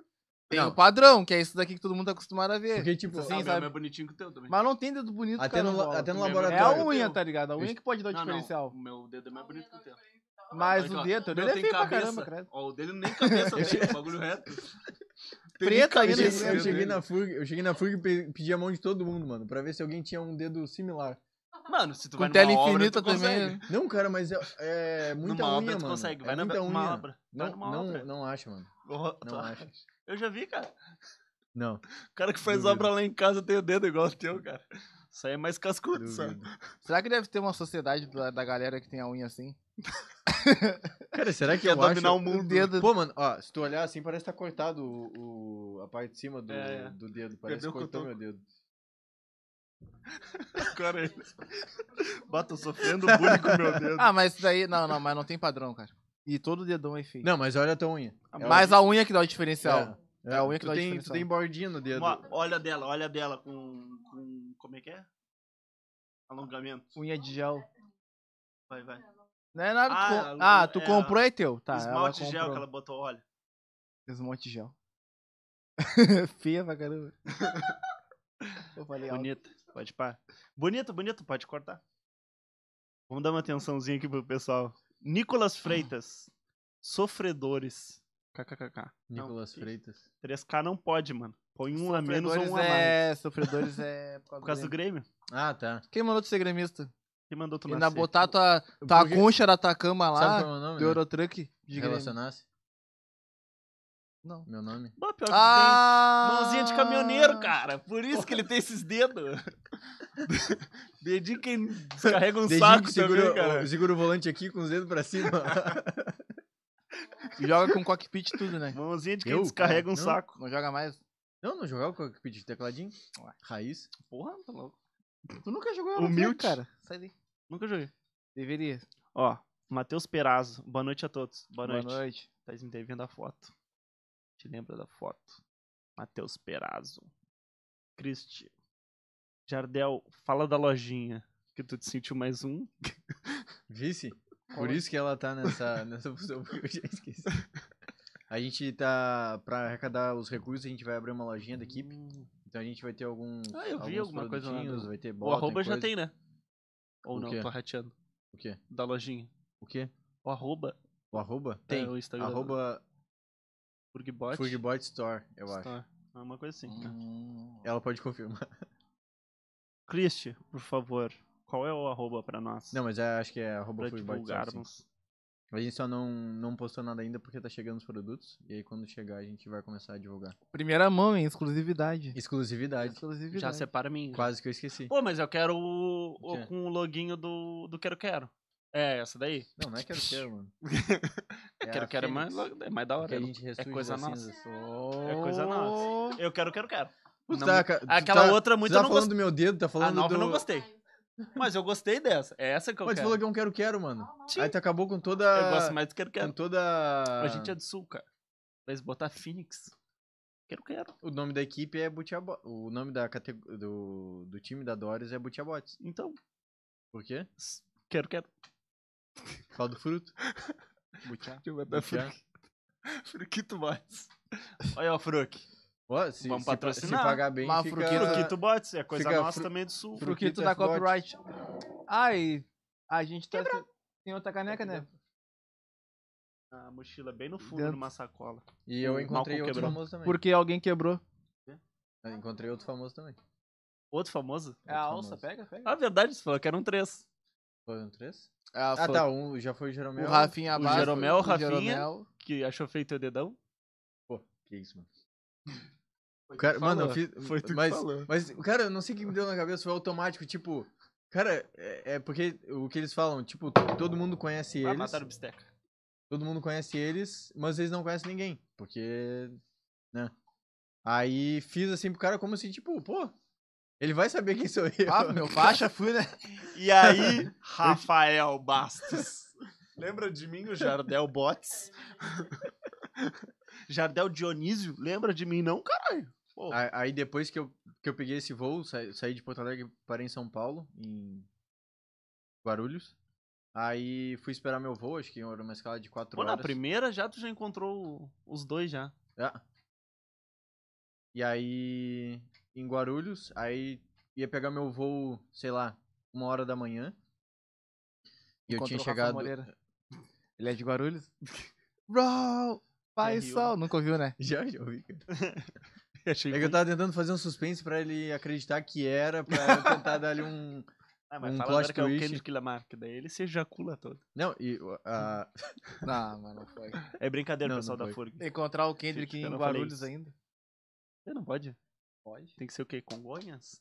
B: Tem
C: Não.
B: o padrão, que é isso daqui que todo mundo tá acostumado a ver.
C: um Porque, tipo,
B: Assim,
A: Ah, meu,
B: sabe?
A: meu é bonitinho que o teu também.
B: Mas não tem dedo bonito,
C: até,
B: cara,
C: no,
B: na
C: la-
B: bola.
C: até no
A: também, né?
B: É a
C: laboratório.
B: unha,
A: teu.
B: tá ligado? A unha que
C: é
B: pode dar o
A: Não, não,
B: diferencial.
A: o meu dedo é mais bonito que o teu.
B: Mas
A: Olha aqui,
B: o
A: ó.
B: dedo, o
A: Meu
B: dedo é
A: tem
B: feio pra
A: cabeça.
B: caramba, credo.
A: Ó, o dele nem cabeça tem, o bagulho reto. Tem nem
B: Preta
C: Eu
B: ainda.
A: cabeça,
C: cheguei, eu
A: meu
C: é cheguei
A: dedo.
C: na FURG, eu cheguei na FURG e pe- pedi a mão de todo mundo, mano, pra ver se alguém tinha um dedo similar.
A: Mano, se tu vai
B: Com
A: numa
B: tela
A: obra,
B: infinita
A: tu
B: também. né?
A: consegue.
C: Não, cara, mas é, é muita
A: numa
C: unha,
A: obra tu
C: mano.
A: consegue.
C: É
A: Vai na
C: muita unha.
A: numa obra. Vai
C: Não,
A: numa
C: não,
A: obra.
C: não acha, mano.
A: Oh, tu
C: Não
A: acha?
C: acho.
A: Eu já vi, cara.
C: Não,
A: O cara que faz
C: Duvido.
A: obra lá em casa tem o dedo igual o teu, cara. Isso aí é mais cascudo, sabe?
C: duvido.
B: Será que deve ter uma sociedade da, da galera que tem a unha assim?
C: Cara, será que
A: Quer
C: eu
A: dominar
C: acho...
A: o mundo.
B: dedo-
C: Pô, mano, ó, se tu olhar assim, parece que tá cortado o, o- a parte de cima do,
A: É, é.
C: do dedo. Parece
A: Perdeu
C: que
A: o
C: cortou
A: cotoco.
C: meu dedo.
A: Cara, ele... Bah, tô sofrendo bullying com o meu dedo.
B: Ah, mas isso daí. Não, não, mas não tem padrão, cara. E todo dedão é feio.
C: Não, mas olha a tua unha. É
B: mas a unha que dá o diferencial.
C: É,
B: a unha que
C: tu
B: dá o
C: tem, tu
B: diferencial.
C: tem bordinha no dedo.
A: Ó, olha dela, olha dela com, com. Como é que é? Alongamento.
B: Unha de gel.
A: Vai, vai.
B: Não é nada.
A: Ah,
B: Ah,
A: o-
B: ah tu
A: é,
B: comprou é teu. Tá,
A: Esmalte
B: ela
A: gel que
B: comprou.
A: ela botou, olha.
B: Esmalte um gel. Feia pra caramba. Eu falei, ó.
A: Bonita, pode pá. Bonito, bonito, pode cortar. Vamos dar uma atençãozinha aqui pro pessoal. Nicolas Freitas, sofredores. KKKK. Não,
C: Nicolas
A: que-
C: Freitas.
A: 3K não pode, mano. Põe um a menos ou um a mais.
B: é... Sofredores é...
A: Por causa do Grêmio.
C: Ah, tá.
B: Quem mandou tu ser gremista?
A: Quem mandou tu
B: Ainda
A: nascer?
B: botar tua, tua
C: Porque-
B: concha da tua cama lá,
C: Sabe qual é o meu nome?
B: do
C: né?
B: Eurotruck, de Grêmio.
C: Relacionasse?
B: Não.
C: Meu nome?
A: Bah, pior que tem
B: Ah!
A: mãozinha de caminhoneiro, cara. Por isso que ele tem esses dedos. Dedinho que descarrega um
C: Dedinho que
A: saco também, cara.
C: o- segura o volante aqui com os dedos pra cima.
B: E joga com cockpit e tudo, né?
A: Mãozinha de quem
C: Eu,
A: descarrega
C: cara?
A: um
C: Não.
A: saco.
B: Não joga mais.
C: não, não jogava com o cockpit de tecladinho? Raiz?
A: Porra, tá louco.
B: Tu nunca jogou
A: Humilde.
B: cara. Sai daí.
A: Nunca joguei.
B: Deveria.
A: Ó, Matheus Perazzo. Boa noite a todos. Boa noite.
B: Boa noite.
A: Tá me devendo a foto. Te lembra da foto. Matheus Perazzo. Cristi. Jardel, fala da lojinha. Que tu te sentiu mais um.
C: Vice? Por isso que ela tá nessa, nessa função, porque eu já esqueci. A gente tá. Pra arrecadar os recursos, a gente vai abrir uma lojinha da equipe.
A: Hum.
C: Então a gente vai ter algum.
A: Ah, eu vi alguma coisa lá. do-
C: Vai ter
A: O
C: bola,
A: arroba já
C: coisa.
A: tem, né? Ou
C: O
A: não,
C: quê?
A: tô rateando.
C: O quê?
A: Da lojinha.
C: O quê?
A: O arroba
C: O arroba?
A: tem
C: Tem.
A: É, o Instagram.
C: Arroba
A: Furgbot.
C: Fugbot Store, eu acho.
A: Store. É uma coisa assim. tá.
B: Hum.
C: Ela pode confirmar.
A: Cristi, por favor, qual é o arroba pra nós?
C: Não, mas eu acho que é arroba
A: pra
C: Fugbot Store. sim.
A: divulgarmos.
C: A gente só não, não postou nada ainda porque tá chegando os produtos. E aí quando chegar a gente vai começar a divulgar.
D: Primeira mão, hein? Exclusividade.
C: Exclusividade.
B: Exclusividade.
A: Já separa mim.
C: Quase que eu esqueci.
A: Pô, mas eu quero o,
C: O
A: o-
C: quê?
A: com o loginho do, do Quero Quero. É, essa daí.
C: Não, não é quero quero, mano. É
A: quero
C: a
A: Quero é mais,
C: Fênix.
A: lo- é mais da hora.
C: Porque a
A: Eu-
C: gente ressurge
A: coisa
C: das
A: nossa.
C: cinzas.
A: É coisa nossa. Eu quero, quero, quero. Não- Ah,
C: Tá, ca- tu
A: Aquela
C: tá-
A: outra
C: Tu
A: muito
C: tá
A: eu não
C: falando
A: gostei.
C: do meu dedo, tá falando
A: A nova
C: do...
A: eu não gostei. Mas eu gostei dessa. É essa que eu
C: Mas tu
A: quero.
C: falou que é um quero quero, mano.
A: Sim.
C: Aí tu acabou com toda...
A: Eu gosto mais do Quero
C: Com
A: Quero.
C: toda...
A: A gente é do sul, cara. Mas botar Phoenix. Quero, quero.
C: O nome da equipe é Butiabot. O nome da categ... do... do time da Doris é Butiabots.
A: Então,
C: Por quê?
A: s- quero, quero.
C: Caldo fruto.
B: Butiá.
A: Deixa eu botar
C: Fru-
A: Fruquito Bots. Olha o Fruque.
C: Ó, se,
A: Vamos
C: se pa-
A: patrocinar.
C: Se pagar bem,
B: Mas
C: fica...
B: fruqueiro-
A: Fruquito Bots. É coisa
C: fica
A: nossa
C: fru-
A: também do sul.
C: fru-
B: Fruquito
C: Fruquito
B: da
C: é
B: copyright.
C: forte.
D: tá Ai, a gente tá. Tem outra caneca, né?
A: A mochila bem no fundo,
D: Dentro.
A: numa sacola.
C: E eu
A: O
C: encontrei
A: Malcolm
C: outro
A: quebrou.
C: famoso também.
D: Porque alguém quebrou.
C: Eu Encontrei outro famoso também.
A: Outro famoso?
D: É a
C: Outro
D: alça,
C: famoso.
D: pega, pega.
A: Ah, verdade, você falou que eram três.
C: Foram três?
B: Ah,
C: Ah,
B: foi
C: tá. Um já foi o Jeromel.
B: O Rafinha
A: O
B: Abaixo.
A: Jeromel, o Rafinha.
B: Jeromel.
A: Que achou feio teu dedão?
C: Que isso, mano. O cara, mano, eu fiz.
A: né? Foi tu que
C: mas,
A: falou.
C: mas, cara, eu não sei o que me deu na cabeça, foi automático, tipo. Cara, é, é porque o que eles falam, tipo, t- todo mundo conhece
A: Ah,
C: eles.
A: mataram o bisteca.
C: Todo mundo conhece eles, mas eles não conhecem ninguém. Porque. né? Aí fiz assim pro cara como se, tipo, pô, ele vai saber quem sou eu.
B: Ah, meu baixa, fui, né?
A: E aí, Rafael Bastos. Lembra de mim o Jardel Bots? Jardel Dionísio? Lembra de mim não, caralho? Pô,
C: Aí- Aí depois que eu, que eu peguei esse voo, saí, saí de Porto Alegre, parei em São Paulo, em Guarulhos. Aí fui esperar meu voo, acho que era uma escala de 4
A: pô, na
C: horas.
A: primeira já tu já encontrou o- os dois já.
C: Ah. E aí, em Guarulhos, aí ia pegar meu voo, sei lá, uma hora da manhã. E eu
B: Encontrou
C: tinha
B: o Rafa
C: chegado.
B: Moreira. Ele é de Guarulhos?
D: Bro,
B: Pai
A: Rio.
B: Sol, nunca ouviu, né?
C: Já, já ouvi. cara.
A: Achei
C: É que eu tava tentando fazer um suspense pra ele acreditar que era, pra eu tentar dar-lhe um.
A: Ah, mas
C: um
A: fala
C: plot
A: agora que é o
C: twist.
A: Kendrick Lamar, que daí ele se ejacula todo.
C: Não, e. uh, a-
B: Não, mas não foi.
A: É brincadeira,
C: Não,
A: pessoal
C: não
A: da
C: foi.
A: FURG.
B: Encontrar o Kendrick
A: Sim, eu
B: em
A: não falei
B: Guarulhos
A: isso.
B: ainda.
A: Você não pode?
B: Pode.
A: Tem que ser o quê? Congonhas?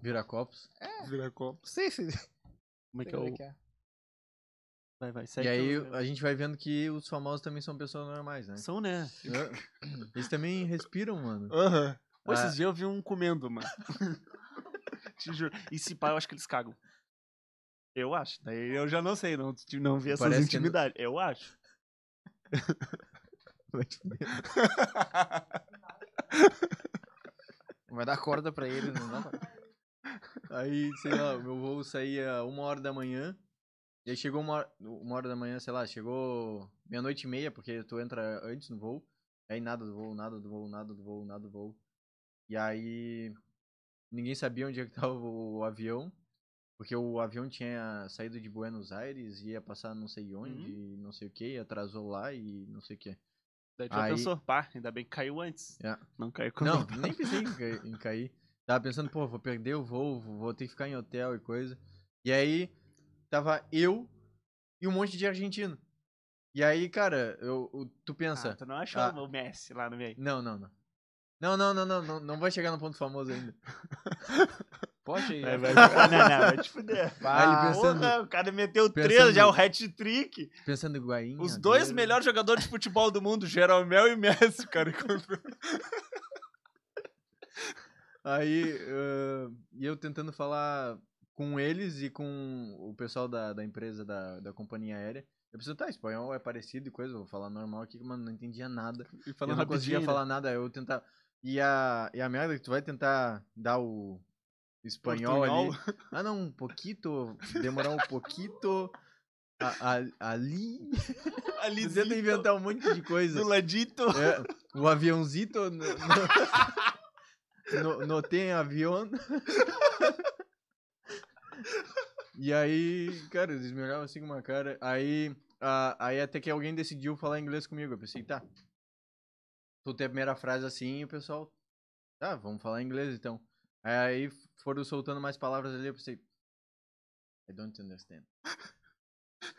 C: Virar copos.
A: Vira copo.
B: Sei, sei.
A: Como é que é o... Vai, vai, segue.
C: E aí
A: teu-
C: a gente vai vendo que os famosos também são pessoas normais, né?
A: então, São, né?
C: Né? Eles também respiram, mano.
A: Aham. Pô,
C: Ah.
A: esses dias eu vi um comendo, mano. Te juro. E se pá, eu acho que eles cagam. Eu acho. Daí eu já não sei, não, não vi essas
C: Parece que não-
A: intimidades. Eu acho.
B: Vai dar corda pra ele, não dá pra...
C: Aí, sei lá, o meu voo saía uma hora da manhã. E aí chegou uma hora, uma hora da manhã, sei lá, chegou meia-noite e meia, porque tu entra antes no voo. Aí nada do voo, nada do voo, nada do voo, nada do voo. E aí ninguém sabia onde é que tava o, o avião. Porque o avião tinha saído de Buenos Aires, ia passar não sei onde, não sei o que, atrasou lá e não sei o que.
A: Daí tu já
C: Aí-
A: pensou, pá, ainda bem que caiu antes.
C: É.
A: Não caiu quando.
C: Não, nem pensei em, ca- em cair. Tava pensando, pô, vou perder o voo, vou vou ter que ficar em hotel e coisa. E aí, tava eu e um monte de argentino. E aí, cara, eu, o- tu pensa.
A: Ah, tu não achou
C: Ah.
A: o Messi lá no meio.
C: Não, não, não. Não, não, não, não, não, não vai chegar no ponto famoso ainda.
B: Pode ir.
A: Vai, vai, vai. Não, não, vai te fuder.
C: Aí ele
A: Ah,
C: pensando-
A: porra, o cara meteu
C: pensando-
A: três já, é o hat-trick.
C: Pensando em Guainha.
A: Os dois melhores jogadores de futebol do mundo, Jeromel e Messi, cara. enquanto-
C: Aí, ãh, e eu tentando falar com eles e com o pessoal da, da empresa, da, da companhia aérea. Eu pensei, tá, espanhol é parecido e coisa, vou falar normal aqui, mano, não entendia nada.
A: E
C: eu
A: falando
C: não conseguia
A: rapidinho,
C: falar nada, eu tentar... E a, e a merda é que tu vai tentar dar o espanhol ali... Ah, não, um pouquinho, demorar um pouquinho... a- a- ali...
A: Ali
C: Tu tenta inventar um monte de coisa.
A: do ladito.
C: É, o aviãozito. No, no- no- no tem avião. E aí, cara, eles me olhavam assim com uma cara. Aí, a- aí até que alguém decidiu falar inglês comigo. Eu pensei, tá. Soltei a primeira frase assim e o pessoal. Tá, vamos falar inglês então. Aí foram soltando mais palavras ali, eu pensei. I don't understand.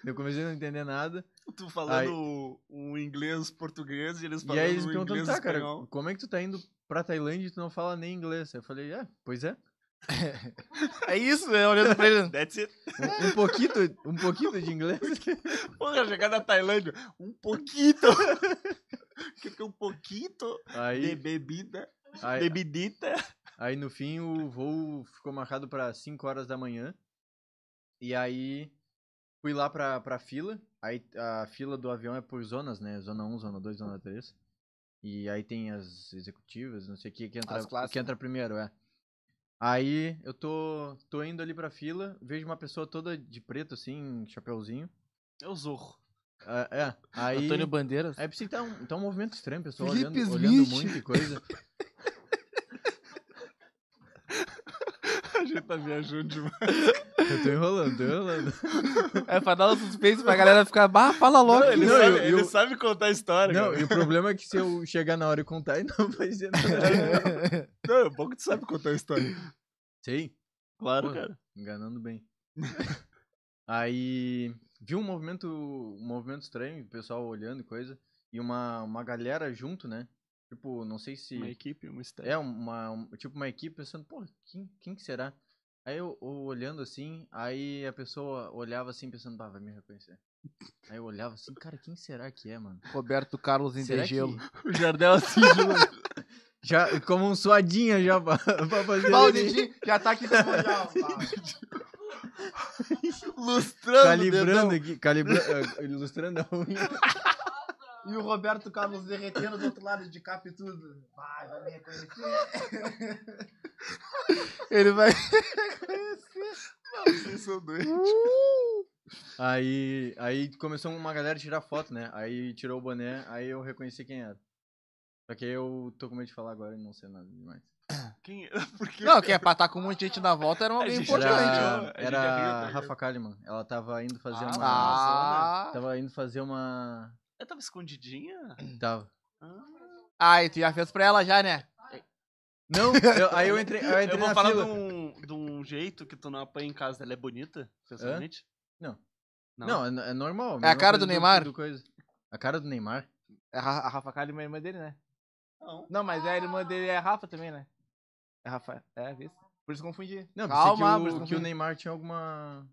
C: Eu comecei a não entender nada.
A: Tu
C: Aí-
A: falando um inglês, português, e eles
C: E
A: falando
C: aí eles
A: um
C: perguntando,
A: inglês
C: tá, cara,
A: espanhol.
C: como é que tu tá indo pra Tailândia e tu não fala nem inglês? Aí Eu falei, é, pois é.
B: É isso, né? Olhando pra ele.
A: That's it.
C: Um, um pouquinho, um pouquinho de inglês.
A: Porra, chegar na Tailândia, um pouquinho. que que é um pouquinho de
C: Aí,
A: bebida,
C: aí,
A: bebidita.
C: aí no fim o voo ficou marcado pra 5 horas da manhã. E aí fui lá pra, pra fila. Aí a fila do avião é por zonas, né? Zona 1, zona 2, zona 3. E aí tem as executivas, não sei o que, que entra,
B: As classes,
C: que
B: né?
C: entra primeiro, é. Aí eu tô, tô indo ali pra fila, vejo uma pessoa toda de preto, assim, chapéuzinho.
A: É o Zorro.
C: Ah, é, aí.
D: Antônio Bandeiras.
C: Aí pensei que tá um, tá um movimento estranho, pessoal olhando,
B: Felipe
C: olhando
B: Smith.
C: muito e coisa.
A: A gente tá viajando demais.
C: Eu tô enrolando, tô enrolando.
D: É pra dar um suspense pra galera ficar. Ah, fala logo.
A: ele,
C: não,
A: sabe,
C: eu-
A: ele
C: eu-
A: sabe contar a história,
C: Não,
A: cara.
C: e o problema é que se eu chegar na hora e contar, ele não vai ser nada.
A: Não, é bom que tu sabe contar a história.
C: Sei,
A: Claro,
C: Pô.
A: cara.
C: enganando bem. Aí vi um movimento, um movimento estranho, o pessoal olhando e coisa. E uma, uma galera junto, né? Tipo, não sei se.
A: Uma equipe, tá uma história.
C: É, uma, um- tipo uma equipe pensando, pô, quem, quem que será? Aí eu, eu olhando assim, aí a pessoa olhava assim, pensando, bah, vai me reconhecer. Aí eu olhava assim, cara, quem será que é, mano?
D: Roberto Carlos em
C: Será que-
D: degelo.
A: O Jardel assim, de-
C: Já, como um suadinha já pra, pra fazer. ali,
B: Valdidinho já tá aqui com o Mundial.
A: lustrando
C: Tá calibrando aqui, calibrando, ilustrando a unha.
B: E o Roberto Carlos derretendo do outro lado de capa e tudo. Vai, vai me reconhecer.
D: Ele vai.
A: Vocês são doentes.
C: Aí, aí começou uma galera a tirar foto, né? Aí tirou o boné, aí eu reconheci quem era. Só que aí eu tô com medo de falar agora e não sei nada demais.
A: Quem... Por que
D: Não, que é pra estar com um monte de gente na volta era um alguém
A: gente
D: importante.
A: era-
D: né?
A: né? A
C: Era,
A: gente
C: era
A: é rico,
C: a
A: né?
C: Rafa Kalimann. Ela tava indo fazer
A: Ah,
C: uma.
D: Ah.
C: Tava indo fazer uma.
A: Ela tava escondidinha?
C: Tava.
A: Ah.
D: Ai, tu já fez pra ela já, né?
C: Não, eu- aí eu entrei, eu entrei
A: Eu vou
C: na
A: falar de
C: fila.
A: um, de um jeito que tu não apanha em casa. Ela é bonita, pessoalmente?
C: Não.
A: Não.
C: Não, é no- é, normal.
D: É a
C: mesma
D: cara do
C: coisa
D: Neymar?
C: do coisa. A cara do Neymar?
D: É Ra- a Rafa Kalimann é a irmã dele, né?
A: Não.
D: Não, mas é a irmã dele é a Rafa também, né? É Rafa. É, viu? Por isso confundi.
C: Não,
D: Calma,
C: pensei
D: por
C: que,
D: isso
C: o, que o
D: confundi.
C: Neymar tinha alguma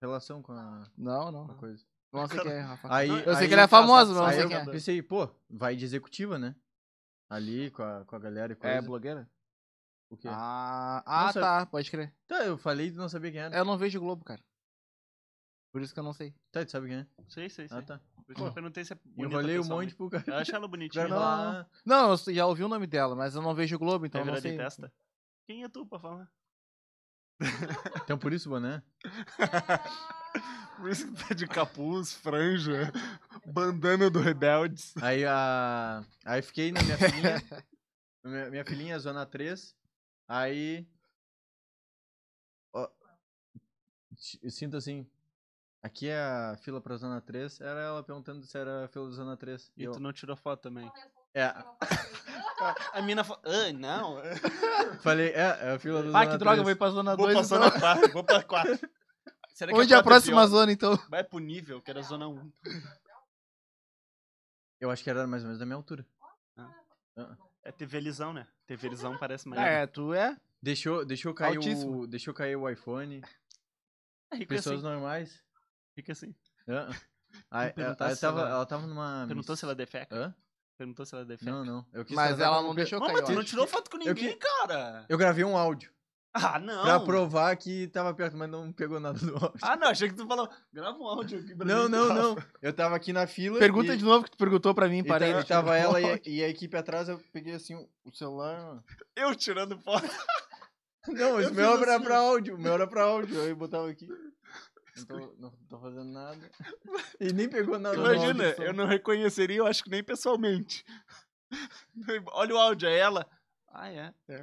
C: relação com a,
D: Não,
C: com a
D: não.
C: coisa.
D: Não sei quem é, Rafa.
C: Aí,
A: Eu
D: Eu sei
C: aí-
D: que ele é famoso, mas não
C: Aí
D: sei
C: eu
D: quem é.
C: pensei, pô, vai de executiva, né? Ali com a, com a galera e coisa.
D: É blogueira?
C: o quê?
D: Ah, ah
C: Nossa.
D: tá, pode crer.
C: Tá, eu falei e não sabia quem era.
D: Eu não vejo Globo, cara. Por isso que eu não sei.
C: Tá, tu sabe quem é?
A: Sei, sei, sei.
C: Ah, tá.
A: Por isso que eu perguntei se é bonita
C: Enrolei um
A: pessoalmente.
C: monte pro cara.
A: Eu acho ela
C: O
A: bonitinha.
C: cara fala, ah,
D: Não, eu já ouvi o nome dela, mas eu não vejo Globo, então
A: Tem
D: eu não
A: virada
C: assim,
A: de
D: sei.
A: testa. Quem é tu pra falar?
C: Então por isso, boné.
A: Por isso que tá de capuz, franja, bandana do Rebeldes.
C: Aí a. Aí fiquei na minha filhinha. minha, minha filhinha, zona 3. Aí. ó, eu sinto assim. Aqui é a fila pra Zona 3. Era ela perguntando se era a fila da Zona 3.
A: E tu não tirou foto também.
C: É,
A: A mina falou, ah, não.
C: falei, é, é a fila da Zona
D: Ah, que
C: 3.
D: droga, eu vou pra zona
A: Vou
D: 2.
A: pra zona então. 4, vou pra 4. Será
B: Onde é a
A: quatro
B: próxima
A: pior?
B: zona, então?
A: Vai pro nível, que era zona 1.
C: Eu acho que era mais ou menos da minha altura.
A: É TV Lisão, né? TV Lisão parece maior.
D: É, tu é?
C: Deixou, deixou, cair o,
D: Altíssimo.
C: deixou cair o iPhone.
A: Fica
C: Pessoas
A: É assim,
C: normais.
A: fica assim.
C: Hã? Aí, ela,
A: perguntasse
C: ela
A: se
C: tava,
A: ela-
C: ela tava numa.
A: Perguntou se ela é defeca.
C: Hã?
A: Perguntou se ela é defeca.
C: Não, não. Eu quis
B: Mas
C: tratar
B: ela
C: como
B: não
C: pe-
B: deixou
A: Mas,
B: cair.
A: tu
B: ó.
A: não tirou foto com
C: Eu
A: ninguém, cara.
C: Eu gravei um áudio
A: Ah, não.
C: pra provar que tava perto, mas não pegou nada do áudio.
A: Ah, não, achei que tu falou, grava um áudio aqui pra
C: não,
A: mim,
C: não,
A: tá?
C: não. Eu tava aqui na fila.
D: Pergunta
C: e,
D: de novo que tu perguntou pra mim,
C: E, ta-
D: parei.
C: e tava ela e a, e a equipe atrás, eu peguei assim o- o celular.
A: Eu tirando foto.
C: Não,
A: Eu
C: o meu
A: fiz
C: era
A: assim,
C: pra áudio, o meu era pra áudio. Aí eu botava aqui. Não tô, não tô fazendo nada. E nem pegou nada. no
A: Imagina,
C: áudio, só-
A: eu não reconheceria, eu acho que nem pessoalmente. Olha o áudio, é ela. Ah, é.
B: Tá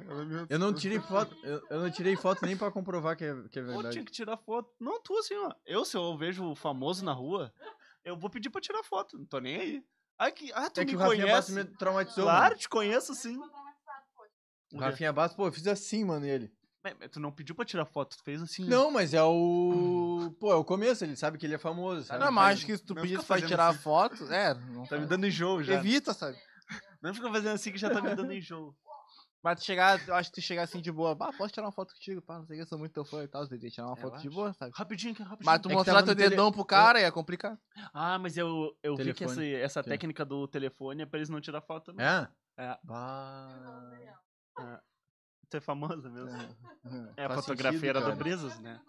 C: Eu não tirei foto, eu, eu não tirei foto nem pra comprovar que é, que é
A: Pô,
C: verdade.
A: tinha que tirar foto. Não, tu assim, ó. Eu, se eu vejo o famoso na rua, eu vou pedir pra tirar foto. Não tô nem aí. Ah, que, ah tu
C: É
A: me
C: que o Rafinha Basso
A: conhece.
C: me traumatizou.
A: Claro,
C: mano.
A: te conheço sim.
C: O Rafinha Basso, pô, eu fiz assim, mano, ele.
A: Mas- mas tu não pediu pra tirar foto, tu fez assim.
C: Não, mas é o. Pô, é o começo, ele sabe que ele é famoso. Sabe?
B: Não, mas acho que se tu
A: não
B: pedisse
A: fica
B: pra
A: fazendo
B: tirar foto, é, não
A: Tá me dando enjoo já.
B: Evita, sabe?
A: Não fica fazendo assim que já tá me dando enjoo.
D: Mas tu chegar, eu acho que tu chegar assim de boa.
B: Bah, posso tirar uma foto contigo? Pá, não sei o que, eu sou muito teu fã e tal. Você tem que tirar uma
A: Eu
B: foto de
A: acho.
B: boa, sabe?
A: Rapidinho aqui, rapidinho.
B: Mas tu
C: É que
B: mostrar
C: tava
B: teu
C: no tele-
B: dedão pro cara é ia complicar.
A: Ah, mas eu, eu vi que essa,
C: Telefone.
A: essa
C: Sim.
A: técnica do telefone é pra eles não tirar foto. Não.
C: É?
A: É.
C: Bah.
A: Tu é famosa mesmo. É, a
C: Faz
A: fotografia
C: sentido,
A: era do
C: cara.
A: Brisas, né?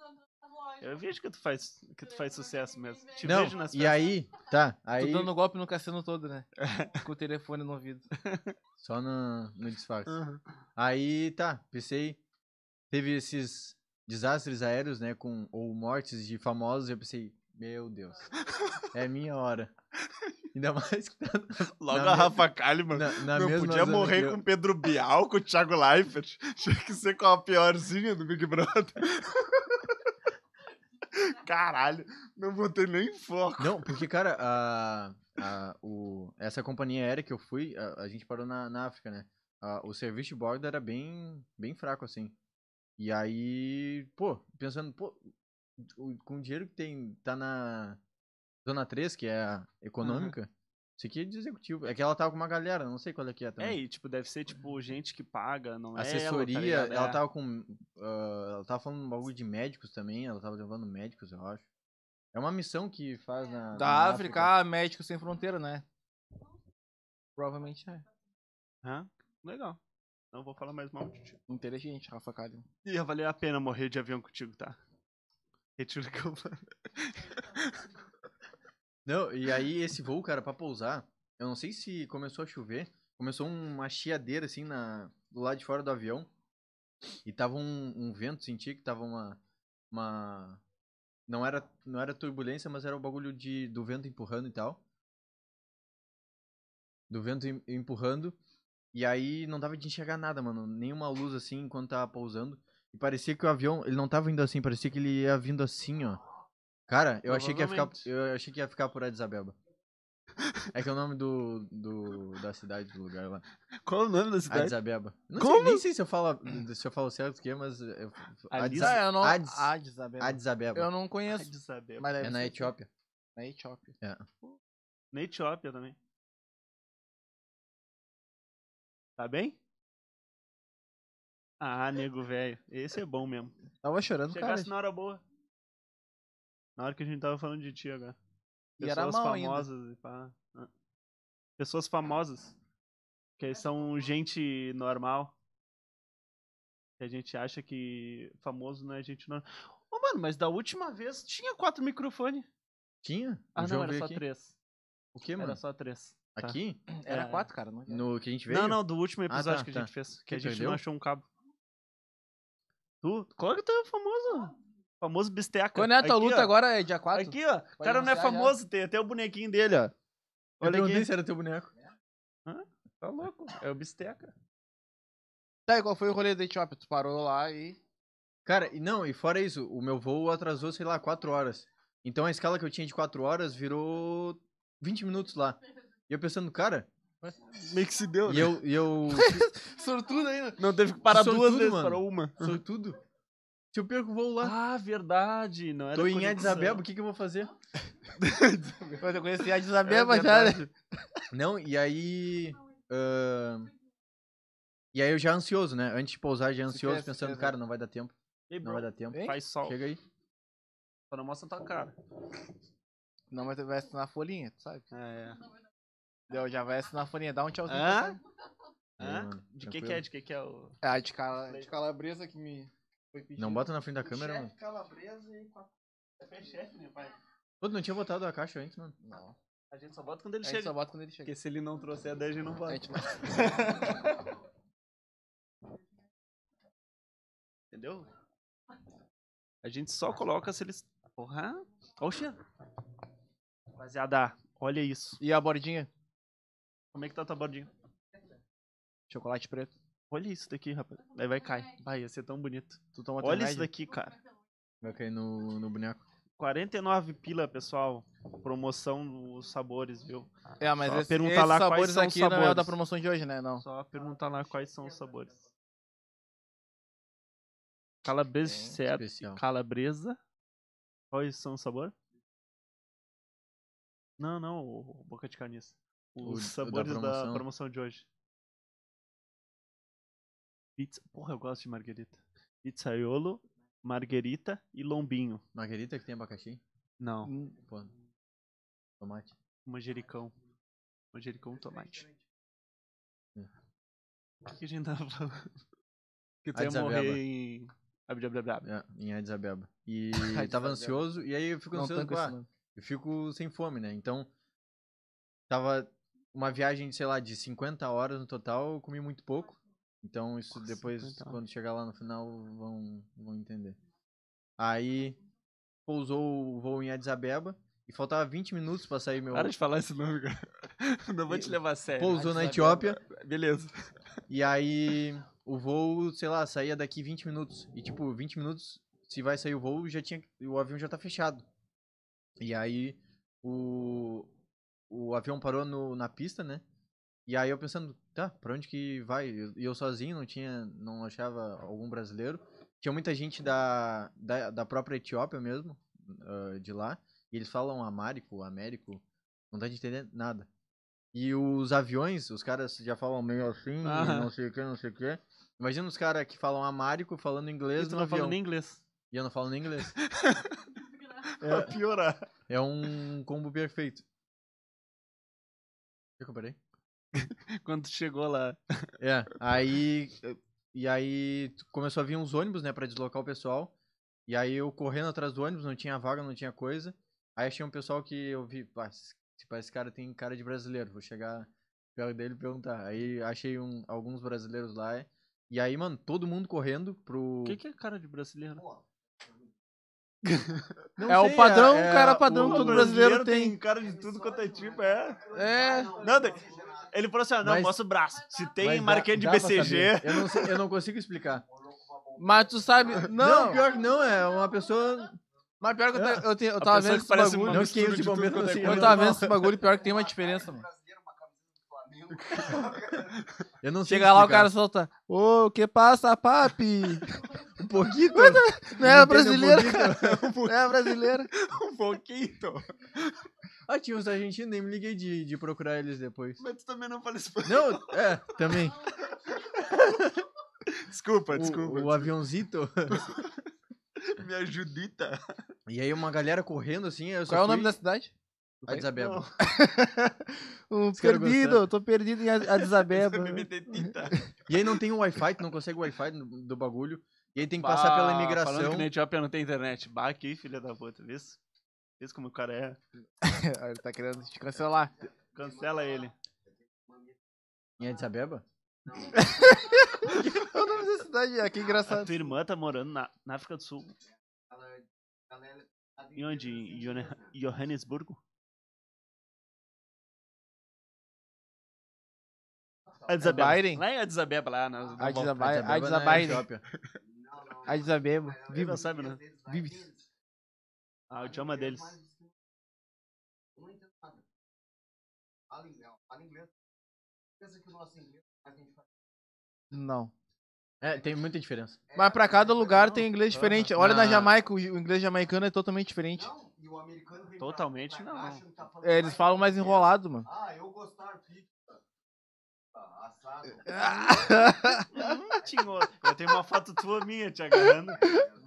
A: Eu vejo que tu faz, que tu faz sucesso mesmo. Te
C: Não,
A: vejo nas
C: e aí, tá,
D: Tu
C: aí.
D: dando golpe no cassino todo, né? Com o telefone no ouvido.
C: Só no, no disfarce.
A: Aham.
C: Aí, tá, pensei. Teve esses desastres aéreos, né? Com, ou mortes de famosos, eu pensei, meu Deus, é minha hora. Ainda mais que tá
A: Logo
C: Na
A: a
C: me-
A: Rafa Kalimann.
C: na, na
A: Não
C: mesma
A: podia
C: zona que
A: morrer
C: eu.
A: com o Pedro Bial, com o Thiago Leifert. Tinha que ser com a piorzinha do Big Brother. Caralho, não botei nem em foco.
C: Não, porque, cara, a, a- o, essa companhia aérea que eu fui, a, a gente parou na, na África, né? A- o serviço de bordo era bem, bem fraco, assim. E aí, pô, pensando, pô, o- com o dinheiro que tem, tá na Zona 3, que é a econômica, isso aqui é de executivo. É que ela tava com uma galera, não sei qual é que é
A: É,
C: também.
A: e tipo, deve ser tipo gente que paga, não é
C: Assessoria,
A: ela,
C: ela,
A: tá ligado? É.
C: tava com. ah, ela tava falando um bagulho de médicos também, ela tava levando médicos, eu acho. É uma missão que
A: É.
C: faz na. na
D: Da África, ah, médico sem fronteira, né? Provavelmente é.
A: Hã? Legal. Não vou falar mais mal de ti.
D: Inteligente, Rafa Kalin.
A: Ia valer a pena morrer de avião contigo, tá? Retiro o que eu falei.
C: Não, e aí esse voo, cara, pra pousar, eu não sei se começou a chover, começou uma chiadeira assim na, do lado de fora do avião. E tava um, um vento, senti que tava uma uma não era não era turbulência, mas era o bagulho de do vento empurrando e tal. Do vento em- empurrando. E aí não dava de enxergar nada, mano, nenhuma luz assim enquanto tava pousando. E parecia que o avião, ele não tava indo assim, parecia que ele ia vindo assim, ó. Cara, eu achei que ia ficar
A: Provavelmente.
C: eu achei que ia ficar por Addis Abeba. É que é o nome do, do da cidade do lugar lá.
A: Qual é o nome da
C: Addis Abeba. Não sei-
A: Como?
C: nem sei se eu falo
A: Hum.
C: se eu falo certo o que é, mas eu, Addis,
A: Lisa-
D: Ah, eu não...
C: Addis-
D: Addis Abeba.
C: Addis Abeba.
D: Eu não conheço.
A: De saber.
D: Mas deve
C: É na
D: ser.
C: Etiópia.
D: Na Etiópia.
A: Na Etiópia também. Tá bem? Ah, nego velho. Esse é bom mesmo.
D: Tava chorando, cara.
A: Chegasse na hora boa. Na hora que a gente tava falando de ti agora.
D: E era mal ainda.
A: famosas e pá. Ah. Pessoas famosas. Que são gente normal. Que a gente acha que famoso não é gente normal. Ô, mano, mas da última vez tinha quatro microfones.
C: Tinha? O
A: Ah, não,
C: João
A: era
C: veio
A: só
C: aqui.
A: três.
C: O que, mano?
A: Era só três. tá.
C: Aqui?
D: Era
A: É.
D: quatro, cara. Não...
C: No que a gente veio?
A: Não, não, do último
C: tá,
A: episódio que a
C: tá.
A: gente fez. Ah, Que a
C: Tu
A: gente
C: perdeu?
A: não achou um cabo. Tu? Qual que tu é o famoso? Famoso bisteca.
D: Quando é a tua
A: Aqui,
D: luta
A: ó.
D: agora? É dia 4?
A: Aqui, ó. O cara não é
D: anunciar já.
A: famoso, tem até o bonequinho dele, ó.
C: Eu
A: Olha
C: perguntei
A: aqui.
C: se era teu boneco.
A: Tá louco. É o bisteca.
D: Tá, e qual foi o rolê da Etiópia? Tu parou lá e...
C: Cara, e não, e fora isso, o meu voo atrasou, sei lá, quatro horas. Então a escala que eu tinha de 4 horas virou 20 minutos lá. E eu pensando, cara,
A: Meio que se deu,
C: e
A: né?
C: eu, e eu
B: Sortudo ainda.
A: Não teve que parar
C: Sortudo,
A: duas vezes,
C: mano.
A: parou uma.
C: sou tudo. Se eu perco o voo lá,
A: Ah, verdade. Não Ah, era
C: tô em
A: conexão.
C: Addis Abeba, o que, que eu vou fazer?
B: Mas eu conheci a
A: É
B: Isabela já, né?
A: verdade.
C: Não, e aí. ahn, e aí eu já ansioso, né? Antes de pousar, já ansioso,
B: esquece,
C: pensando,
B: esquece.
C: cara, não vai dar tempo,
A: Ei,
C: não
A: bro,
C: vai dar tempo.
D: é
B: Hein?
A: faz sol.
C: Chega aí.
A: Só não mostra tua cara.
B: Não, mas vai assinar a folhinha, tu sabe?
A: É.
B: Deu, já vai assinar a folhinha, dá um tchauzinho. pra
A: Hã?
B: ela.
C: Aí,
A: Hã?
C: mano,
A: De que
C: tranquilo.
A: que é? De que que é o...
B: É a de, cala- de calabresa que me foi pedido.
C: Não bota na frente da câmera,
B: é
C: mano.
A: calabresa e... É chefe, né, pai?
C: Pô, tu não tinha botado a caixa antes, mano.
B: Não.
A: A gente só bota quando ele
B: A gente
A: chega.
B: só bota quando ele chega.
A: Porque se ele não trouxer a 10, a gente não
B: A
A: bota.
B: gente não-
A: Entendeu? A gente só coloca se eles... Porra. Olha o cheiro. Rapaziada, olha isso.
B: E a bordinha?
A: Como é que tá tua bordinha?
B: Chocolate preto.
A: Olha isso daqui, rapaz. Aí vai cair. Vai, ia ser tão bonito.
B: Tu toma teu
A: Olha isso
B: remédio?
A: daqui, cara.
C: Vai cair no, no boneco.
A: 49 pila, pessoal. Promoção dos sabores, viu?
B: É, mas
A: Só
B: esse,
A: pergunta
B: esses
A: lá quais
B: sabores
A: são os
B: aqui não é o da
A: sabores.
B: promoção de hoje, né? Não.
A: Só perguntar lá quais são os sabores. Calabresa
B: Bem
A: certo.
C: especial.
A: Calabresa. Quais são os sabores? É um Não, não, o o boca de carniça.
C: O- o
A: Os
C: da
A: sabores da promoção.
C: promoção.
A: de hoje. Pizza. Porra, eu gosto de marguerita. Pizzaiolo, marguerita e lombinho.
C: Marguerita que tem abacaxi?
A: Não,
C: Pô. Tomate.
A: manjericão. Manjericão tomate.
C: É.
A: O que, que a gente tava falando? Que tu ia
C: Addis Abeba.
A: morrer em. Ah, Abra, abra, abra.
C: É, em Addis Abeba. E
B: Addis
C: tava
B: Abeba.
C: ansioso, e aí eu fico
B: Não assim.
C: ansioso,
B: tanco
C: pô,
B: esse
C: ah,
B: nome.
C: eu fico sem fome, né? Então, tava uma viagem, sei lá, de 50 horas no total, eu comi muito pouco. Então, isso
A: Nossa,
C: depois,
A: 50 horas.
C: quando chegar lá no final, vão, vão entender. Aí, pousou o voo em Addis Abeba, e faltava 20 minutos pra sair meu...
A: Para de falar esse nome, cara. Não vou te levar a sério.
C: Pousou na
B: Addis Abeba.
C: Etiópia,
A: Beleza.
C: E aí, o voo, sei lá, saía daqui 20 minutos. E, tipo, 20 minutos, se vai sair o voo, já tinha, o avião já tá fechado. E aí, o, o avião parou no, na pista, né? E aí eu pensando, tá, pra onde que vai? E eu, e eu sozinho, não tinha, não achava algum brasileiro. Tinha muita gente da, da, da própria Etiópia mesmo, ah, de lá. E eles falam amárico, américo, não dá de entender nada. E os aviões, os caras já falam meio assim,
A: Aham.
C: não sei o que, não sei o que. Imagina os caras que falam amárico falando inglês
A: E tu
C: no
A: não
C: avião.
A: falou nem inglês.
C: E eu não falo nem inglês.
A: Pra piorar.
C: É um combo perfeito. Eu comprei.
A: Quando tu chegou lá.
C: É, aí. E aí tu- começou a vir uns ônibus, né, pra deslocar o pessoal. E aí eu correndo atrás do ônibus, não tinha vaga, não tinha coisa. Aí achei um pessoal que eu vi, pá, esse, pá, esse cara tem cara de brasileiro, vou chegar perto dele e perguntar. Aí achei um- alguns brasileiros lá. E aí, mano, todo mundo correndo pro.
A: O que, que é cara de brasileiro?
C: Não
B: É o
C: sei,
B: padrão,
C: é-
B: cara
C: o-
B: padrão que todo brasileiro tem.
A: cara de tudo quanto é tipo, é.
B: É.
A: Não, daí- ele falou assim: ó, não,
C: Mas-
A: mostra o braço. Se
C: Mas
A: tem
C: dá-
A: marquinha de
C: dá pra
A: BCG.
C: saber. Eu não, sei- eu não consigo explicar.
B: Mas tu sabe.
C: Não,
B: Não,
C: pior que não, é uma pessoa.
B: mas pior que eu,
C: É.
B: ta- eu, tenho- eu
A: A
B: tava
A: pessoa
B: vendo
A: que
B: esse
A: parece
B: bagulho.
A: uma
C: Não,
A: mistura
C: que isso,
A: de
C: de
A: tudo
C: bombeiro
A: quanto é
C: não sei.
A: coisa.
B: Eu tava
C: normal.
B: vendo esse bagulho, pior que tem uma diferença, mano.
C: Eu não sei
B: Chega lá, o
C: explicar.
B: cara solta. Ô, que passa, papi?
C: Um pouquinho.
B: Não é era
C: Entendeu?
B: brasileira,
C: Bonito.
B: cara. Não era É brasileira.
A: um pouquinho.
C: Ah, tinha os argentinos, nem me liguei de, de procurar eles depois.
A: Mas tu também não fala espanhol.
C: Não, é, também.
A: Desculpa,
C: O,
A: desculpa.
C: o aviãozito.
A: Me ajudita.
C: E aí uma galera correndo assim, eu só
B: Qual é o
C: fui-
B: nome da cidade?
C: Addis Abeba.
B: Um
C: Os caras
B: perdido, tô perdido em Addis Abeba.
C: E aí não tem o Wi-Fi, tu não consegue o Wi-Fi do, do bagulho. E aí tem que passar pela
A: Ah, Falando
C: imigração.
A: que na Etiópia não tem internet. Bah, aqui, filha da puta. Vê isso? Vê isso como o cara é.
B: Ele tá querendo te cancelar.
A: Cancela ele.
C: Em Addis Abeba?
B: É o nome da cidade, ah, que
A: A
B: engraçado.
A: tua irmã tá morando na, na África do Sul. é, E onde? é Em Johanne- Johannesburgo? Addis
B: É
A: Abeba.
B: Biden?
A: Lá em Addis Abeba, lá na, na
B: Addis
A: volta.
B: Abeba. Vai- Addis
C: não é
B: Abeba.
C: Etiópia.
B: É, Addis Abeba.
A: Viva, sabe, né?
B: Vives.
A: Ah, o idioma deles.
E: Eu não entendo nada. Fala inglês, fala inglês. Pensa que o nosso inglês a gente faz.
B: Não.
C: É, tem muita diferença.
B: Mas pra cada lugar tem inglês
C: Aham.
B: diferente. Olha na
C: Na-
B: Jamaica, o o inglês jamaicano é totalmente diferente.
E: Não, e o americano vem pra-
A: Totalmente
E: pra
A: não.
E: cá, acha que tá falando
B: É, eles falam mais enrolado, mano.
E: Ah, eu gostar pizza. Ah, assado.
A: Hum, tinho, eu tenho uma foto tua minha te agarrando.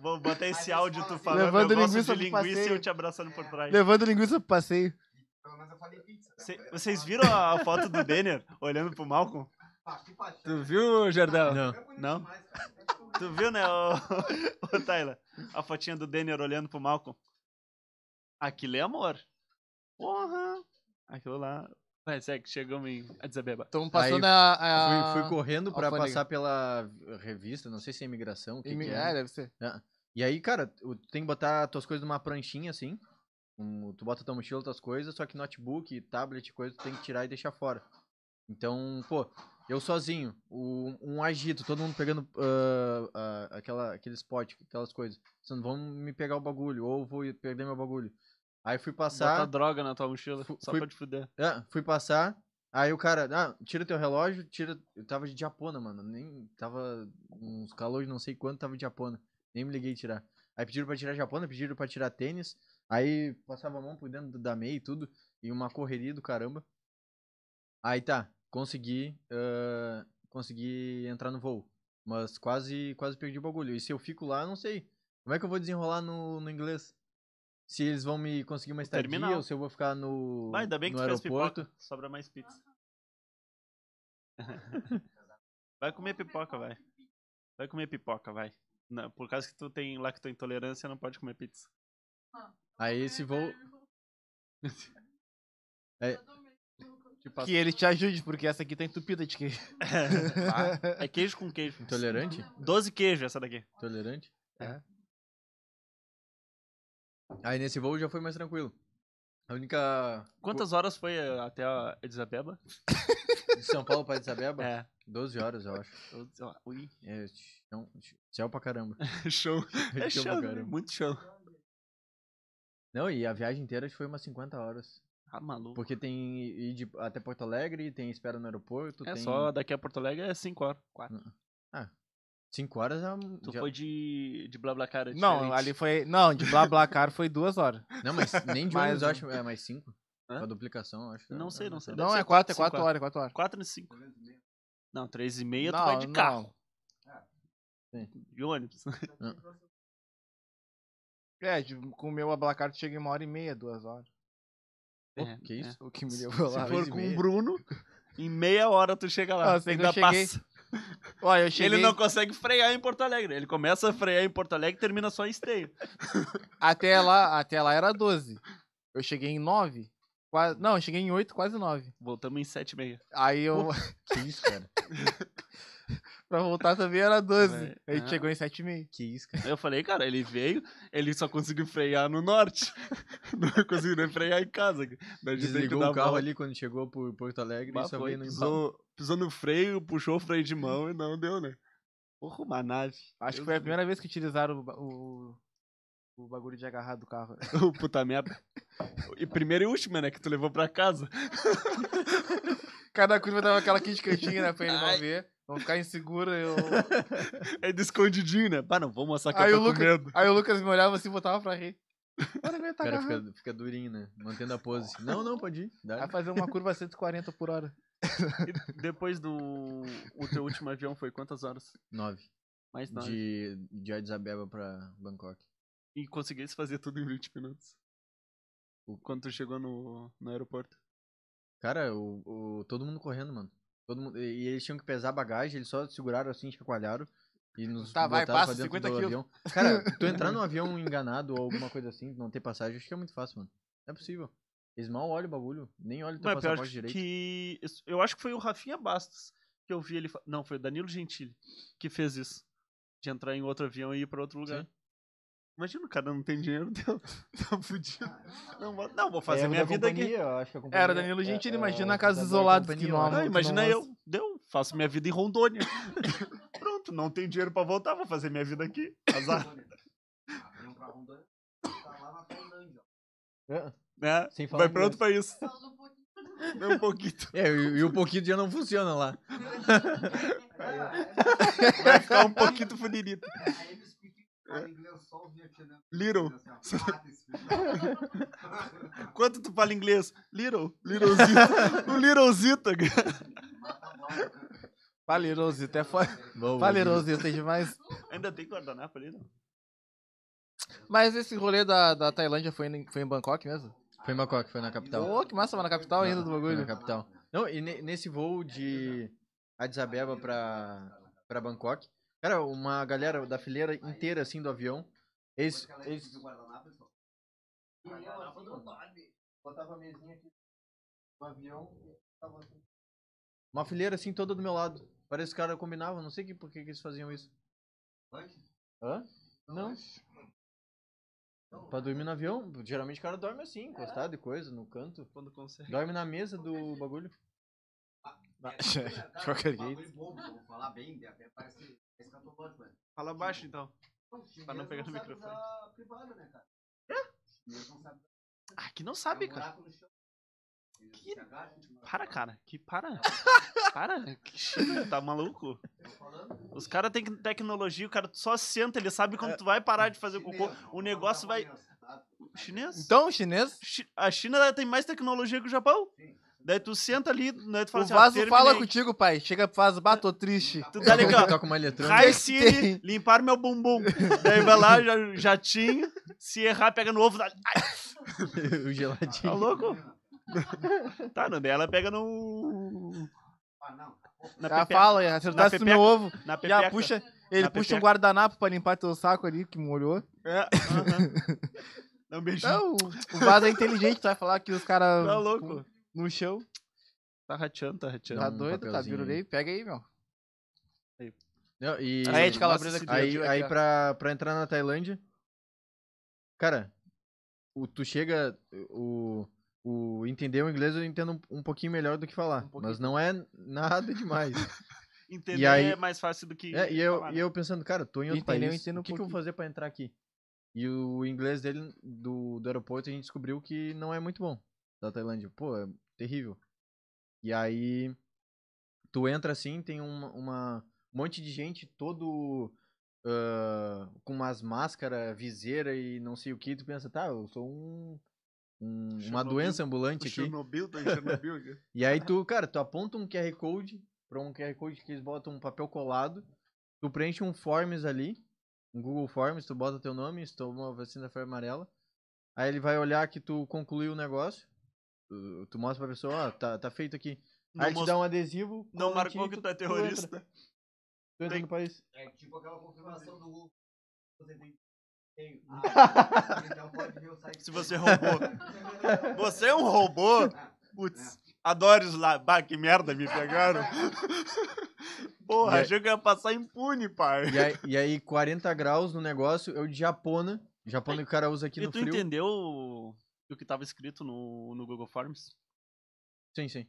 A: Vou botar esse áudio tu falando.
B: Levando
A: eu gosto
B: linguiça
A: de
B: pro
A: linguiça e
B: passeio.
A: eu te abraçando por trás.
B: Levando linguiça pro passeio.
E: Pelo menos eu falei pizza. né?
A: Cê- vocês viram a foto do Denner olhando pro Malcolm?
E: Ah, que paixão.
C: Tu viu, Jardel? Não.
E: É bonito
A: Não.
E: demais, cara. É bonito.
A: Tu viu, né, ô, ô Tyler? A fotinha do Denner olhando pro Malcolm. Aquilo é amor. Porra! Aquilo lá. Mas é que chegamos em Addis Abeba.
F: Estamos passando a. a...
B: Ah,
C: Fui, fui correndo pra
F: Alfândega.
C: passar pela revista, não sei se é imigração, o que,
F: Imi-
C: que
F: É,
C: é.
F: deve ser.
C: E aí, cara, tu tu tem que botar as tuas coisas numa pranchinha assim. Um- tu bota tua mochila, tuas coisas, só que notebook, tablet, coisa, tu tem que tirar e deixar fora. Então, pô, eu sozinho, o- um agito, todo mundo pegando ah, ah, aquela, aquele spot, aquelas coisas. Vocês não vão me pegar o bagulho, ou eu vou perder meu bagulho. Aí fui
A: Botar
C: passar.
A: droga na tua mochila,
C: Fu-
A: só
C: fui-
A: pra te fuder.
C: Ah, fui passar. Aí o cara, ah, tira teu relógio, tira. Eu tava de japona, mano. Nem tava uns calores, não sei quanto, tava de japona. Nem me liguei tirar. Aí pediram pra tirar japona, pediram pra tirar tênis. Aí passava a mão por dentro da meia e tudo. E uma correria do caramba. Aí tá, consegui. ah, consegui entrar no voo. Mas quase, quase perdi o bagulho. E se eu fico lá, eu não sei. Como é que eu vou desenrolar no, no inglês? Se eles vão me conseguir uma estadia
A: Terminal.
C: ou se eu vou ficar no,
A: Mas ainda bem que
C: no
A: tu fez
C: aeroporto.
A: pipoca. Sobra mais pizza. vai comer pipoca, vai. Vai comer pipoca, vai. Não, por causa que tu tem lactointolerância, não pode comer pizza.
C: Aí esse voo. Te
B: Que ele te ajude, porque essa aqui tá entupida de queijo.
A: é queijo com queijo.
C: Intolerante?
A: 12 queijos essa daqui.
C: Tolerante?
B: É.
C: Aí nesse voo já foi mais tranquilo. A única.
A: Quantas horas foi eh, até a Addis Abeba?
C: De São Paulo pra Addis Abeba?
A: É.
C: 12 horas, eu acho.
A: Ui.
C: É, chão, céu pra caramba.
A: Show. É show,
C: Chão pra
A: né?
C: caramba.
A: muito show.
C: Não, e a viagem inteira foi umas 50 horas.
A: Ah, maluco.
C: Porque tem ir de- até Porto Alegre, tem espera no aeroporto,
A: É
C: tem.
A: só daqui a Porto Alegre é 5 horas.
C: Hum. 5 horas é. um-
A: Tu
C: já-
A: foi de, de blá blá cara.
B: Não, ali foi. Não, de blá blá car foi duas horas.
C: Não, mas nem de
B: Mais
C: ônibus, eu
B: um.
C: acho. É mais 5.
A: Hã?
C: A duplicação, eu acho.
A: Não sei, não sei.
B: Não, é quatro, é quatro horas, é quatro horas.
A: 4 e 5. Não, 3 e meia tu
B: Não,
A: vai de
B: não.
A: carro.
C: Sim.
A: De ônibus.
B: É, de- com o meu ablacar tu chega em uma hora e meia, duas horas.
C: Pô,
A: É,
C: que isso?
B: O que me levou lá.
A: Se for
C: três e
A: com o
C: meia.
A: Bruno, em meia hora tu chega lá.
B: Ah, sei que
A: Ainda
B: eu cheguei-
A: passa.
B: Olha, eu cheguei
A: Ele não consegue frear em Porto Alegre. Ele começa a frear em Porto Alegre e termina só em esteio.
B: até lá, até lá era 12. Eu cheguei em 9. Quase, não, eu cheguei em 8, quase 9.
A: Voltamos em 7 e meia.
B: Aí eu
C: Que isso, cara?
B: pra voltar também era 12.
A: É,
B: A gente
A: é.
B: chegou em 7 e meio.
C: ah, Que isso, cara?
A: Eu falei, cara, ele veio, ele só conseguiu frear no norte. Não conseguiu nem frear em casa. Daí a gente teve que
C: Desligou
A: dar
C: o
A: a
C: carro
A: volta.
C: ali quando chegou por Porto Alegre
A: Bah,
C: e só
A: foi,
C: veio no embalo.
A: pisou, pisou no freio, puxou o freio de mão e não deu, né? Porra, uma nave.
B: Acho que foi a primeira vez que utilizaram o, ba- o, o bagulho de agarrar do carro. né?
A: O puta merda. E primeira e última, né? Que tu levou pra casa.
B: Cada curva dava aquela quiscantinha, né? Pra ele
A: Ai.
B: não ver. Vão ficar inseguro. Eu...
A: É de escondidinho, né? Pá, não, vou mostrar que
B: Aí
A: eu tô
B: o
A: com
B: Lucas-
A: medo.
B: Aí o Lucas me olhava assim e botava pra rir. Olha, ele
C: O
B: tá
C: cara
B: agarrando.
C: fica, fica durinho, né? Mantendo a pose. Não, não, pode ir. Dá.
B: Vai fazer uma curva a 140 por hora.
A: E Depois do. O teu último avião foi quantas horas?
C: Nove.
A: Mais nove.
C: De, de Addis Abeba pra Bangkok.
A: E conseguisse fazer tudo em 20 minutos. Quando tu chegou no, no aeroporto.
C: Cara, o, o- todo mundo correndo, mano. Todo mundo, e e eles tinham que pesar a bagagem, eles só seguraram assim, chacoalharam. E nos
B: Tá, vai,
C: botaram
B: passa
C: pra dentro
B: 50
C: do
B: quilos.
C: avião. Cara, tu entrar num avião enganado ou alguma coisa assim, não ter passagem, acho que é muito fácil, mano. Não é possível. Eles mal olham o bagulho, nem olham teu
A: Mas pior
C: passaporte direito.
A: que. Eu acho que foi o Rafinha Bastos que eu vi ele. fa- Não, foi o Danilo Gentili que fez isso. De entrar em outro avião e ir pra outro lugar.
C: Sim.
A: Imagina, o cara não tem dinheiro, deu- tá fudido. Não, vou- não, vou fazer
C: Ah, Erro
A: minha
C: da
A: vida aqui.
C: companhia, eu acho que a
B: Era
C: companhia-
B: Danilo
C: é-
B: Gentili,
C: é
B: imagina
C: o
B: casas
C: fundador da
B: isoladas que
C: companhia,
B: não
C: eu
B: amam.
A: Não,
B: que
A: Ah, imagina
C: é
B: não
C: assim.
A: eu. Deu, faço minha vida em Rondônia. Pronto, não tem dinheiro pra voltar, vou fazer minha vida aqui. Azar.
E: Rondônia. Ah, vem pra Rondônia. Tá lá na Rondônia.
A: né?
C: Sem falar
A: Vai pronto pra isso.
G: Só no pouquinho.
A: É um pouquinho.
C: É, e, e o pouquinho já não funciona lá.
A: Vai ficar um pouquinho fudirito.
E: Aí eles pediam que fala inglês só o vietnã.
A: Little.
E: Assim, ó, mata esse filho.
A: Quanto tu fala inglês? Little. Littlezita. o Littlezita. cara.
E: Mata logo.
B: Valerosito é foda.
C: Bom,
B: Valerosito é demais.
A: Ainda tem né, guardanapo ali, não?
B: Mas esse rolê da, da Tailândia foi em, foi em Bangkok mesmo?
C: Foi em Bangkok, foi na capital.
B: Ô, que massa, mas na capital ainda do
C: Foi na
B: bagulho.
C: capital. Não, e ne- nesse voo de Addis Abeba pra, pra Bangkok, cara, uma galera da fileira inteira, assim, do avião, eles, eles
E: Guardanapo, pessoal. E eu, assim, ó, Botava a mesinha aqui no avião e tava assim.
C: Uma fileira assim toda do meu lado. Parece que os caras combinavam, não sei que, por que, que eles faziam isso.
E: Lanche?
C: Hã? Não. Pra dormir no avião, geralmente o cara dorme assim, encostado e coisa, no canto.
A: Quando consegue.
C: Dorme na mesa do bagulho.
E: Cara,
B: qualquer
E: um bagulho bobo, eu vou falar bem, até parece escatológico, né?
A: Fala baixo, então.
E: Não, chinês
A: Pra não pegar no
E: sabe
A: microfone.
E: usar privada, né, cara? Chinês não sabe.
A: Ah, que não sabe,
E: é um
A: cara.
E: buraco no chão. Eles
A: Que-
E: se agacham, tipo,
A: Para, cara. Que para. Para. Que China, tá maluco?
E: tô falando.
A: Os caras têm tecnologia, o cara só senta, ele sabe
B: É.
A: quando tu vai parar de fazer cocô.
E: Chinês,
A: O negócio
E: não dá
A: vai.
E: pra criança, tá?
A: Chinês?
B: Então, chinês,
A: Chi- A China tem mais tecnologia que o Japão.
E: Sim.
A: Daí tu senta ali, né, tu
B: o
A: fala assim, ó,
B: vaso
A: terminei.
B: fala contigo, pai. Chega pro vaso, bah, tô triste.
A: Tu tá ligado?
C: Toca
B: então.
C: uma eletrônica.
A: Raio Cine, limpar meu bumbum. Daí vai lá, já, jatinho, se errar, pega no ovo. dá-
C: o geladinho.
A: Tá louco? Tá, não, daí ela pega no...
E: Ah, não.
A: Na
B: Já
A: pepeca.
B: Tá, fala, já acertasse
A: Na
B: no meu ovo.
A: Na pepeca.
B: Já puxa, ele
A: Na
B: puxa um
A: pepeca.
B: guardanapo pra limpar teu saco ali, que molhou.
A: É, aham. Dá um beijinho.
B: Então, o vaso é inteligente, tu vai falar que os caras
A: Tá louco.
B: no chão.
A: Tá rateando, tá rateando.
B: Tá
C: um
B: doido, tá
C: papelzinho
B: virulei, pega aí, meu.
C: Não, e
B: Aí é de calabresa que tu
C: aí,
B: pediu
C: aí
B: aqui, ó.
C: pra, pra entrar na Tailândia, cara, o, tu chega, o, o entender o inglês eu entendo um, um pouquinho melhor do que falar, mas não é nada demais.
A: Entender
C: E aí-
A: é mais fácil do que...
C: É, e, eu,
A: falar,
C: e
A: né?
C: eu pensando, cara, tô em outro
B: Entendeu?
C: país,
B: Entendo um
C: o que, que eu vou
B: pouquinho.
C: fazer pra entrar aqui? E o inglês dele do, do aeroporto a gente descobriu que não é muito bom, da Tailândia. Pô, é terrível. E aí, tu entra assim, tem uma, uma- um monte de gente todo ah, com umas máscaras, viseira e não sei o que. Tu pensa, tá, eu sou um, um- uma
A: Chernobyl.
C: doença ambulante
A: né? O
C: aqui.
A: Chernobyl, tá em Chernobyl aqui.
C: E aí tu, cara, tu aponta um QR Code pra um QR Code que eles botam um papel colado, tu preenche um Forms ali, um Google Forms, tu bota teu nome, se toma a vacina da febre amarela, aí ele vai olhar que tu concluiu o negócio, tu, tu mostra pra pessoa, ó, tá, tá feito aqui.
A: Não,
C: aí te
A: mos-
C: dá um adesivo.
A: não
C: cola
A: marcou
C: em ti,
A: que tu é
C: entra.
A: terrorista.
C: Tu entra
A: Tem-
C: no país.
E: É tipo aquela confirmação do Google. Você tem. tem- Ah, então pode ver o site.
A: Se você roubou. Você é um
C: Ah,
A: robô? Putz, adoro os lá. Bah, que merda, me pegaram. Porra,
C: E aí-
A: achei que eu ia passar impune, pai.
C: E aí, e aí 40 graus no negócio, é o de Japona. Japona que o cara usa aqui
A: e
C: no
A: tu
C: frio.
A: entendeu o o que tava escrito no, no Google Forms?
C: Sim, sim.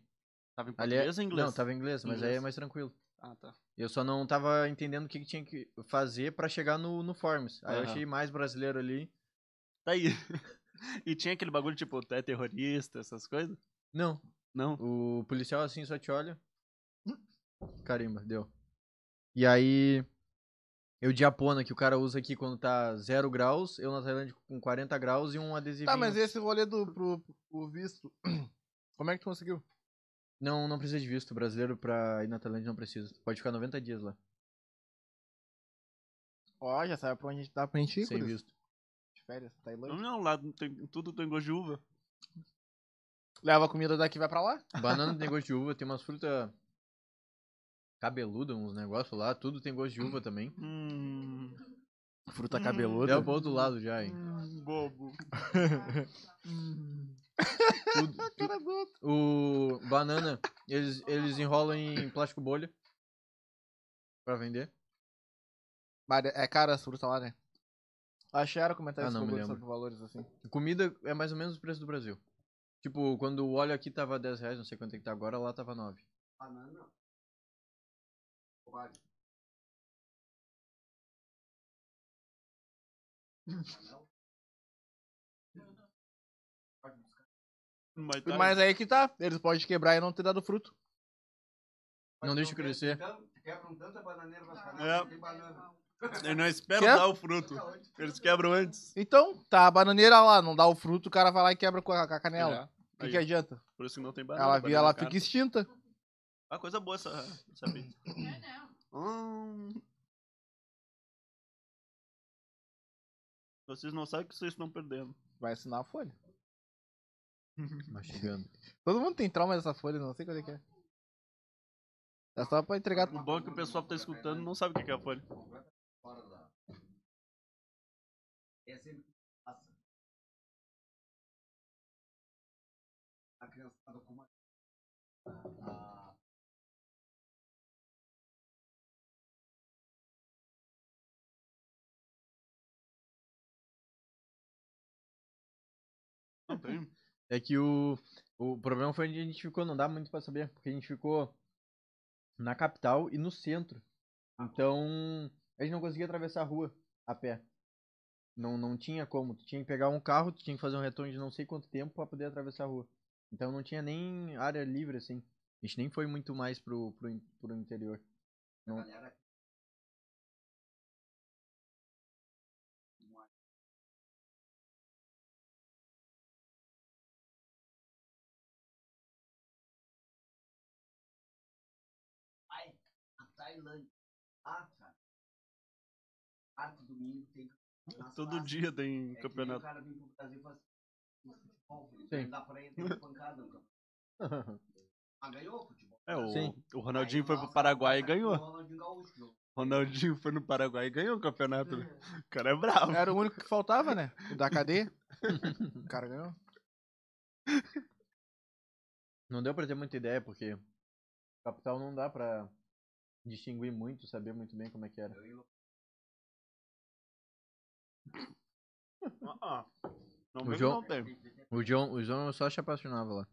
A: Tava em
C: Ali é...
A: português ou em inglês?
C: Não, tava em inglês, mas aí é
A: Inglês.
C: mais tranquilo.
A: Ah, tá.
C: Eu só não tava entendendo o que, que tinha que fazer pra chegar no, no Forms. Aí eu
A: Aham.
C: achei mais brasileiro ali.
A: Tá aí. E tinha aquele bagulho tipo, tu é terrorista, essas coisas?
C: Não,
A: Não.
C: o policial assim só te olha. Carimba, deu. E aí, eu de Japona, que o cara usa aqui quando tá 0 graus, eu na Tailândia com 40 graus e um adesivinho.
B: Tá, mas esse rolê do pro, pro visto, como é que tu conseguiu?
C: Não, não precisa de visto brasileiro pra ir na Tailândia, não precisa. Pode ficar 90 dias lá,
B: Ó, já sabe pra onde a gente tá pra gente ir,
C: sem
B: Curis.
C: visto.
B: De férias, tá Tailândia.
A: Não, lá tem, tudo é tem gosto de uva.
B: Leva a comida daqui e vai pra lá.
C: Banana tem gosto de uva, tem umas frutas cabeludas, uns negócios lá, tudo tem gosto de uva também.
A: Hum.
B: Fruta
C: Deu
B: cabeluda.
C: pro outro lado já, hein?
A: hum, bobo.
C: Tudo. O banana, eles, eles enrolam em plástico bolha pra vender.
B: Mas é cara as frutas lá, né? Acharam comentar
C: Ah,
B: isso
C: não, me
B: sobre
C: lembro.
B: sobre valores assim.
C: Comida é mais ou menos o preço do Brasil. Tipo, quando o óleo aqui tava 10 reais, não sei quanto é que tá agora, lá tava 9.
E: Banana. Bobagem. Anel.
A: Muay Thai.
B: Mas aí que tá. Eles podem quebrar e não ter dado fruto.
C: Não deixa crescer.
E: Quebram tanta bananeira pra
A: É.
E: falar que tem banana.
A: Eles não esperam
B: Quer?
A: dar o fruto. Eles quebram antes.
B: Então, tá a bananeira lá, não dá o fruto, o cara vai lá e quebra com a, com a canela. O que,
A: É, Aí,
B: que adianta?
A: Por isso que não tem banana.
B: Ela
A: banana
B: vira, ela
A: cara.
B: fica extinta.
A: Ah, coisa boa essa, essa pizza.
G: É, não.
A: Hum. Vocês não sabem o que vocês estão perdendo.
B: Vai assinar a folha.
C: Mastigando.
B: Todo mundo tem trauma dessa folha, não sei qual é que é. É só pra entregar.
A: O bom é que o pessoal que tá escutando não sabe o que é a folha.
E: Fora da- É sempre que passa. A criançada com uma. Ah, a-
A: Não tem.
C: É que o, o problema foi onde a gente ficou, não dá muito pra saber, porque a gente ficou na capital e no centro. Então, a gente não conseguia atravessar a rua a pé. Não, não tinha como. Tu tinha que pegar um carro, tu tinha que fazer um retorno de não sei quanto tempo pra poder atravessar a rua. Então não tinha nem área livre, assim. A gente nem foi muito mais pro, pro, in- pro interior. Não.
E: Galera. Ai, a Tailândia. Ah, cara. Quarto domingo tem. nas
A: Todo
E: praças.
A: dia tem um
E: É que nem O
A: campeonato.
E: cara vem pro Brasil e faz futebol, filho.
C: Sim.
E: Dá pra ele dar pancada. no campo. Ah, ganhou o futebol.
A: É, o,
C: Sim.
A: o Ronaldinho
E: Aí,
A: foi pro
E: nossa,
A: Paraguai e
E: nossa, que
A: ganhou.
E: O Ronaldinho Gaúcho ganhou.
A: Ronaldinho foi no Paraguai e ganhou o campeonato. O cara é bravo.
B: Era o único que faltava, né? O da cadeia. O cara ganhou.
C: Não deu pra ter muita ideia, porque capital não dá pra distinguir muito, saber muito bem como é que era.
E: Eu ia-
A: Ah, ah. Não
C: O
A: vem que
C: João-
A: não tem.
C: O João, o João só se apaixonava lá.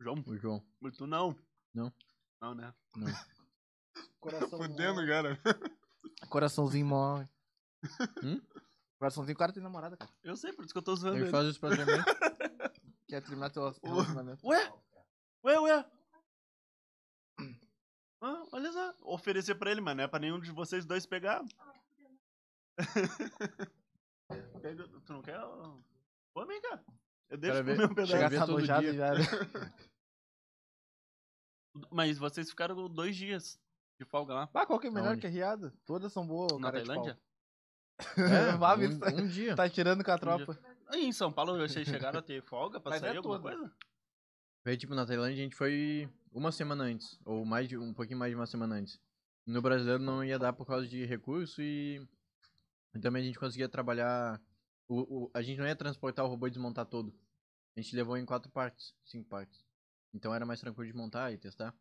A: João,
C: O João.
A: tu não.
C: Não.
A: Não, né?
B: Coração
A: Fudendo, cara.
B: Coraçãozinho mole.
C: Hum?
B: Coraçãozinho, o cara tem namorada, cara.
A: Eu sei, por isso que eu tô zoando
C: Ele
A: ele.
C: faz os padrões.
B: Quer terminar teu relacionamento.
A: Ué? Ué, ué? Ah, olha só. Oferecer pra ele, mas não é pra nenhum de vocês dois pegar. Pega- tu não quer? ô? Pô, vem cá. Eu deixo
C: Cara, vê-
A: comer um pedaço.
B: Chegar
C: Chega ver todo
B: sabojado
C: dia.
B: já. né?
A: Mas vocês ficaram dois dias de folga lá.
B: Ah, qual que é melhor
C: Aonde?
B: que riada? Todas são boas,
A: Na
B: cara de pau.
A: Tailândia?
C: É,
B: Vá, Vitor.
C: um, um dia.
B: Tá tirando com a tropa.
A: Aí em São Paulo vocês chegaram a ter folga pra
B: Mas não
A: sair
B: é
A: alguma
B: todas.
A: coisa?
C: Foi tipo na Tailândia, a gente foi uma semana antes, ou mais de, um pouquinho mais de uma semana antes. No brasileiro não ia dar por causa de recurso e, e também a gente conseguia trabalhar. O, o- a gente não ia transportar o robô e desmontar todo. A gente levou em quatro partes, cinco partes. Então era mais tranquilo de montar e testar.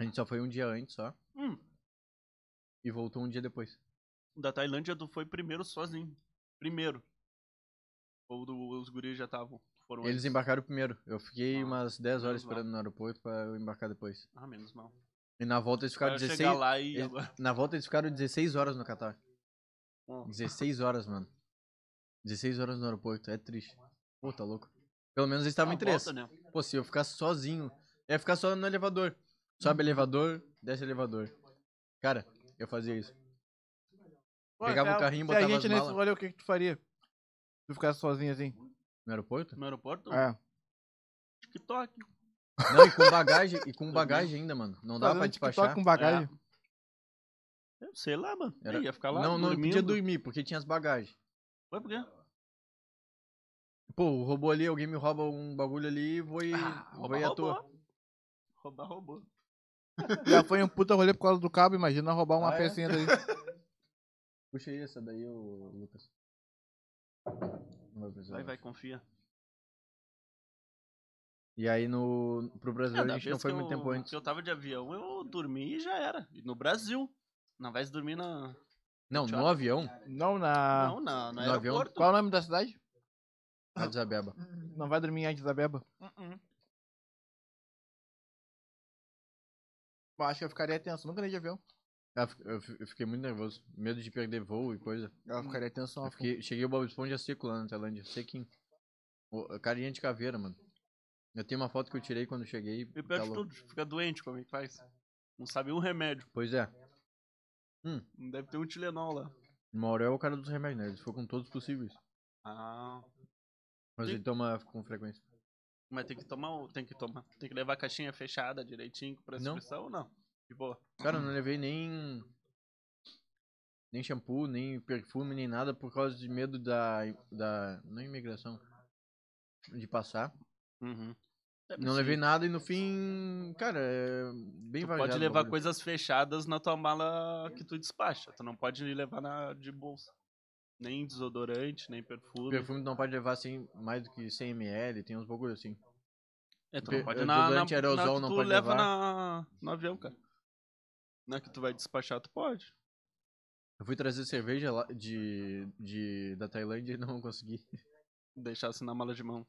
C: A gente só foi um dia antes só.
A: Hum.
C: E voltou um dia depois.
A: Da Tailândia tu foi primeiro sozinho. Primeiro. Ou do- os guris já estavam. Foram
C: Eles
A: antes.
C: embarcaram primeiro. Eu fiquei
A: Ah,
C: umas 10 horas
A: menos mal.
C: esperando no aeroporto pra eu embarcar depois.
A: Ah, menos mal.
C: E na volta eles ficaram
A: Cara,
C: 16,
A: chegar lá e
C: eles-
A: agora.
C: Na volta eles ficaram 16 horas no Catar.
A: Bom.
C: 16 horas, mano. 16 horas no aeroporto, é triste. Pô, tá louco. Pelo menos eles estavam
A: Ah,
C: em três.
A: volta, né?
C: Pô, se eu ficar sozinho, eu ia ficar só no elevador. Sobe elevador, desce elevador. Cara, eu fazia isso. Pegava um carrinho,
B: Se a
C: botava as
B: gente nesse
C: malas
B: rolê, o que que tu faria? Tu ficasse sozinho assim?
C: no aeroporto.
A: No aeroporto?
C: Ah.
B: É.
A: TikTok.
C: Não, e com bagagem, e com bagagem ainda, mano. Não dava pra
B: Fazendo TikTok
C: despachar.
B: com bagagem.
A: Eu sei lá, mano.
C: Era-
A: Eu ia ficar lá
C: não, não eu
A: dormindo.
C: podia dormir, porque tinha as bagagens.
A: Ué, por quê?
C: Pô, o robô ali, alguém me rouba um bagulho ali e vou e, vou e à toa.
A: Roubar robô. É.
B: Já foi um puta rolê por causa do cabo, imagina roubar uma
C: Ah, é?
B: pecinha daí.
C: Puxa aí essa daí, ô Lucas. Não vai precisar.
A: Vai, vai, confia.
C: E aí no pro brasileiro
A: É, da
C: a gente não
A: vez
C: foi
A: que
C: muito
A: eu,
C: tempo antes.
A: Que eu tava de avião, eu dormi e já era. E No Brasil. Não vai se dormir na.
C: Não,
A: Tchau.
C: no avião,
B: Não na.
A: Não, na, no,
C: Ah. no avião?
A: aeroporto.
B: Qual é o nome da cidade?
C: Addis Abeba.
B: Não vai dormir em Addis Abeba.
A: Uh-uh.
B: Eu acho que eu ficaria tenso. Nunca andei de avião.
C: Ah, fi- Eu, fi- eu fiquei muito nervoso, medo de perder voo e coisa.
A: Hum.
B: Eu ficaria
A: É
B: tenso.
C: Eu fiquei, cheguei o Bob Esponja seco lá na Tailândia, sequinho. O- Carinha de caveira, mano. Eu tenho uma foto que eu tirei quando cheguei.
A: E
C: tá
A: pior de
C: louco.
A: tudo, fica doente, como é que faz? Não sabe um remédio.
C: Pois é.
A: Deve ter um Tilenol lá.
C: O Aurel é o cara dos remédios, né? Ele foi com todos possíveis.
A: Ah.
C: Mas
A: Sim.
C: ele toma com frequência.
A: Mas tem que tomar, o- tem que tomar. Tem que levar a caixinha fechada direitinho pra
C: Não.
A: prescrição ou não? De boa.
C: Cara,
A: Uhum.
C: eu não levei nem. Nem shampoo, nem perfume, nem nada por causa de medo da. da não é imigração. De passar.
A: Uhum.
C: Não levei nada e no fim. Cara, é bem
A: Tu
C: variado.
A: pode
C: o
A: levar
C: bagulho.
A: coisas fechadas na tua mala que tu despacha. Tu não pode levar na de bolsa. Nem desodorante, nem perfume.
C: Perfume tu não pode levar assim, mais do que 100ml, tem uns bagulho assim.
A: É, tu
C: Per-
A: não pode
C: eh,
A: na, na,
C: desodorante aerosol
A: na,
C: não
A: tu
C: pode
A: leva
C: levar.
A: na, no avião, cara. Na que tu vai despachar, tu pode.
C: Eu fui trazer cerveja lá de, de, da Tailândia e não consegui.
A: Deixar assim na mala de mão.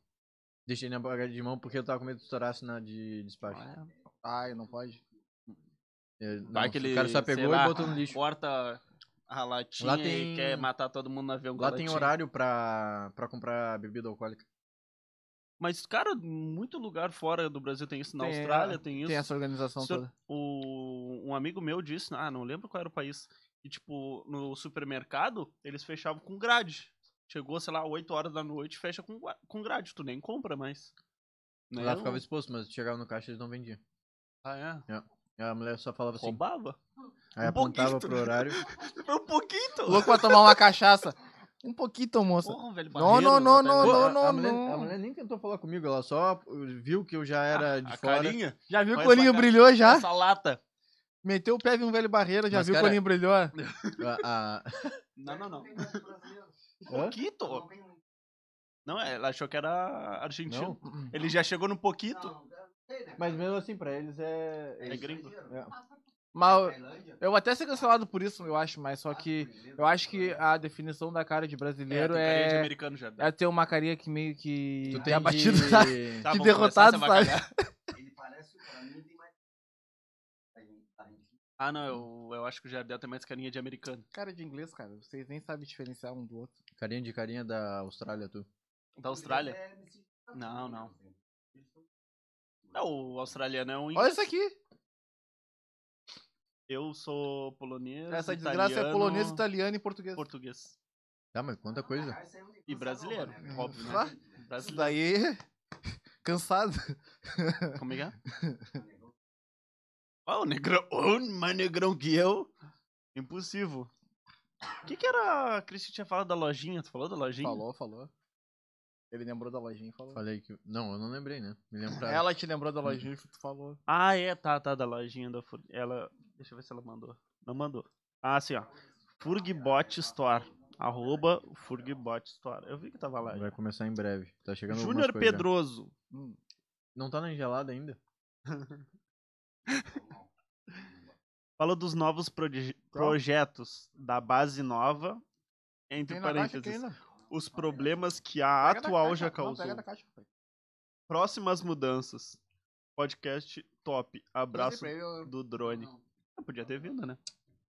C: Deixei na bagagem de mão porque eu tava com medo de estourar na de despacho.
A: Ah,
B: Ai, não pode.
C: É, não,
A: Vai que
C: o
A: ele,
C: cara só
A: sei
C: pegou
A: lá,
C: e botou no lixo.
A: Corta a latinha
C: Lá
A: e
C: tem-
A: quer matar todo mundo no avião com a
C: Lá tem
A: latinha.
C: horário pra, pra comprar bebida alcoólica.
A: Mas, cara, muito lugar fora do Brasil tem isso. Na
B: Tem,
C: é,
A: Austrália tem isso.
B: Tem essa organização
A: Senhor-
B: toda.
A: o, um amigo meu disse, ah, não lembro qual era o país, e tipo, no supermercado, eles fechavam com grade. Chegou, sei lá, 8 horas da noite, fecha com, gua- com grade, tu nem compra mais. Né?
C: Lá ficava exposto, mas chegava no caixa eles não vendiam.
A: Ah, é?
C: A mulher só falava assim.
A: Roubava?
C: Aí
A: um
C: apontava
A: pouquinho.
C: pro horário.
A: Um pouquinho!
B: Louco pra tomar uma cachaça. Um pouquinho, moça.
A: Porra, velho,
B: Não, não, não, não,
C: Pô,
B: não,
C: a- a,
B: não,
C: mulher,
B: não.
C: a mulher nem tentou falar comigo, ela só uh, viu que eu já era de
A: a
C: fora.
A: carinha,
B: Já viu que
A: Mas
B: o olhinho
A: pra cá-
B: brilhou já?
A: essa lata.
B: Meteu o pé em um velho barreira, já
C: Mas,
B: viu que o
C: cara-
B: olhinho brilhou?
C: A- a-
A: Não, não, não. Um
C: Hã?
A: pouquinho. Não, ela achou que era argentino.
C: Não.
B: Hum,
A: Ele já chegou É, no pouquinho.
E: né,
C: Mas mesmo assim, pra eles é.
A: É gringo.
E: É
B: Mas eu vou até ser cancelado por isso, eu acho, mas
C: Ah,
B: só
E: Ah,
B: que eu acho que a definição da cara de brasileiro
A: tem carinha de
B: é,
A: americano já.
B: é ter uma carinha que meio que
C: Tu
B: que
C: tem
B: é abatido
C: de-
B: na-
A: Tá,
B: que
A: vamos
B: derrotado,
A: começar essa
B: sabe?
E: Ele parece pra mim tem mais. A gente- a gente-
A: Ah, não, eu, eu acho que o Jardel tem mais carinha de americano.
B: Cara de inglês, cara, vocês nem sabem diferenciar um do outro.
C: Carinha de carinha da Austrália, tu.
A: Da Austrália.
E: É, me sinto-
A: Não, não.
E: né?
A: Não, o australiano é um
B: Olha isso aqui,
A: Eu sou polonês.
B: essa
A: italiano,
B: desgraça é polonês, italiano e português.
A: Português.
C: Tá, mas quanta coisa.
E: Ah, isso aí é um
A: E
E: negócio
A: brasileiro,
E: novo, né,
A: óbvio,
B: Ah,
A: né?
B: Isso
A: Brasileiro.
B: daí, cansado.
A: Como é que é? Ó, o negrão. Ô, mais negrão que eu. Impulsivo. O que que era. A Cristi tinha falado da lojinha? Tu falou da lojinha?
B: Falou, falou. Ele lembrou da lojinha e falou.
C: Falei que. Não, eu não lembrei, né? Me lembraram.
B: Ela te lembrou da lojinha que tu falou.
A: Ah, é, tá, tá, da lojinha da Furg. Ela. Deixa eu ver se ela mandou. Não mandou. Ah, assim, ó. Furgbot Store. Arroba Furgbot Store. Eu vi que tava lá.
C: Vai começar em breve. Tá chegando algumas
A: Júnior
C: coisas já.
A: Pedroso.
C: Não tá na engelada ainda?
A: Falou dos novos proje- projetos da base nova. Entre
B: Tem na caixa aqui
A: parênteses.
B: ainda.
A: os problemas que a
B: Pega da
A: atual
B: caixa,
A: já
B: não,
A: causou.
B: pega da caixa, pai.
A: Próximas mudanças. Podcast top.
B: Abraço.
A: Abraço do drone. Ah, podia ter vindo, né?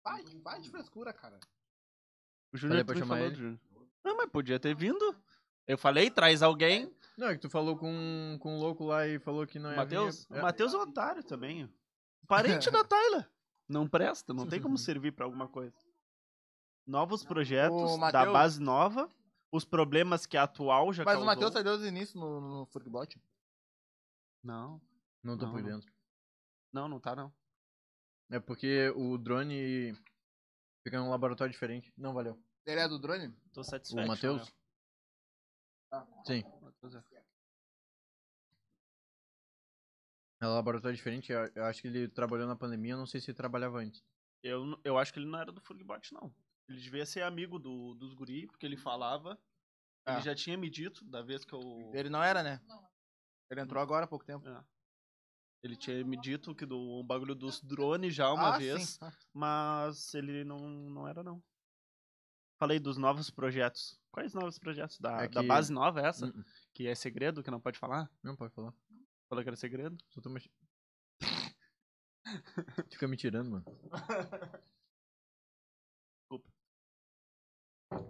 B: Vai, vai de frescura, cara.
A: O Júnior
C: Falei pra
A: também
C: chamar
A: falou
C: ele.
A: do Júnior. Não, mas podia ter vindo. Eu falei, traz alguém.
C: Não, é que tu falou com, com um louco lá e falou que não é.
A: Matheus.
C: É.
A: O Matheus é um otário também. Parente da Tayla. Não presta, não tem como servir pra alguma coisa. Novos projetos
B: Ô,
A: da
B: Matheus.
A: base nova. Os problemas que a atual já
B: Mas
A: causou.
B: o Matheus é- saiu desde o início no, no Furkbot.
A: Não,
C: Não tô
A: Não,
C: por
A: não.
C: dentro.
A: não, não tá não.
C: É porque o drone fica num laboratório diferente. Não valeu.
B: Ele é do drone?
A: Tô satisfeito.
C: O Matheus? Sim.
A: Matheus é.
C: É um laboratório diferente. Eu eu acho que ele trabalhou na pandemia. Eu não sei se ele trabalhava antes.
A: Eu, n- eu acho que ele não era do Furgbot, não. Ele devia ser amigo do, dos guri, porque ele falava. Ele
B: Ah.
A: já tinha me dito, da vez que eu.
B: Ele não era, né? Ele entrou agora há pouco tempo.
A: Ele tinha me dito que do um bagulho dos drones já uma
B: Ah,
A: vez.
B: sim. Ah,
A: Mas ele não, não era, não. Falei dos novos projetos. Quais novos projetos? Da,
C: É
A: da
C: que-
A: base nova essa?
C: Hum, hum.
A: Que é segredo, que não pode falar?
C: Não pode falar.
A: Falou que era segredo.
C: Só tô mexendo. Tu Fica me tirando, mano.
A: Desculpa.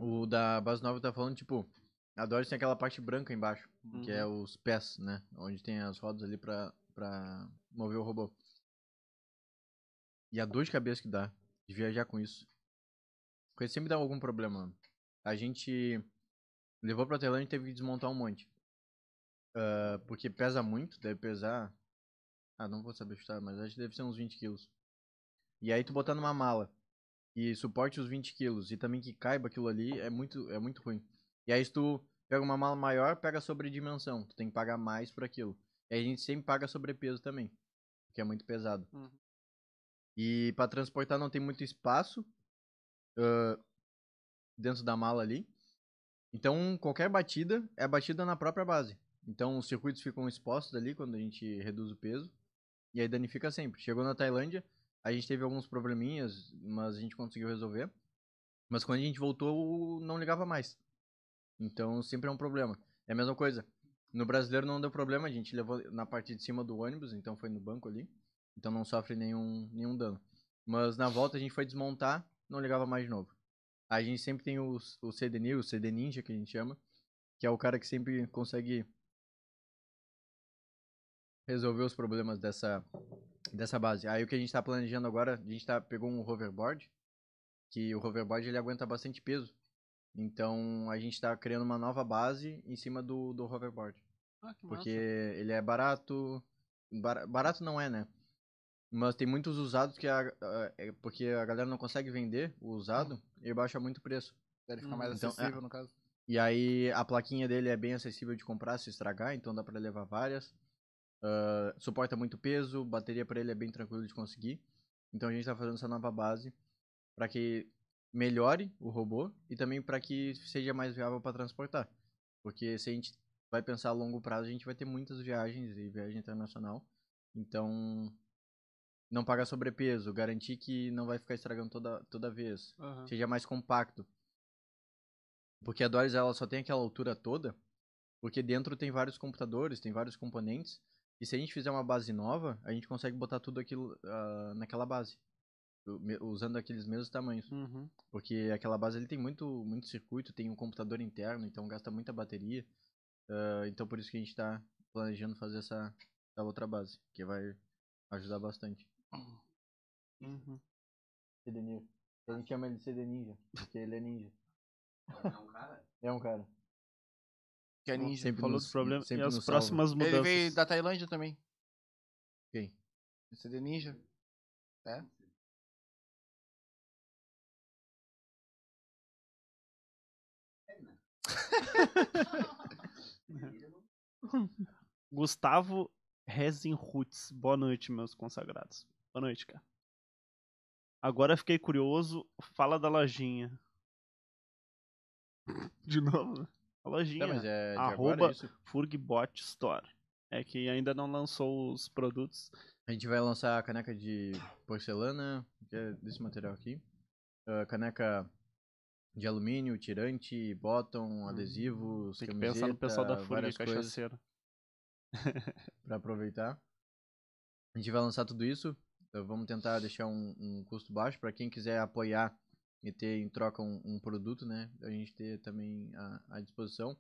C: O da base nova tá falando, tipo, A Dodge tem aquela parte branca embaixo,
A: Uhum.
C: que é os pés, né? Onde tem as rodas ali pra, pra mover o robô. E a dor de cabeça que dá de viajar com isso. Porque sempre dá algum problema, mano. A gente levou pra Tailândia e teve que desmontar um monte. Ah, porque pesa muito, deve pesar. Ah, não vou saber chutar, mas acho que deve ser uns 20 quilos. E aí tu botar numa mala e suporte os 20 quilos e também que caiba aquilo ali é muito, é muito ruim. E aí se tu pega uma mala maior, pega sobredimensão. Tu tem que pagar mais por aquilo. E a gente sempre paga sobrepeso também, porque é muito pesado.
A: Uhum.
C: E pra transportar não tem muito espaço ãh, dentro da mala ali. Então qualquer batida é batida na própria base. Então os circuitos ficam expostos ali quando a gente reduz o peso. E aí danifica sempre. Chegou na Tailândia, a gente teve alguns probleminhas, mas a gente conseguiu resolver. Mas quando a gente voltou, não ligava mais. Então sempre é um problema. É a mesma coisa. No brasileiro não deu problema, a gente levou na parte de cima do ônibus, então foi no banco ali. Então não sofre nenhum, nenhum dano. Mas na volta a gente foi desmontar, não ligava mais de novo. A gente sempre tem os, o CDNI, o CD Ninja que a gente chama, que é o cara que sempre consegue resolver os problemas dessa, dessa base. Aí o que a gente tá planejando agora, a gente tá, pegou um hoverboard, que o hoverboard ele aguenta bastante peso. Então a gente tá criando uma nova base em cima do, do hoverboard.
A: Ah, que
C: Porque ele é barato. bara- Barato não é, né? Mas tem muitos usados que a, a- é porque a galera não consegue vender o usado e baixa muito o preço.
B: Deve
A: Hum,
B: ficar mais
C: então, é.
B: acessível, no caso.
C: E aí a plaquinha dele é bem acessível de comprar se estragar, então dá pra levar várias. Ah, suporta muito peso, bateria pra ele é bem tranquilo de conseguir. Então a gente tá fazendo essa nova base pra que melhore o robô e também pra que seja mais viável pra transportar. Porque se a gente vai pensar a longo prazo, a gente vai ter muitas viagens e viagem internacional. Então não pagar sobrepeso, garantir que não vai ficar estragando toda, toda vez
A: Aham.
C: seja mais compacto. Porque a Doris ela só tem aquela altura toda, porque dentro tem vários computadores, tem vários componentes, e se a gente fizer uma base nova, a gente consegue botar tudo aquilo ah, naquela base, do- me- usando aqueles mesmos tamanhos.
A: Uhum.
C: Porque aquela base ele tem muito, muito circuito, tem um computador interno, então gasta muita bateria. Ah, então por isso que a gente tá planejando fazer essa, essa outra base, que vai ajudar bastante.
A: Uhum.
C: CD Ninja. A gente chama ele de CD Ninja, porque ele é ninja.
E: É um cara?
C: É um cara.
B: Que é ninja.
C: Sempre
A: Falou
C: nos-
A: dos problemas e
C: sempre
A: as
C: nos salva.
A: próximas
B: Ele
A: mudanças.
B: veio da Tailândia também.
C: Quem?
B: O CD Ninja. É?
A: Gustavo Rezinhutz. Boa noite, meus consagrados. Boa noite, cara. Agora fiquei curioso. Fala da lojinha. De novo? né? A lojinha.
C: Tá, mas é de
A: Arroba-
C: agora isso?
A: Furgbot Store. É que ainda não lançou os produtos.
C: A gente vai lançar a caneca de porcelana, que é desse material aqui. Ah, caneca de alumínio, tirante, bottom, adesivos,
A: Uhum. Tem que pensar no pessoal da
C: camiseta,
A: Furg
C: várias coisas.
A: Cachaceira.
C: para aproveitar. A gente vai lançar tudo isso. Então, vamos tentar deixar um, um custo baixo para quem quiser apoiar e ter em troca um, um produto, né? A gente ter também à- à disposição.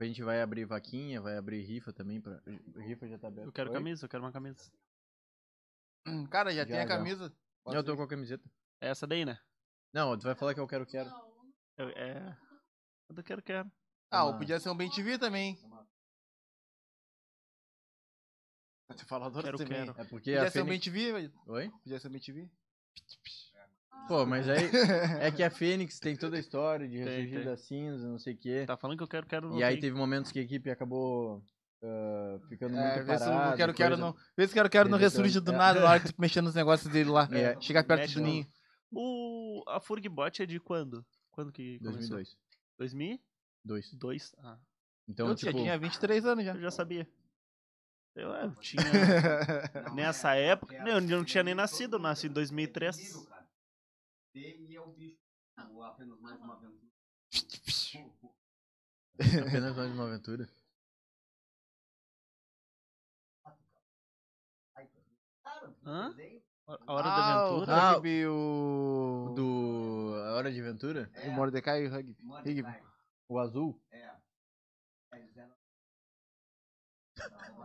C: A gente vai abrir vaquinha, vai abrir rifa também para rifa já tá aberta.
A: Eu quero
C: Oi?
A: camisa, eu quero uma camisa.
B: Hum, Cara, já,
C: Já,
B: tem a
C: já.
B: camisa.
C: Eu tô com a camiseta.
A: É essa daí, né?
C: Não, tu vai falar que eu quero quero.
A: Eu- é. Eu do quero, quero.
B: Ah,
C: Uma-
B: podia ser um Ben TV também. Você fala
A: Quero,
B: também.
A: quero.
C: É porque
B: Podia
C: a
B: ser um Ben
C: Fênix...
B: TV.
C: Oi?
B: Podia ser um Ben TV.
C: Pô, mas aí é que a Fênix tem toda a história de ressurgir
A: tem.
C: da cinza, não sei o quê.
A: Tá falando que eu quero, quero.
C: E aí
A: tem-
C: teve momentos que a equipe acabou ah, ficando
B: É,
C: muito
B: vê se o
C: parada.
B: quero quero
C: coisa.
B: não. Vê se o quero quero não
C: Eles são-
B: ressurge do
C: é.
B: nada na hora que tu mexendo nos negócios dele lá.
C: É.
B: Chegar perto
A: Mexe
B: do
A: lá.
B: ninho.
A: O... A Furgbot é de quando? Quando que começou?
C: 2002.
A: 2002.
C: Dois.
A: Ah,
C: Então,
B: eu
C: tipo,
B: tinha 23 anos já.
A: eu já sabia. Eu, é, eu tinha.
E: Não,
A: Nessa
E: é,
A: época-
E: é
A: não, eu
E: assim,
A: não tinha
E: é
A: nem
E: todo
A: nascido, eu
E: mundo,
A: nasci em
E: cara.
A: 2003.
E: É terrível, cara. Dei é o bicho. Ou apenas mais uma aventura.
C: apenas mais uma aventura.
E: Cara,
A: Hã?
E: desenho
A: A hora da aventura.
C: Ah,
B: O Hugby, o...
C: Do A Hora de Aventura?
E: é
B: o Mordecai e o Hugby.
E: Mordecai.
C: O azul?
E: É.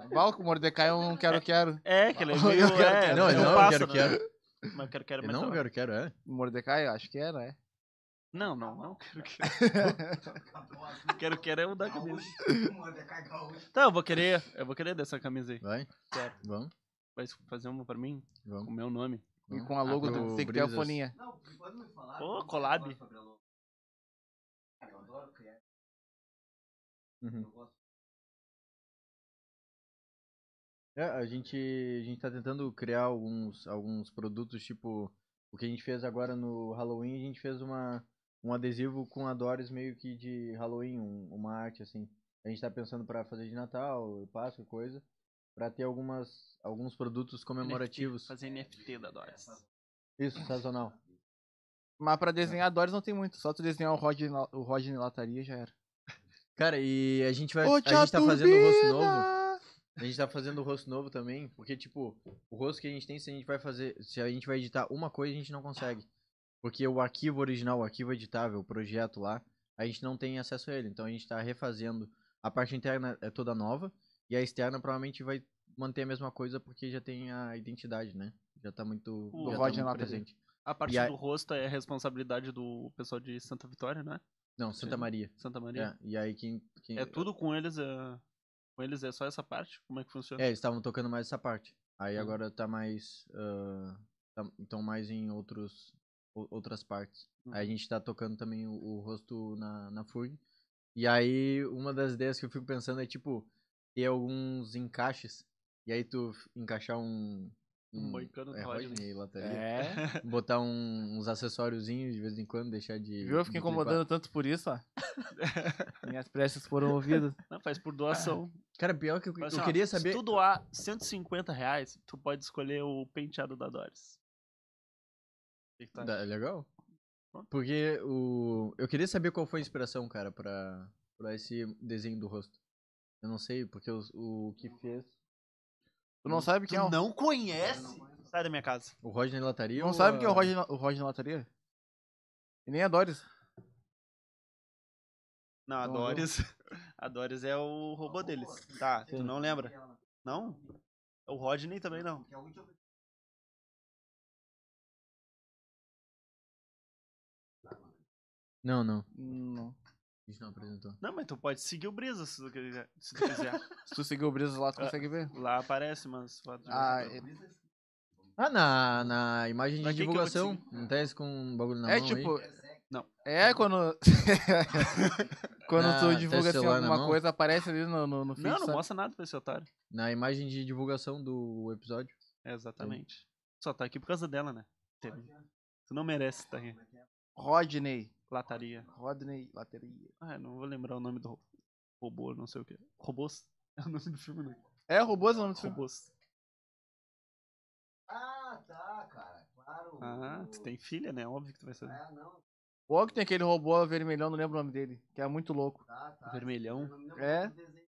B: Bala com o Mordecai eu não quero, quero.
A: É, que ele é
C: Eu
A: meio...
C: quero,
A: é,
C: quero. Não,
A: ele
C: ele não, eu
A: passa,
C: quero,
A: né?
C: quero.
A: Mas eu quero, quero,
C: Eu
A: mas
C: não
A: tá-
C: quero, quero, é.
B: Mordecai, eu acho que era, é.
A: Não, não, não quero, quero. quero, quero é mudar a camisa.
E: Mordecai Gaúcho.
A: Tá, eu vou querer, eu vou querer dessa camisa aí.
C: Vai.
A: Quero.
C: Vamos,
A: Vai fazer uma pra mim, com o
C: vamos.
A: meu nome.
B: E com a logo
C: Ah,
B: do
C: pro
B: tem que ter a
C: Brisas.
B: folhinha.
E: Não, quando me falaram.
A: Pô,
E: quando me
A: collab.
E: falaram sobre a Lou- Cara, eu adoro criar.
C: Uhum.
E: Eu gosto.
C: É, a gente, a gente tá tentando criar alguns, alguns produtos, tipo, o que a gente fez agora no Halloween, a gente fez uma, um adesivo com a Doris meio que de Halloween, um- uma arte, assim. A gente tá pensando pra fazer de Natal, Páscoa, coisa, pra ter algumas, alguns produtos comemorativos.
A: Fazer NFT da Doris.
C: Isso, sazonal.
B: Mas pra desenhar Doris não tem muito. Só tu desenhar o Rodney, La- o Rodney Lataria já era.
C: Cara, e a gente vai,
B: Ô,
C: a gente tá fazendo o
B: Tchaturbina!
C: rosto novo. A gente tá fazendo o rosto novo também, porque, tipo, o rosto que a gente tem, se a gente vai fazer. Se a gente vai editar uma coisa, a gente não consegue. Porque o arquivo original, o arquivo editável, o projeto lá, a gente não tem acesso a ele. Então a gente tá refazendo. A parte interna é toda nova. E a externa provavelmente vai manter a mesma coisa porque já tem a identidade, né? Já tá muito,
A: O
C: já tá
B: Roger
C: muito
B: Nathalie.
C: presente.
A: A parte
C: E a-
A: do rosto é responsabilidade do pessoal de Santa Vitória, né?
C: Não, Santa
A: Sim.
C: Maria.
A: Santa Maria.
C: É, e aí quem. quem
A: É, tudo com eles, é... com eles é só essa parte? Como é que funciona?
C: É, eles estavam tocando mais essa parte.
B: Hum.
C: Aí agora tá mais. Estão mais em outros, ou- outras partes.
B: Hum.
C: Aí a gente tá tocando também o, o rosto na, na FURG. E aí, uma das ideias que eu fico pensando é, tipo, ter alguns encaixes. E aí tu f- encaixar um.
A: Um moicano
C: é,
A: do Rodney.
C: Rodney, lataria.
B: né? É.
C: Botar um- uns acessóriozinhos de vez em quando, deixar de.
B: Viu? Eu fiquei
C: de clipar.
B: incomodando tanto por isso, ó. Minhas preces foram ouvidas.
A: Não, faz por doação.
C: Cara, pior que eu,
A: Mas,
B: assim,
C: eu
A: ó,
C: queria saber.
A: Se tu doar 150 reais, tu pode escolher o penteado da Doris. O que tá que tu acha?
C: Da- é legal.
A: Pronto.
C: Porque o. Eu queria saber qual foi a inspiração, cara, pra, pra esse desenho do rosto. Eu não sei, porque os- o, que fez.
B: Tu não sabe quem é o.
A: não conhece? Sai da minha casa.
C: O Rodney Lataria.
B: Não
C: ou
B: sabe quem é o
C: a-
B: Rodney, o Rodney Lataria? E nem a Doris.
A: Não, a
B: Não, viu?
A: Doris. A Doris é o robô deles. Tá, tu não lembra?
E: Ela,
A: Não? É O Rodney também não.
E: que é a última vez
C: Não, não.
B: Não.
C: A gente não apresentou.
A: Não, mas tu pode seguir o Brisa se tu quiser. Se tu quiser.
B: Se tu seguir o Brisas lá, tu
A: Ah.
B: consegue ver.
A: Lá aparece, mas.
B: Ah,
E: que
B: é-
E: eu fiz isso.
C: Ah, na, na imagem de
A: Pra quem que eu vou te
C: divulgação. Não tá esse com um bagulho na
B: é
C: mão.
B: tipo.
C: Aí.
B: É quando. quando
C: Na-
B: tu
C: tá
B: divulga assim,
C: celular na
B: alguma
C: mão?
B: coisa, aparece ali no, no, no feed,
A: não, não
B: sabe?
A: mostra nada pra esse otário.
C: Na imagem de divulgação do episódio.
A: É, exatamente. Só tá aqui por causa dela, né? Teve. Tu não merece estar aqui.
B: Rodney.
A: Lataria.
B: Rodney Lateria.
A: Ah, eu não vou lembrar o nome do ro- robô, não sei o que. Robôs? É o nome do filme, né?
B: É, robôs é o nome do filme.
A: Robôs.
E: Ah, tá, cara. Claro.
A: Ah, tu
E: o-
A: tem filha, né? Óbvio que tu vai saber.
E: É, não,
B: O que tem aquele robô vermelhão, não lembro o nome dele, que é muito louco.
E: tá, tá.
A: Vermelhão.
E: Eu não me
B: É.
E: lembro do desenho.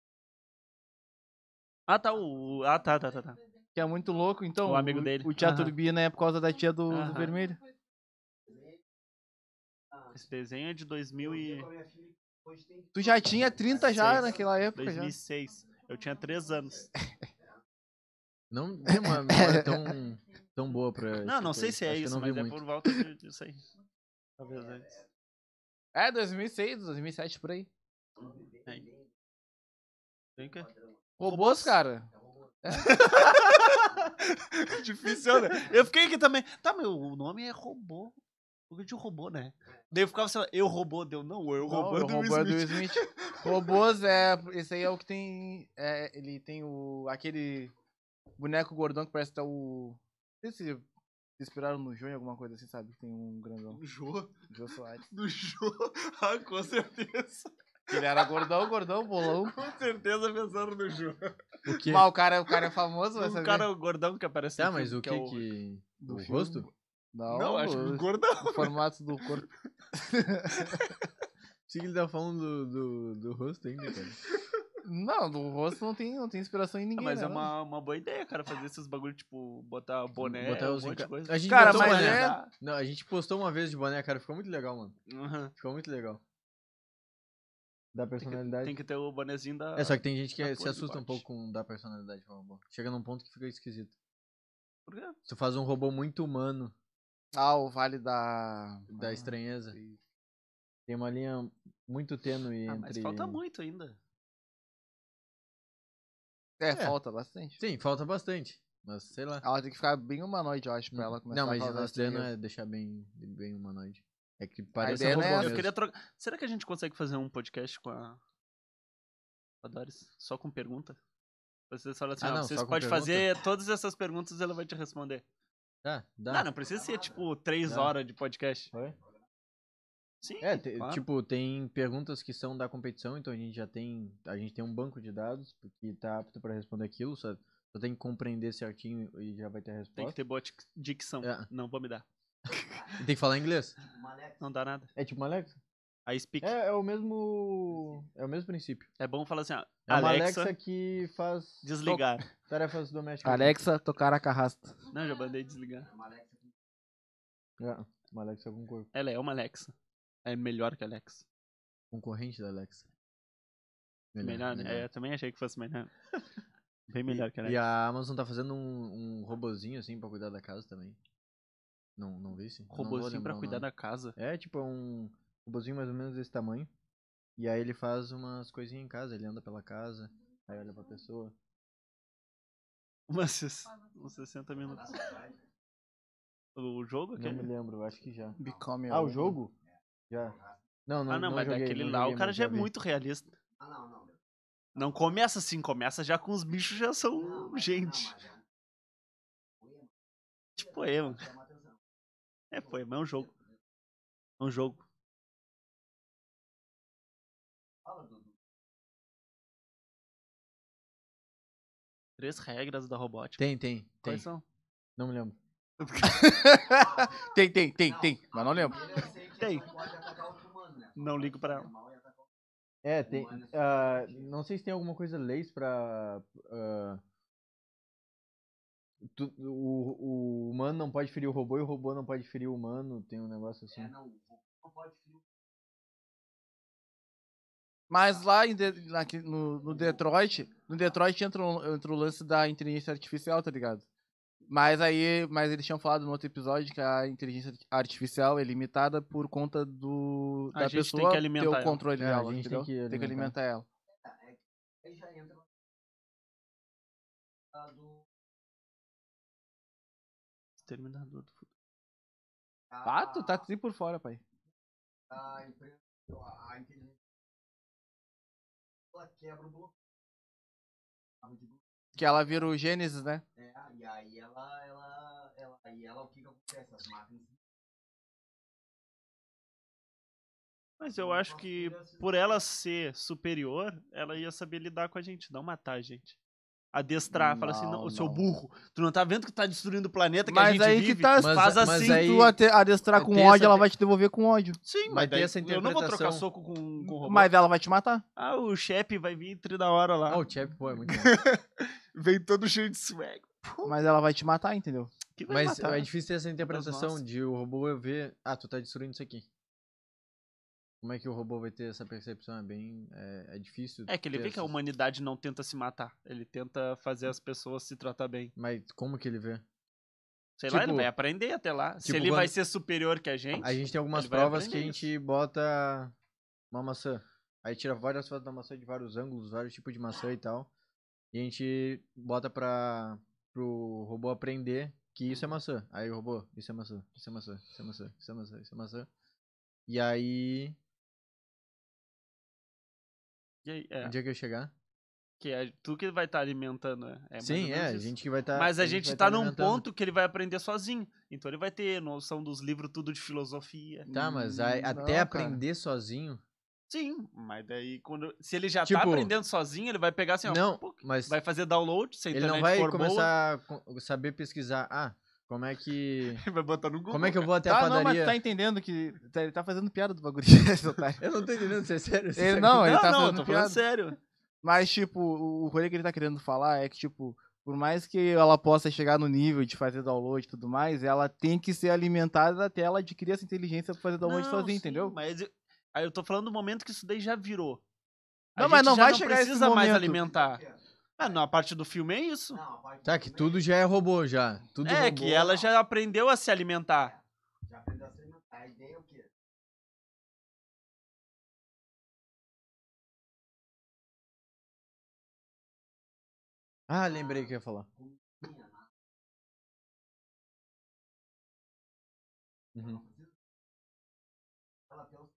A: Ah, tá, o. Ah, tá, tá, tá. tá.
B: Que é muito louco, então.
A: O amigo dele.
B: O Tia
A: Aham.
B: Turbina é por causa da tia do, do
A: Aham.
B: vermelho.
A: Esse desenho é de
E: Eu
A: 2000
E: vi
A: e
E: com a minha filha, hoje tem
B: Tu já tinha 30 já
A: Seis.
B: naquela época já.
A: 2006. Eu tinha 3 anos.
C: Não tem uma memória tão, tão boa pra.
A: Não,
C: esse
A: não
C: tipo
A: sei
C: aí.
A: se é
C: Acho que eu
A: isso,
C: não vi
A: mas é
C: muito.
A: por volta de- disso aí. Talvez antes.
B: É, 2006, 2007 por aí.
A: Vem cá.
B: Robôs, cara.
A: Difícil, né? Eu fiquei aqui também. Tá, meu, o nome é robô. Porque de robô, né? Daí eu ficava, sei lá, eu robô, deu, não, eu
B: Não,
A: robô,
B: o
A: do Will
B: robô é do
A: Smith.
B: Will Smith. Robôs é. Esse aí é o que tem. é, ele tem o. aquele boneco gordão que parece que tá o. Não sei se inspiraram no Jô em alguma coisa assim, sabe? Tem um grandão.
A: Do Jô,
B: Jô Soares.
A: do Jô. Ah, com certeza.
B: Ele era gordão, gordão, bolão.
A: Com certeza pensaram no Jô.
C: O que?
B: Mas o cara, o cara é famoso, vai
A: O
B: saber.
A: cara gordão que aparece
C: Tá,
A: no
C: mas
A: filme,
C: o que
A: é
C: que.
B: do
C: o
B: filme.
C: rosto?
B: Não,
A: Não, acho que o gordão.
B: o formato do corpo.
C: Sim, ele tá falando do, do, do rosto ainda, cara.
B: Não, do rosto não tem, não tem inspiração em
A: Ah,
B: ninguém.
A: Mas é
B: né?
A: uma, uma boa ideia, cara, fazer esses bagulho, tipo, botar boné,
C: Hum, Botar
A: um
C: os
A: monte de
C: enca-
A: coisa.
C: A gente
B: Cara,
C: botou
B: mas
C: uma-
B: é-
C: Não, a gente postou uma vez de boné, cara. Ficou muito legal, mano.
A: Aham.
C: Ficou muito legal. Da
A: Tem que-
C: personalidade.
A: Tem que ter o bonezinho da.
C: É, só que tem
A: da
C: gente que se
A: cor do
C: assusta um
A: bot.
C: pouco com da personalidade de robô. Chega num ponto que fica esquisito.
A: Por quê?
C: Se tu faz um robô muito humano,
B: Ah, o vale da.
A: Ah,
C: da estranheza,
B: sim.
C: tem uma linha muito tênue
A: Ah,
C: entre...
A: mas falta muito ainda.
B: É, falta bastante.
C: Sim, falta bastante. Mas sei
A: Ah,
C: lá.
B: Ela tem que ficar bem humanoide, eu acho, pra ela começar
C: Não, mas
B: a causar
C: a ideia não
B: estranheza.
C: é deixar bem, bem humanoide. É que parece
B: ideia
C: um
B: não é
C: robô
B: essa.
C: mesmo.
A: Eu queria trocar. Será que a gente consegue fazer um podcast com a. com a Doris? Só com pergunta? Vocês falam assim,
C: Ah,
A: ó,
C: não,
A: vocês
C: só com
A: podem
C: pergunta?
A: fazer todas essas perguntas e ela vai te responder.
C: Dá, Ah, dá.
A: Não, não precisa ser tipo três
C: Dá.
A: horas de podcast.
C: Tá. Foi?
A: Sim.
C: É, te-
A: claro.
C: tipo, tem perguntas que são da competição, então a gente já tem, a gente tem um banco de dados que tá apto pra responder aquilo, só, só tem que compreender certinho e já vai ter a
A: Tem que
C: resposta.
A: ter boa dic- dicção.
C: É.
A: Não vou me dar.
C: E Tem que falar inglês.
E: Tipo, uma Alexa.
A: Não dá nada.
C: É tipo uma Alexa.
A: Aí speak. É,
C: É, é o mesmo, é o mesmo princípio.
A: bom falar assim, ó.
C: É uma Alexa,
A: Alexa
C: que faz
A: desligar.
C: to- tarefas domésticas.
D: Alexa, tocar a carrasta.
A: Não, já mandei desligar.
E: Uma Alexa com
C: É, uma Alexa com cor-
A: Ela é uma Alexa. É melhor que a Alexa.
C: concorrente da Alexa.
A: Melhor, né? É, eu também achei que fosse melhor. Bem melhor que a
C: E
A: Alexa.
C: a Amazon tá fazendo um, um robozinho assim pra cuidar da casa também. Não, não vi sim.
A: Robozinho pra cuidar da casa.
C: É, tipo, é um robozinho mais ou menos desse tamanho. E aí ele faz umas coisinhas em casa, ele anda pela casa, aí olha pra
A: Uhum.
C: pessoa.
A: Umas ses- uns 60 minutos.
E: saudade.
A: O jogo
C: Não me
A: aquele?
C: lembro, acho que já.
B: Become
C: Ah, o
B: Human.
C: jogo? Já. Não, não,
A: Ah, não,
C: não
A: mas
C: joguei,
A: daquele
C: não
A: lá
C: joguei,
A: o cara
C: mas
A: já é
C: vi.
A: muito realista.
E: Ah, não, não. meu.
A: Não começa assim, começa já com os bichos já
E: Não,
A: são
E: mas-
A: gente.
E: não, mas é um- poema.
A: Tipo poema.
E: Chama atenção.
A: É poema, é um jogo. É um jogo.
E: Fala, Dudu.
A: Três regras da robótica.
C: Tem, tem, tem.
A: Quais são?
C: Não me lembro.
B: tem, tem, tem, tem. Mas não lembro.
E: Ele, eu sei que
A: Tem.
E: não pode atacar outro humano, né?
A: Não ligo pra ela.
E: Animal ia atacar outro
C: É,
A: Um
C: tem.
E: Humanos.
C: ah, não sei se tem alguma coisa leis pra. ah, tu- o, o humano não pode ferir o robô e o robô não pode ferir o humano. Tem um negócio assim.
E: humano. É, não. o robô Não pode filmar.
B: Mas lá em De- naque- no, no Detroit, no Detroit entra, o- entra o lance da inteligência artificial, tá ligado? Mas aí, mas eles tinham falado no outro episódio que a inteligência arti- artificial é limitada por conta do
A: A
B: da
A: gente tem
B: pessoa
A: que alimentar
B: ter
A: ela.
B: o controle
C: É, a
B: dela,
C: gente tem
B: entendeu?
C: que
B: alimentar
C: alimentar.
B: ela.
E: é Aí já entra a do.
A: Exterminador do futuro.
E: a-
B: Ah, tu tá assim por fora, pai.
E: a empresa, a a inteligência, ela quebra o bloco. Sabe de bloco?
B: Que ela vira o Gênesis, né?
E: É, e aí ela, ela, ela, aí ela, o que que acontece? As máquinas
A: Mas Então, eu acho que
E: assim.
A: por ela ser superior, ela ia saber lidar com a gente, não matar a gente. Adestrar, falar assim, não,
B: Não,
A: o seu
B: não.
A: burro, tu não tá vendo que tá destruindo o planeta que a
B: Mas
A: gente
B: aí
A: vive?
B: que tá,
C: Mas-
A: faz
C: mas
A: assim.
C: aí-
B: se tu ate- adestrar com
C: tem
B: ódio,
C: essa
B: ela
C: te-
B: vai te devolver com ódio.
A: Sim,
C: Mas
A: mas
C: tem
A: daí,
C: essa
A: eu não vou trocar
C: interpretação-
A: soco com, com o robô.
B: Mas ela vai te matar.
A: Ah, o chefe vai vir entre da hora lá.
C: Ah, o Chap, pô, é muito bom.
A: Vem todo cheio de swag.
B: Mas ela vai te matar, entendeu?
A: Que vai
C: Mas
A: matar.
C: é difícil ter essa interpretação
A: nossas.
C: de o robô ver. Ah, tu tá destruindo isso aqui. Como é que o robô vai ter essa percepção? É bem. É, é difícil.
A: É que ele
C: ter
A: vê que a
C: essas-
A: humanidade não tenta se matar. Ele tenta fazer as pessoas se tratar bem.
C: Mas como que ele vê?
A: Sei lá,
C: Tipo-
A: ele vai aprender até lá. Se
C: tipo
A: ele vai
C: quando-
A: ser superior que a gente.
C: A gente tem algumas
A: ele vai
C: provas que a
A: aprender
C: gente bota uma maçã. Aí tira várias fotos da maçã de vários ângulos, vários tipos de maçã e tal. E a gente bota pra. pro robô aprender que isso é maçã. Aí o robô, isso é maçã, isso é maçã, isso é maçã, isso é maçã, isso é maçã. E aí.
A: E aí, é,
C: Onde é que eu ia chegar?
A: que é tu que vai estar alimentando. né? É mais ou
C: Sim,
A: menos
C: é, a
A: isso.
C: gente que vai estar.
A: Mas a gente, tá, num ponto que ele vai aprender sozinho. Então ele vai ter noção dos livros tudo de filosofia.
C: Tá, mas aí,
B: Hum,
C: até
B: não, cara.
C: aprender sozinho.
A: Sim, mas daí quando. Se ele já tá
C: Tipo-
A: aprendendo sozinho, ele vai pegar assim, ó.
C: não,
A: pô,
C: mas
A: Vai fazer download, se a
C: ele
A: internet
C: não vai
A: for boa,
C: começar a co- saber pesquisar. Ah, como é que.
A: ele vai botar no Google.
C: Como é que eu vou até a
B: Tá, não, mas
C: padaria?
B: tu tá entendendo que tá- ele tá fazendo piada do bagulho, esse otário.
C: Eu não tô entendendo se é sério. se
B: Ele
C: é-
B: não,
A: Não,
B: ele tá
A: não, eu
B: fazendo
A: tô
B: piada.
A: falando sério.
B: Mas, tipo, o o rolê que ele tá querendo falar é que, tipo, por mais que ela possa chegar no nível de fazer download e tudo mais, ela tem que ser alimentada até ela adquirir essa inteligência pra fazer download
A: Não,
B: sozinha,
A: sim,
B: entendeu?
A: Mas eu- aí eu tô falando do momento que isso daí já virou. A
B: Não, mas
A: gente
B: não
A: já
B: vai chegar esse
A: precisa mais
B: momento.
A: alimentar. Ah, não, a parte do filme é isso.
E: Não, a parte
C: Tá,
E: do
C: que
E: meio,
C: tudo já é robô, já. Tudo
A: é,
C: robô.
A: que ela já aprendeu a se alimentar.
E: Já aprendeu a se alimentar. A ideia é o quê?
C: Ah, lembrei o que eu ia falar.
E: Minha, né?
C: Uhum,
E: Ela tem um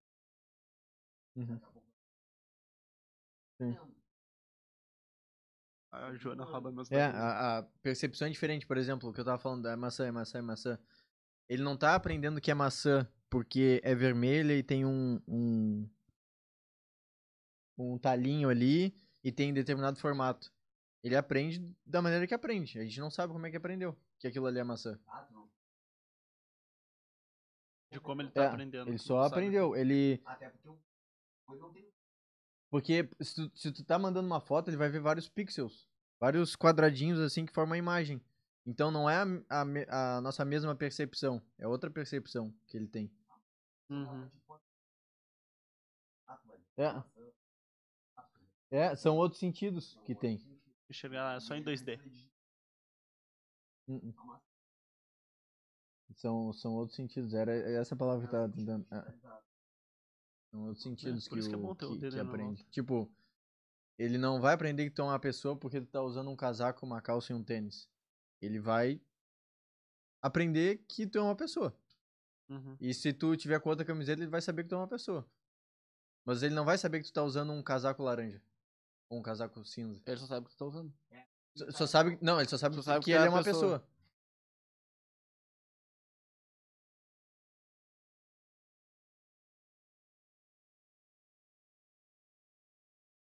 C: uhum.
A: A Joana rouba meus
C: É,
A: bagulho.
C: a, a percepção é diferente, por exemplo, o que eu tava falando, é maçã, é maçã, é maçã. Ele não tá aprendendo que é maçã porque é vermelha e tem um, um, um talinho ali e tem determinado formato. Ele aprende da maneira que aprende. A gente não sabe como é que aprendeu que aquilo ali é maçã.
E: gato, não.
A: de como ele tá
C: é,
A: aprendendo.
C: Ele
A: tu
C: só
A: não sabe.
C: aprendeu. Ele.
E: Até porque o boi não tem.
C: Porque se tu, se tu tá mandando uma foto, ele vai ver vários pixels. Vários quadradinhos assim que formam a imagem. Então não é a, a me- a nossa mesma percepção. É outra percepção que ele tem.
A: Uhum.
E: tipo,
C: É. É, são outros sentidos que tem.
E: tipo
A: Enxergar "Ah, é só em 2D.
C: Hum, hum. São, são outros sentidos. Era essa palavra que
E: assim,
C: eu
E: tipo,
C: tava tentando. é. São outros sentidos
A: por
C: que,
A: isso que é
C: o-
A: bom ter o
C: que-
A: dedo
C: que
A: aí na
C: aprende. Tipo, ele não vai aprender que tu é uma pessoa porque tu tá usando um casaco, uma calça e um tênis. Ele vai aprender que tu é uma pessoa.
A: Uhum.
C: E se tu tiver com outra camiseta, ele vai saber que tu é uma pessoa. Mas ele não vai saber que tu tá usando um casaco laranja. Ou um casaco cinza.
B: Ele só sabe o que tu tá usando.
C: Só- Só sabe. Não, ele só sabe,
B: É. Só sabe
C: que,
B: que
C: ele
B: é
C: é uma
B: uma pessoa.
C: pessoa.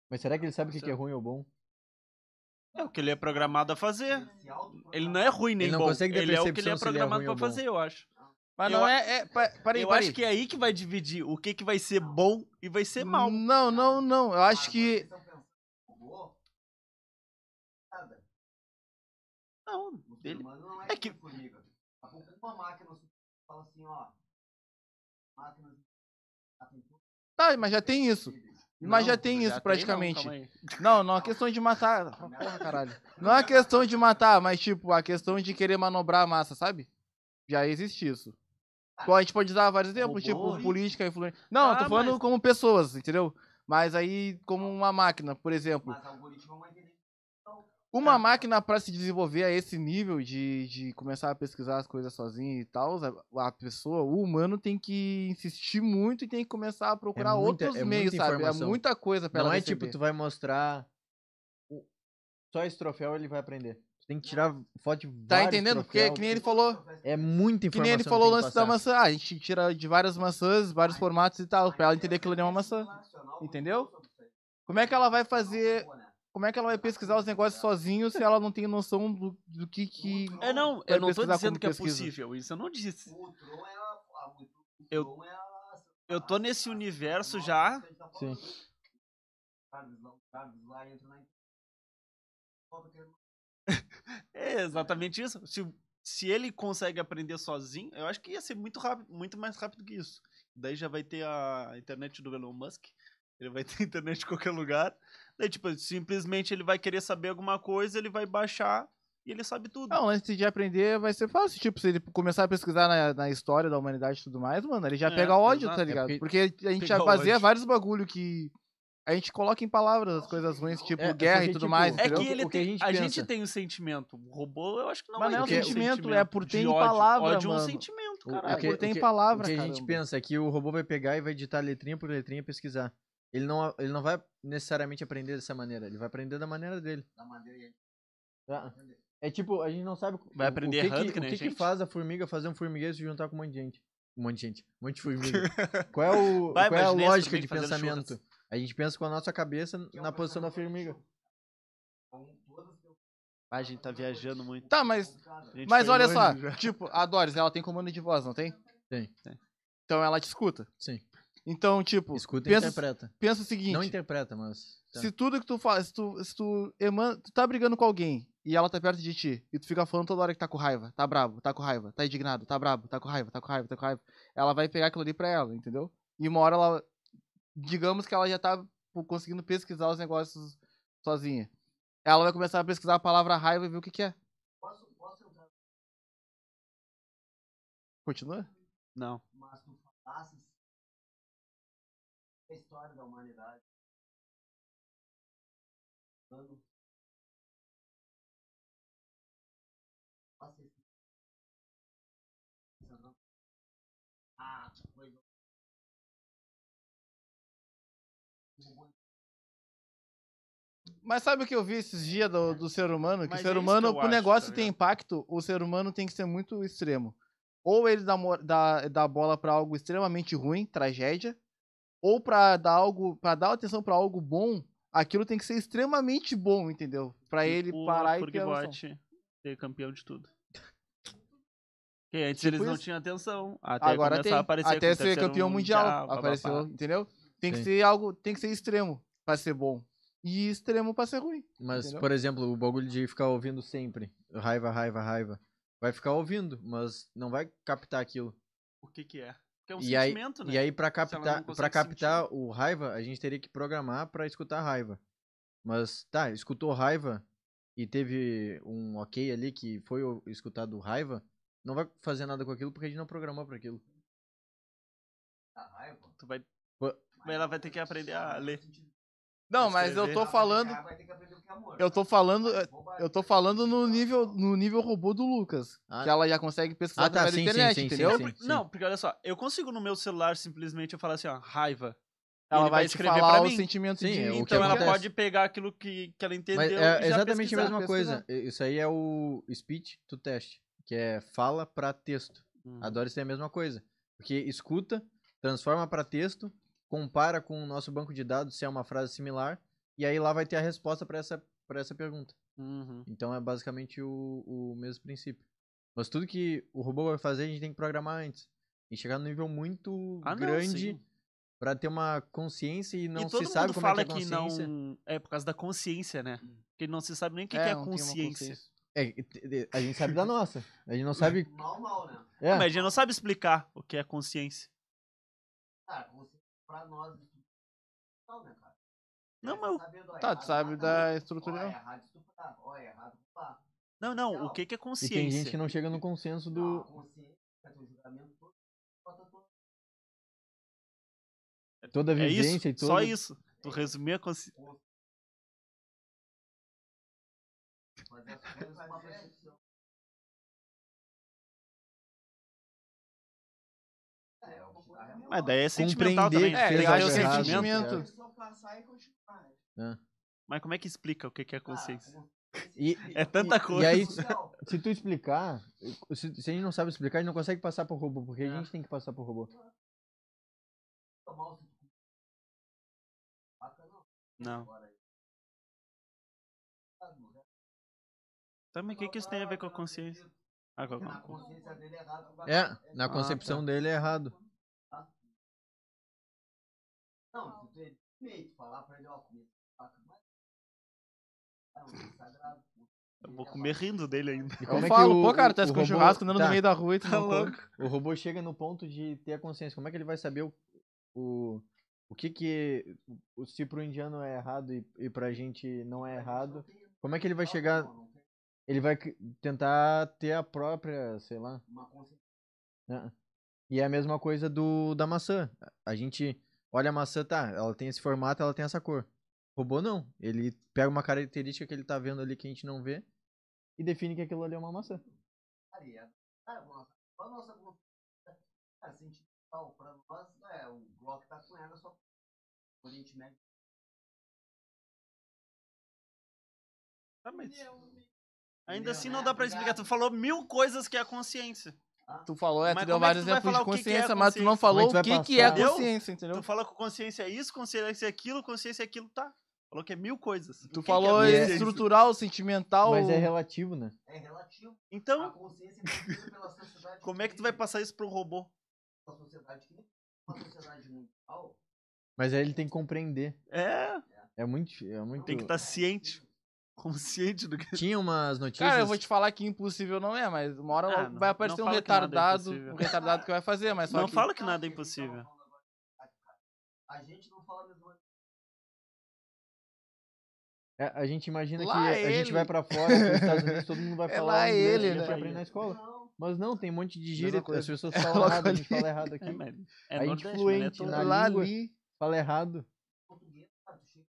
C: Mas será que ele sabe o que, que é ruim ou bom?
A: É o que ele é programado a fazer.
E: Se autoproclamar
A: Ele não é ruim nem
C: Ele não
A: bom.
C: consegue ter
A: ele é o que ele
C: percepção
A: é
C: se ele é
A: programado
C: ruim
A: pra
C: ou bom.
A: fazer, eu acho.
B: Mas
A: Eu
B: não
A: a-
B: é. é pa- peraí,
A: eu
B: peraí.
A: acho que é aí que vai dividir o que, que vai ser bom e vai ser
C: Hum,
A: mal. Ah,
B: Não, não, não. Eu acho que.
A: Não,
E: O ser
A: ele-
E: humano não é,
A: é que-
E: que formiga. Daqui a pouco uma máquina fala assim, ó. Máquinas matam tudo,
B: Tá, mas já tem isso. Mas
A: não,
B: já tem isso
A: não,
B: praticamente.
A: calma aí.
B: Não, não é questão de matar. Ah, Porra, caralho. Não é questão de matar, mas tipo, a questão de querer manobrar a massa, sabe? Já existe isso. Então, a gente pode usar vários exemplos,
A: Robô,
B: tipo, política, influência. Não,
A: Tá,
B: tô falando
A: mas-
B: como pessoas, entendeu? Mas aí, como uma máquina, por exemplo.
E: mas algoritmo é uma inteligência.
B: Uma
A: Tá.
B: máquina pra se desenvolver a esse nível de, de começar a pesquisar as coisas sozinha e tal, a, a pessoa, o humano tem que insistir muito e tem que começar a procurar
C: muita-
B: outros
C: é
B: meios,
C: muita
B: sabe? É
C: informação.
B: muita coisa pra
C: Não
B: ela
C: é
B: receber.
C: tipo, tu vai mostrar o- só esse troféu ele vai aprender. Tu tem que tirar foto de
B: Tá
C: vários
B: entendendo? Porque
C: troféus.
B: que nem ele falou,
C: É muita informação.
B: que nem ele
C: que
B: falou o
C: tem que
B: lance da
C: passar.
B: maçã. Ah, a gente tira de várias maçãs, vários formatos e tal, pra ela entender que ele é uma maçã. Entendeu? Como é que ela vai fazer,
E: né?
B: como é que ela vai pesquisar os negócios sozinho se ela não tem noção do, do que que...
A: É, não,
B: Vai
A: eu não tô
B: pesquisar
A: dizendo
B: como
A: que é
B: pesquisa.
A: possível. Isso eu não disse.
E: O Tron é a. a- o
A: Eu-
E: Tron é a-
A: Eu tô nesse universo já.
C: Sim.
E: Carlos tá lá- Carlos lá entra na- Volta que ele-
A: É exatamente isso. Se, se ele consegue aprender sozinho, eu acho que ia ser muito rápido, muito mais rápido que isso. Daí já vai ter a internet do Elon Musk. Ele vai ter internet em qualquer lugar. Daí, tipo, simplesmente ele vai querer saber alguma coisa, ele vai baixar e ele sabe tudo.
B: Não, antes de aprender vai ser fácil. Tipo, se ele começar a pesquisar na, na história da humanidade e tudo mais, mano, ele já
A: É,
B: pega ódio,
A: exato.
B: tá
A: É
B: ligado?
C: porque-
B: Porque a gente
A: Pega
B: já baseia
A: ódio.
B: vários bagulho que a gente coloca em palavras as coisas ruins, tipo
C: É, é
B: guerra
C: porque,
B: e tudo
C: tipo,
B: mais,
A: É
B: entendeu?
A: que
C: O que-
A: ele
C: o que
A: tem-
C: a gente
A: a
C: pensa?
A: gente tem um sentimento. O robô, eu acho que não
B: Mas não é um
A: tem
B: sentimento, é por
A: de
B: ter em
A: ódio.
B: palavra,
A: Ódio é um
B: mano.
A: sentimento,
C: O- o
A: caralho.
C: que-
B: Porque tem
C: o que-
B: palavra,
C: O que a
B: caramba.
C: gente pensa é que o robô vai pegar e vai digitar letrinha por letrinha e pesquisar. Ele não, ele não vai necessariamente aprender dessa maneira, ele vai aprender da maneira dele.
E: da madeira e aí.
C: Tá? É tipo, a gente não sabe
A: Vai
C: o-
A: aprender
C: o que,
A: errando,
C: que,
A: que
C: o
A: nem
C: que,
A: a
C: que
A: gente.
C: faz a formiga fazer um formigueiro e se juntar com um monte de gente. Um monte de gente, um monte de formiga. qual é, o,
A: Vai,
C: qual é a
A: imaginei essa
C: lógica
A: formiga
C: de
A: fazendo
C: pensamento? A gente pensa com a nossa cabeça na posição da formiga.
E: Com todas as pessoas
A: Ah, a gente tá viajando muito.
B: Tá, mas,
E: complicadas.
A: A gente tá
B: mas
A: foi
B: olha
A: longe
B: só,
A: já.
B: tipo, a Doris, ela tem comando de voz, não tem?
C: Tem.
B: Então ela te escuta.
C: Sim.
B: Então, tipo,
C: Escuta e
B: pensa-
C: interpreta.
B: pensa o seguinte.
C: Não interpreta, mas. tá.
B: Se tudo que tu faz, se tu, se tu, eman- tu tá brigando com alguém e ela tá perto de ti, e tu fica falando toda hora que tá com raiva, tá brabo, tá com raiva, tá indignado, tá brabo, tá com raiva, tá com raiva, tá com raiva, ela vai pegar aquilo ali pra ela, entendeu? E uma hora ela, digamos que ela já tá tipo, conseguindo pesquisar os negócios sozinha. Ela vai começar a pesquisar a palavra raiva e ver o que, que é.
E: Posso, posso entrar,
B: Continua?
A: Não.
E: mas tu falasses a história da humanidade. Mano. Nossa, esse- esse não. é Ah, foi.
B: Mas sabe o que eu vi esses dias do, do ser humano? Que
A: Mas é
B: o ser
A: isso que
B: humano,
A: eu
B: pro
A: acho,
B: negócio
A: tá
B: ter
A: ligado?
B: impacto, o ser humano tem que ser muito extremo. Ou ele dá, mo- dá, dá bola pra algo extremamente ruim, tragédia, ou pra dar algo, para dar atenção pra algo bom, aquilo tem que ser extremamente bom, entendeu? Pra ele
A: o
B: parar e ter a noção.
A: Furgbot ser campeão de tudo. Porque antes
C: Tipo
A: eles não
B: isso.
A: tinham atenção. Até
B: Agora
A: começar
B: tem,
A: a aparecer com
B: até
A: o
B: ser
A: terceiro
B: campeão mundial,
A: pá, pá,
B: apareceu,
A: pá.
B: entendeu? Tem que
C: Sim.
B: ser algo, tem que ser extremo pra ser bom e extremo pra ser ruim.
C: Mas,
B: Entendeu?
C: por exemplo, o bagulho de ficar ouvindo sempre. Raiva, raiva, raiva. Vai ficar ouvindo, mas não vai captar aquilo.
A: O que que é? Porque é um
C: E aí-
A: sentimento, né?
C: E aí, pra
A: ela não
C: captar, pra
A: consegue
C: captar o raiva, a gente teria que programar pra escutar raiva. Mas, tá, escutou raiva e teve um ok ali que foi o- escutado raiva, não vai fazer nada com aquilo porque a gente não programou pra aquilo.
E: Da raiva.
A: Tu vai...
C: Pô.
A: Ela vai ter que aprender a ler.
B: Não, mas eu tô
A: Escrever.
B: falando,
E: Vai ter que aprender o que é amor.
B: eu tô falando,
E: Bobagem.
B: Eu tô falando
A: Ah.
B: no nível, no nível robô do Lucas.
C: Ah.
B: que ela já consegue pesquisar
A: Ah, tá,
B: através da internet, entendeu?
A: Não, porque olha só, eu consigo no meu celular simplesmente eu falar assim, ó, raiva. E
B: Ela
A: ele
B: vai, te
A: escrever
B: falar
A: pra
B: os
A: mim.
B: sentimentos
C: Sim,
B: de...
C: é o que
A: Então ela
C: acontece.
A: pode pegar aquilo que, que ela entendeu
C: Mas
A: e
C: é
A: já
C: exatamente a
A: pesquisar.
C: mesma
B: pesquisar.
C: coisa. I- Isso aí é o speech to test, que é fala pra texto.
A: Uhum.
C: Adoro isso é a mesma coisa. Porque escuta, transforma pra texto, compara com o nosso banco de dados se é uma frase similar, e aí lá vai ter a resposta pra essa, pra essa pergunta.
A: Uhum.
C: Então é basicamente o, o mesmo princípio. Mas tudo que o robô vai fazer, a gente tem que programar antes. E chegar num nível muito
A: Ah, não,
C: grande
A: sim.
C: pra ter uma consciência e não
A: e todo
C: se sabe
A: mundo
C: como
A: fala
C: é que é a
A: que
C: consciência. Hum.
A: não é por causa da consciência, né? Que não se sabe nem o que,
B: É,
A: que é
B: não tem uma
A: consciência.
B: consciência.
C: É, e te- a gente sabe da nossa. A gente não sabe.
E: Mal, mal, né?
C: É.
A: Mas a gente não sabe explicar o que é consciência.
E: Cara, consciência pra nós não, né, cara?
A: Não,
E: Você
A: mas eu-
E: sabendo, ó,
B: Tá, tu
E: errado
B: sabe
E: matar,
B: da
E: Ó, é
B: estrutura.
E: errado estuprar, ó, é errado culpar.
A: Não, não, o
E: Não.
A: que que é
C: E tem gente
A: consciência?
C: que não chega no consenso do.
E: Do... A consciência, teu julgamento todo, bota todo.
C: Toda a
A: É
C: vivência
A: isso,
C: e tudo.
A: só isso. Tu resumir a consciência.
E: Fazer as coisas com uma percepção. É, é uma coisa real.
A: Mas daí é sentimental também.
C: Compreender que
A: né?
C: fez
A: Pegar
B: algo
A: o
B: errado,
A: sentimento.
B: sentimento.
E: É só passar e continuar. né?
A: Mas como é que explica o que que é
E: Cara,
A: consciência?
C: E-
A: É tanta coisa.
C: aí-
E: social.
C: É. Se tu explicar, se, se a gente não sabe explicar, a gente não consegue passar pro robô, porque
A: É.
C: a gente tem que passar pro robô.
E: Tomar os- Bacana, não.
A: Não.
E: Agora aí. Ah, não, né?
A: Também o que que isso tem a ver com a consciência? Ah, com a-
E: Na consciência dele é errado. vai-
C: É, na
A: Ah,
C: concepção
A: tá.
C: dele é errado.
E: Tá. Não, tu tem direito de falar pra ele, ó, comer vaca, mas. É um sagrado. pô. é
A: Eu vou comer rindo dele ainda.
C: E
B: Eu
C: como é que
B: falo,
C: o-
B: pô, cara, tá
C: o
B: com
C: robô-
B: churrasco andando
C: tá,
B: no meio da rua e tu
A: Tá
B: não come.
A: louco.
C: O robô chega no ponto de ter a consciência. Como é que ele vai saber o, o, o que que. O, se pro indiano é errado e, e pra gente não é errado? Como é que ele vai chegar.
E: Não, não tem
C: Ele vai c- tentar ter a própria, sei lá.
E: uma consciência.
C: Ah. E é a mesma coisa do da maçã. A- A gente olha a maçã, tá, ela tem esse formato, ela tem essa cor. O robô não. Ele pega uma característica que ele tá vendo ali que a gente não vê e define que aquilo ali é uma maçã.
E: Cara, e é- cara, nossa, a nossa consciência. Cara, sentimental pra nós, é, o Glock tá com ela só. O Oriente Médio.
A: Tá, mas Ainda assim não dá pra explicar. Tu falou mil coisas que é a consciência.
B: Tu falou, é,
A: Mas
B: tu deu
A: como é que
B: vários
A: tu vai
B: exemplos
A: falar
B: de
A: o que que é
B: consciência, mas tu não
A: consciência?
B: falou
C: Como é
B: o
C: que tu vai
B: que, que é
A: passar?
B: consciência, entendeu?
A: Tu fala que consciência é isso, consciência é aquilo, consciência é aquilo, tá. Falou que é mil coisas. O que
B: Tu
A: que
B: falou
A: é consciência?
B: estrutural, sentimental.
C: Mas é relativo, né?
E: É relativo. A
A: Então,
E: consciência é construída pela sociedade.
A: como é que tu vai
E: vive,
A: passar isso pro robô?
E: Uma sociedade que uma sociedade mundial.
C: Mas aí ele tem que compreender.
A: É,
C: É muito. É muito...
A: tem que estar ciente, consciente do que.
C: Tinha umas notícias.
B: tá Cara, eu vou te falar que impossível não é, mas uma hora
A: Ah,
B: logo
A: não-
B: vai aparecer
A: não
B: um
A: fala que nada é
B: retardado,
A: impossível.
B: um retardado que vai fazer, mas só
E: tá
A: Não
B: que...
A: fala que nada é impossível.
E: A gente não fala a mesma
C: É, a gente imagina
B: Lá é
C: que a
B: ele.
C: gente vai pra fora, pros Estados Unidos, todo mundo vai
B: É
C: falar
B: lá
C: inglês,
B: ele,
C: a gente
A: né?
C: aprende na escola.
E: Não,
C: Mas não, tem um monte de
B: Mesma
C: gíria,
B: coisa.
C: as pessoas
B: É
C: falam
B: logo
C: errado, a gente
B: ali.
C: fala errado aqui,
A: É, mas é
C: Aí,
A: Nordeste,
C: fluente,
A: mas é todo-
C: na
B: lá
C: língua.
B: ali.
C: fala errado.
E: português, cara, tu chega,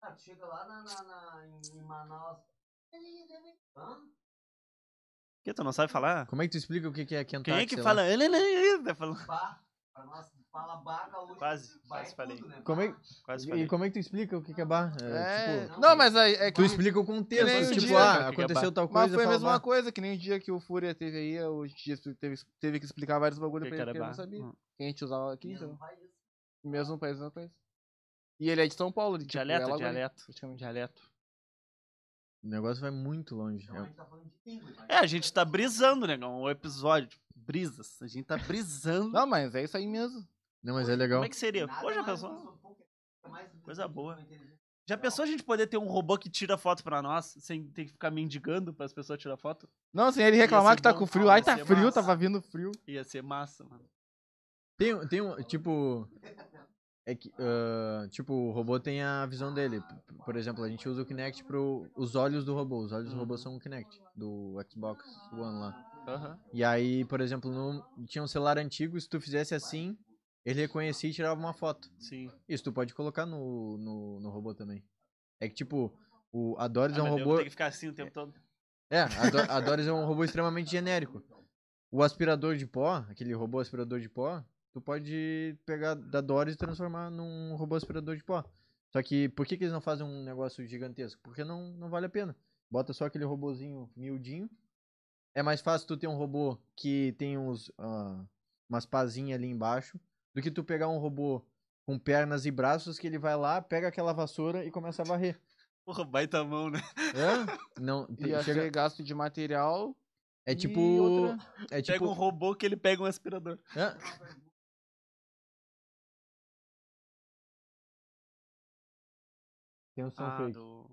E: cara, tu chega lá na, na, na- em em Manaus. Hã?
A: Que tu não sabe falar?
C: Como é que tu explica o que que é Kentucky?
A: Quem é que
C: sei lá?
A: fala? "Ah, não, não, não", tá falando-
E: Bah, pra nós fala bah, gaúcho.
A: Quase,
E: bah é
A: quase falei.
E: tudo, né?
C: Como é-
E: Bah,
A: Quase
C: E
A: falei.
C: como é que tu explica o que que é bar?
B: É,
C: tipo,
B: não, mas aí é que
C: tu explica o contexto,
B: nem o
C: tipo,
B: dia-
A: o
C: ah,
A: que que é
C: aconteceu tal coisa,
B: Mas foi a
C: fala
B: mesma
C: bar.
B: coisa, que nem o dia que o Fúria teve aí, eu dia teve, teve que explicar vários bagulho
A: Que
B: pra
A: que
B: ele,
A: era
B: porque ele
A: bar?
B: não sabia.
A: Hum.
B: Que a gente usava aqui,
E: mesmo
B: então.
E: país.
B: Mesmo país, mesma coisa. E ele é de São Paulo, ele, tipo, é
A: Dialeto,
B: logo ali,
A: dialeto. Hum.
B: praticamente.
A: Dialeto.
C: O negócio vai muito longe.
E: Então a gente tá falando de língua.
A: É, a gente tá brisando, negão. O episódio. tipo, Brisas. A gente tá brisando.
B: Não, mas é isso aí mesmo.
C: Não, mas é legal.
A: Como é que seria?
E: Nada
A: Pô, já
E: mais,
A: pensou?
E: pessoa pouca, é mais
A: Coisa boa.
E: inteligente.
A: Já pensou a gente poder ter um robô que tira foto pra nós, sem ter que ficar mendigando pras pessoas tirar foto?
B: Não, sem ele
A: ser
B: reclamar que tá
A: bom,
B: com frio.
A: ah,
B: Ai,
A: ia
B: tá
A: ser
B: frio,
A: massa.
B: tava vindo frio.
A: Ia ser massa, mano.
C: Tem, tem um, tipo... É que, ah, tipo, o robô tem a visão dele. P- p- Por exemplo, a gente usa o Kinect pro... Os olhos do robô. Os olhos do
B: Hum.
C: robô são o Kinect, do Xbox One lá.
A: Aham.
C: E aí, por exemplo, no, tinha um celular antigo, se tu fizesse assim, ele reconhecia e tirava uma foto.
A: Sim.
C: Isso tu pode colocar no, no, no robô também. É que, tipo, o, a Doris
A: Ah,
C: é um
A: mas daí eu
C: robô...
A: vou ter que ficar assim o tempo todo.
C: É, a, Do a Doris é um robô extremamente genérico. O aspirador de pó, aquele robô aspirador de pó, tu pode pegar da Doris e transformar num robô aspirador de pó. Só que por que, que eles não fazem um negócio gigantesco? Porque não, não vale a pena. Bota só aquele robozinho miudinho. É mais fácil tu ter um robô que tem uns, ah, umas pazinhas ali embaixo do que tu pegar um robô com pernas e braços que ele vai lá, pega aquela vassoura e começa a varrer.
A: Porra, baita mão,
C: Tipo
A: né?
C: Hã? Não, te-
B: Ia
C: chega-
B: ser gasto de material.
C: é
B: e
C: tipo.
B: outra-
C: É
A: Pega um
C: tipo.
A: robô que ele pega um aspirador.
C: Hã? Tem um som
A: Ah,
C: fake.
A: do...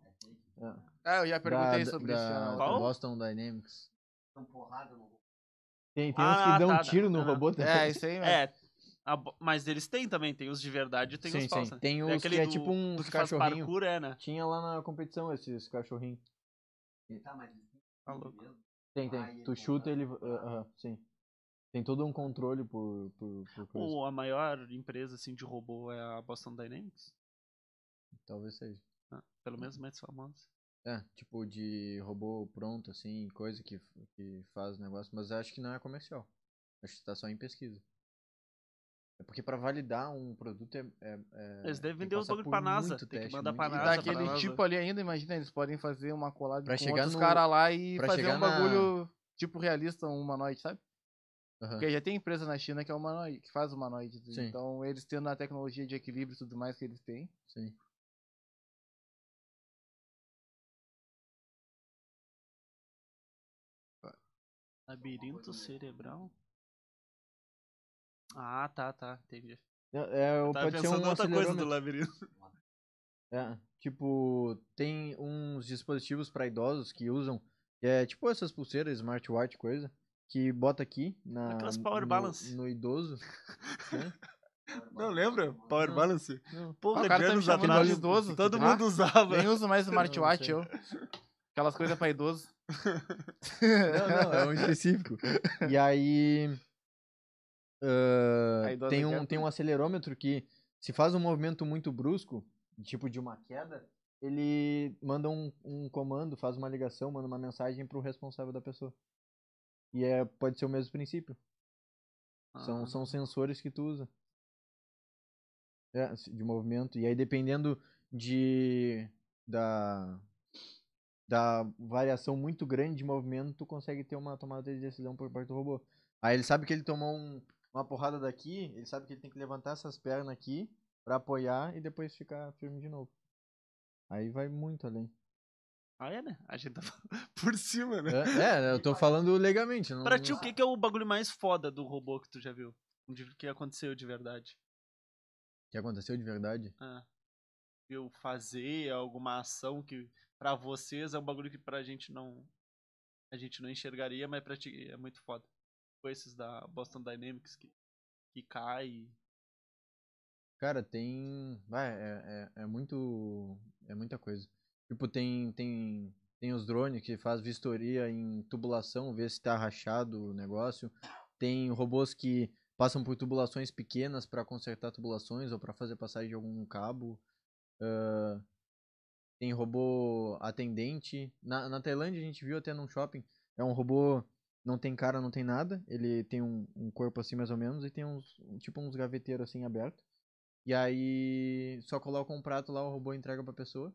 B: Ah, eu já perguntei sobre
C: da,
B: isso. né? já na
C: da
B: outra.
A: Qual?
C: Boston Dynamics.
E: Dão porrada no robô.
C: Tem, tem uns
A: Ah,
C: que dão
A: tá,
C: um tiro
A: tá,
C: no
A: tá.
C: robô também.
B: É, isso aí mesmo.
A: É. a bo- Mas eles têm também, tem os de verdade e tem os
C: sim,
A: falsos.
C: sim.
A: né?
C: Tem
A: Tem
C: uns que
A: aquele
C: é
A: do-
C: tipo um
A: do que faz
C: cachorrinho.
A: parkour, é, né?
C: Tinha lá na competição esses cachorrinhos.
E: Tá, mas isso
A: Tá louco.
E: mesmo.
C: Tem, tem.
E: Ah, ele
C: tu
E: volta.
C: chuta ele. ah, ah, sim. Tem todo um controle por, por, por coisa.
A: Ou a maior empresa assim, de robô é a Boston Dynamics.
C: Talvez seja.
A: né? Pelo menos mais famosa.
C: É, tipo de robô pronto, assim, coisa que, que faz o negócio, mas acho que não é comercial. Acho que tá só em pesquisa. É porque pra validar um produto é. é- é-
A: Eles devem
C: tem
A: vender
C: que
A: os
C: passar
A: bagulho
C: por
A: pra NASA,
C: muito
A: tem que
C: teste,
A: mandar
C: muito
A: pra
B: E
A: NASA,
C: teste.
A: pra
B: tá daquele
A: nós,
B: tipo ali ainda, imagina, eles podem fazer uma colada
C: Pra
B: com
C: chegar
B: outros
C: no-
B: caras lá e
C: pra
B: fazer
C: chegar
B: um
C: na-
B: bagulho tipo realista, um humanoide, sabe?
C: Aham.
B: Porque já tem empresa na China que é humanoide, que faz humanoide.
D: né?
C: Sim.
B: Então, eles tendo a tecnologia de equilíbrio e tudo mais que eles têm.
C: Sim.
A: Labirinto cerebral. Ah, tá, tá, entendi.
C: É, é,
A: Eu tava
C: pode ser
A: pensando em
C: um
A: outra coisa do
C: acelerômetro.
A: labirinto.
C: É, tipo, tem uns dispositivos pra idosos que usam, que é tipo essas pulseiras, smartwatch, coisa, que bota aqui na,
A: Aquelas power
C: no,
A: balance.
C: no idoso.
A: Não lembra? Power
C: Não.
A: Balance?
C: Não.
A: Porra,
B: Ah, o
A: de
B: cara tá me
A: anos
B: chamando de
A: atrás,
B: idoso,
A: todo
B: tá?
A: mundo usava.
B: Nem uso mais smartwatch,
C: sei.
B: eu. Aquelas coisas pra idoso.
C: Não, não, é um específico. E aí. ah,
B: A idosa
C: tem,
B: quer
C: um, tem um acelerômetro que, se faz um movimento muito brusco, tipo de uma queda, ele manda um, um comando, faz uma ligação, manda uma mensagem pro responsável da pessoa. E é, pode ser o mesmo princípio. São,
A: Ah.
C: são sensores que tu usa. É, se- de movimento. E aí, dependendo de. da. da variação muito grande de movimento, tu consegue ter uma tomada de decisão por parte do robô. Aí ele sabe que ele tomou um- uma porrada daqui, ele sabe que ele tem que levantar essas pernas aqui pra apoiar e depois ficar firme de novo. Aí vai muito além.
A: Ah, é, né? A gente tá falando por cima, né?
C: É, é, eu tô falando legalmente. Não,
A: Pra
C: não
A: ti, o que, que é o bagulho mais foda do robô que tu já viu? O que aconteceu de verdade?
C: que aconteceu de verdade?
A: Ah. Viu fazer alguma ação que pra vocês é um bagulho que pra gente não. A gente não enxergaria, mas pra ti é muito foda. Foi esses da Boston Dynamics que, que cai. e-
C: ah, Cara, tem. Vai, é, é, é muito. É muita coisa. Tipo, tem, tem, tem os drones que faz vistoria em tubulação, ver se tá rachado o negócio. Tem robôs que passam por tubulações pequenas para consertar tubulações ou para fazer passagem de algum cabo. Ah, tem robô atendente. Na, na Tailândia a gente viu até num shopping. É um robô, não tem cara, não tem nada. Ele tem um, um corpo assim mais ou menos e tem uns, tipo uns gaveteiros assim aberto. E aí só coloca um prato lá, o robô entrega pra pessoa.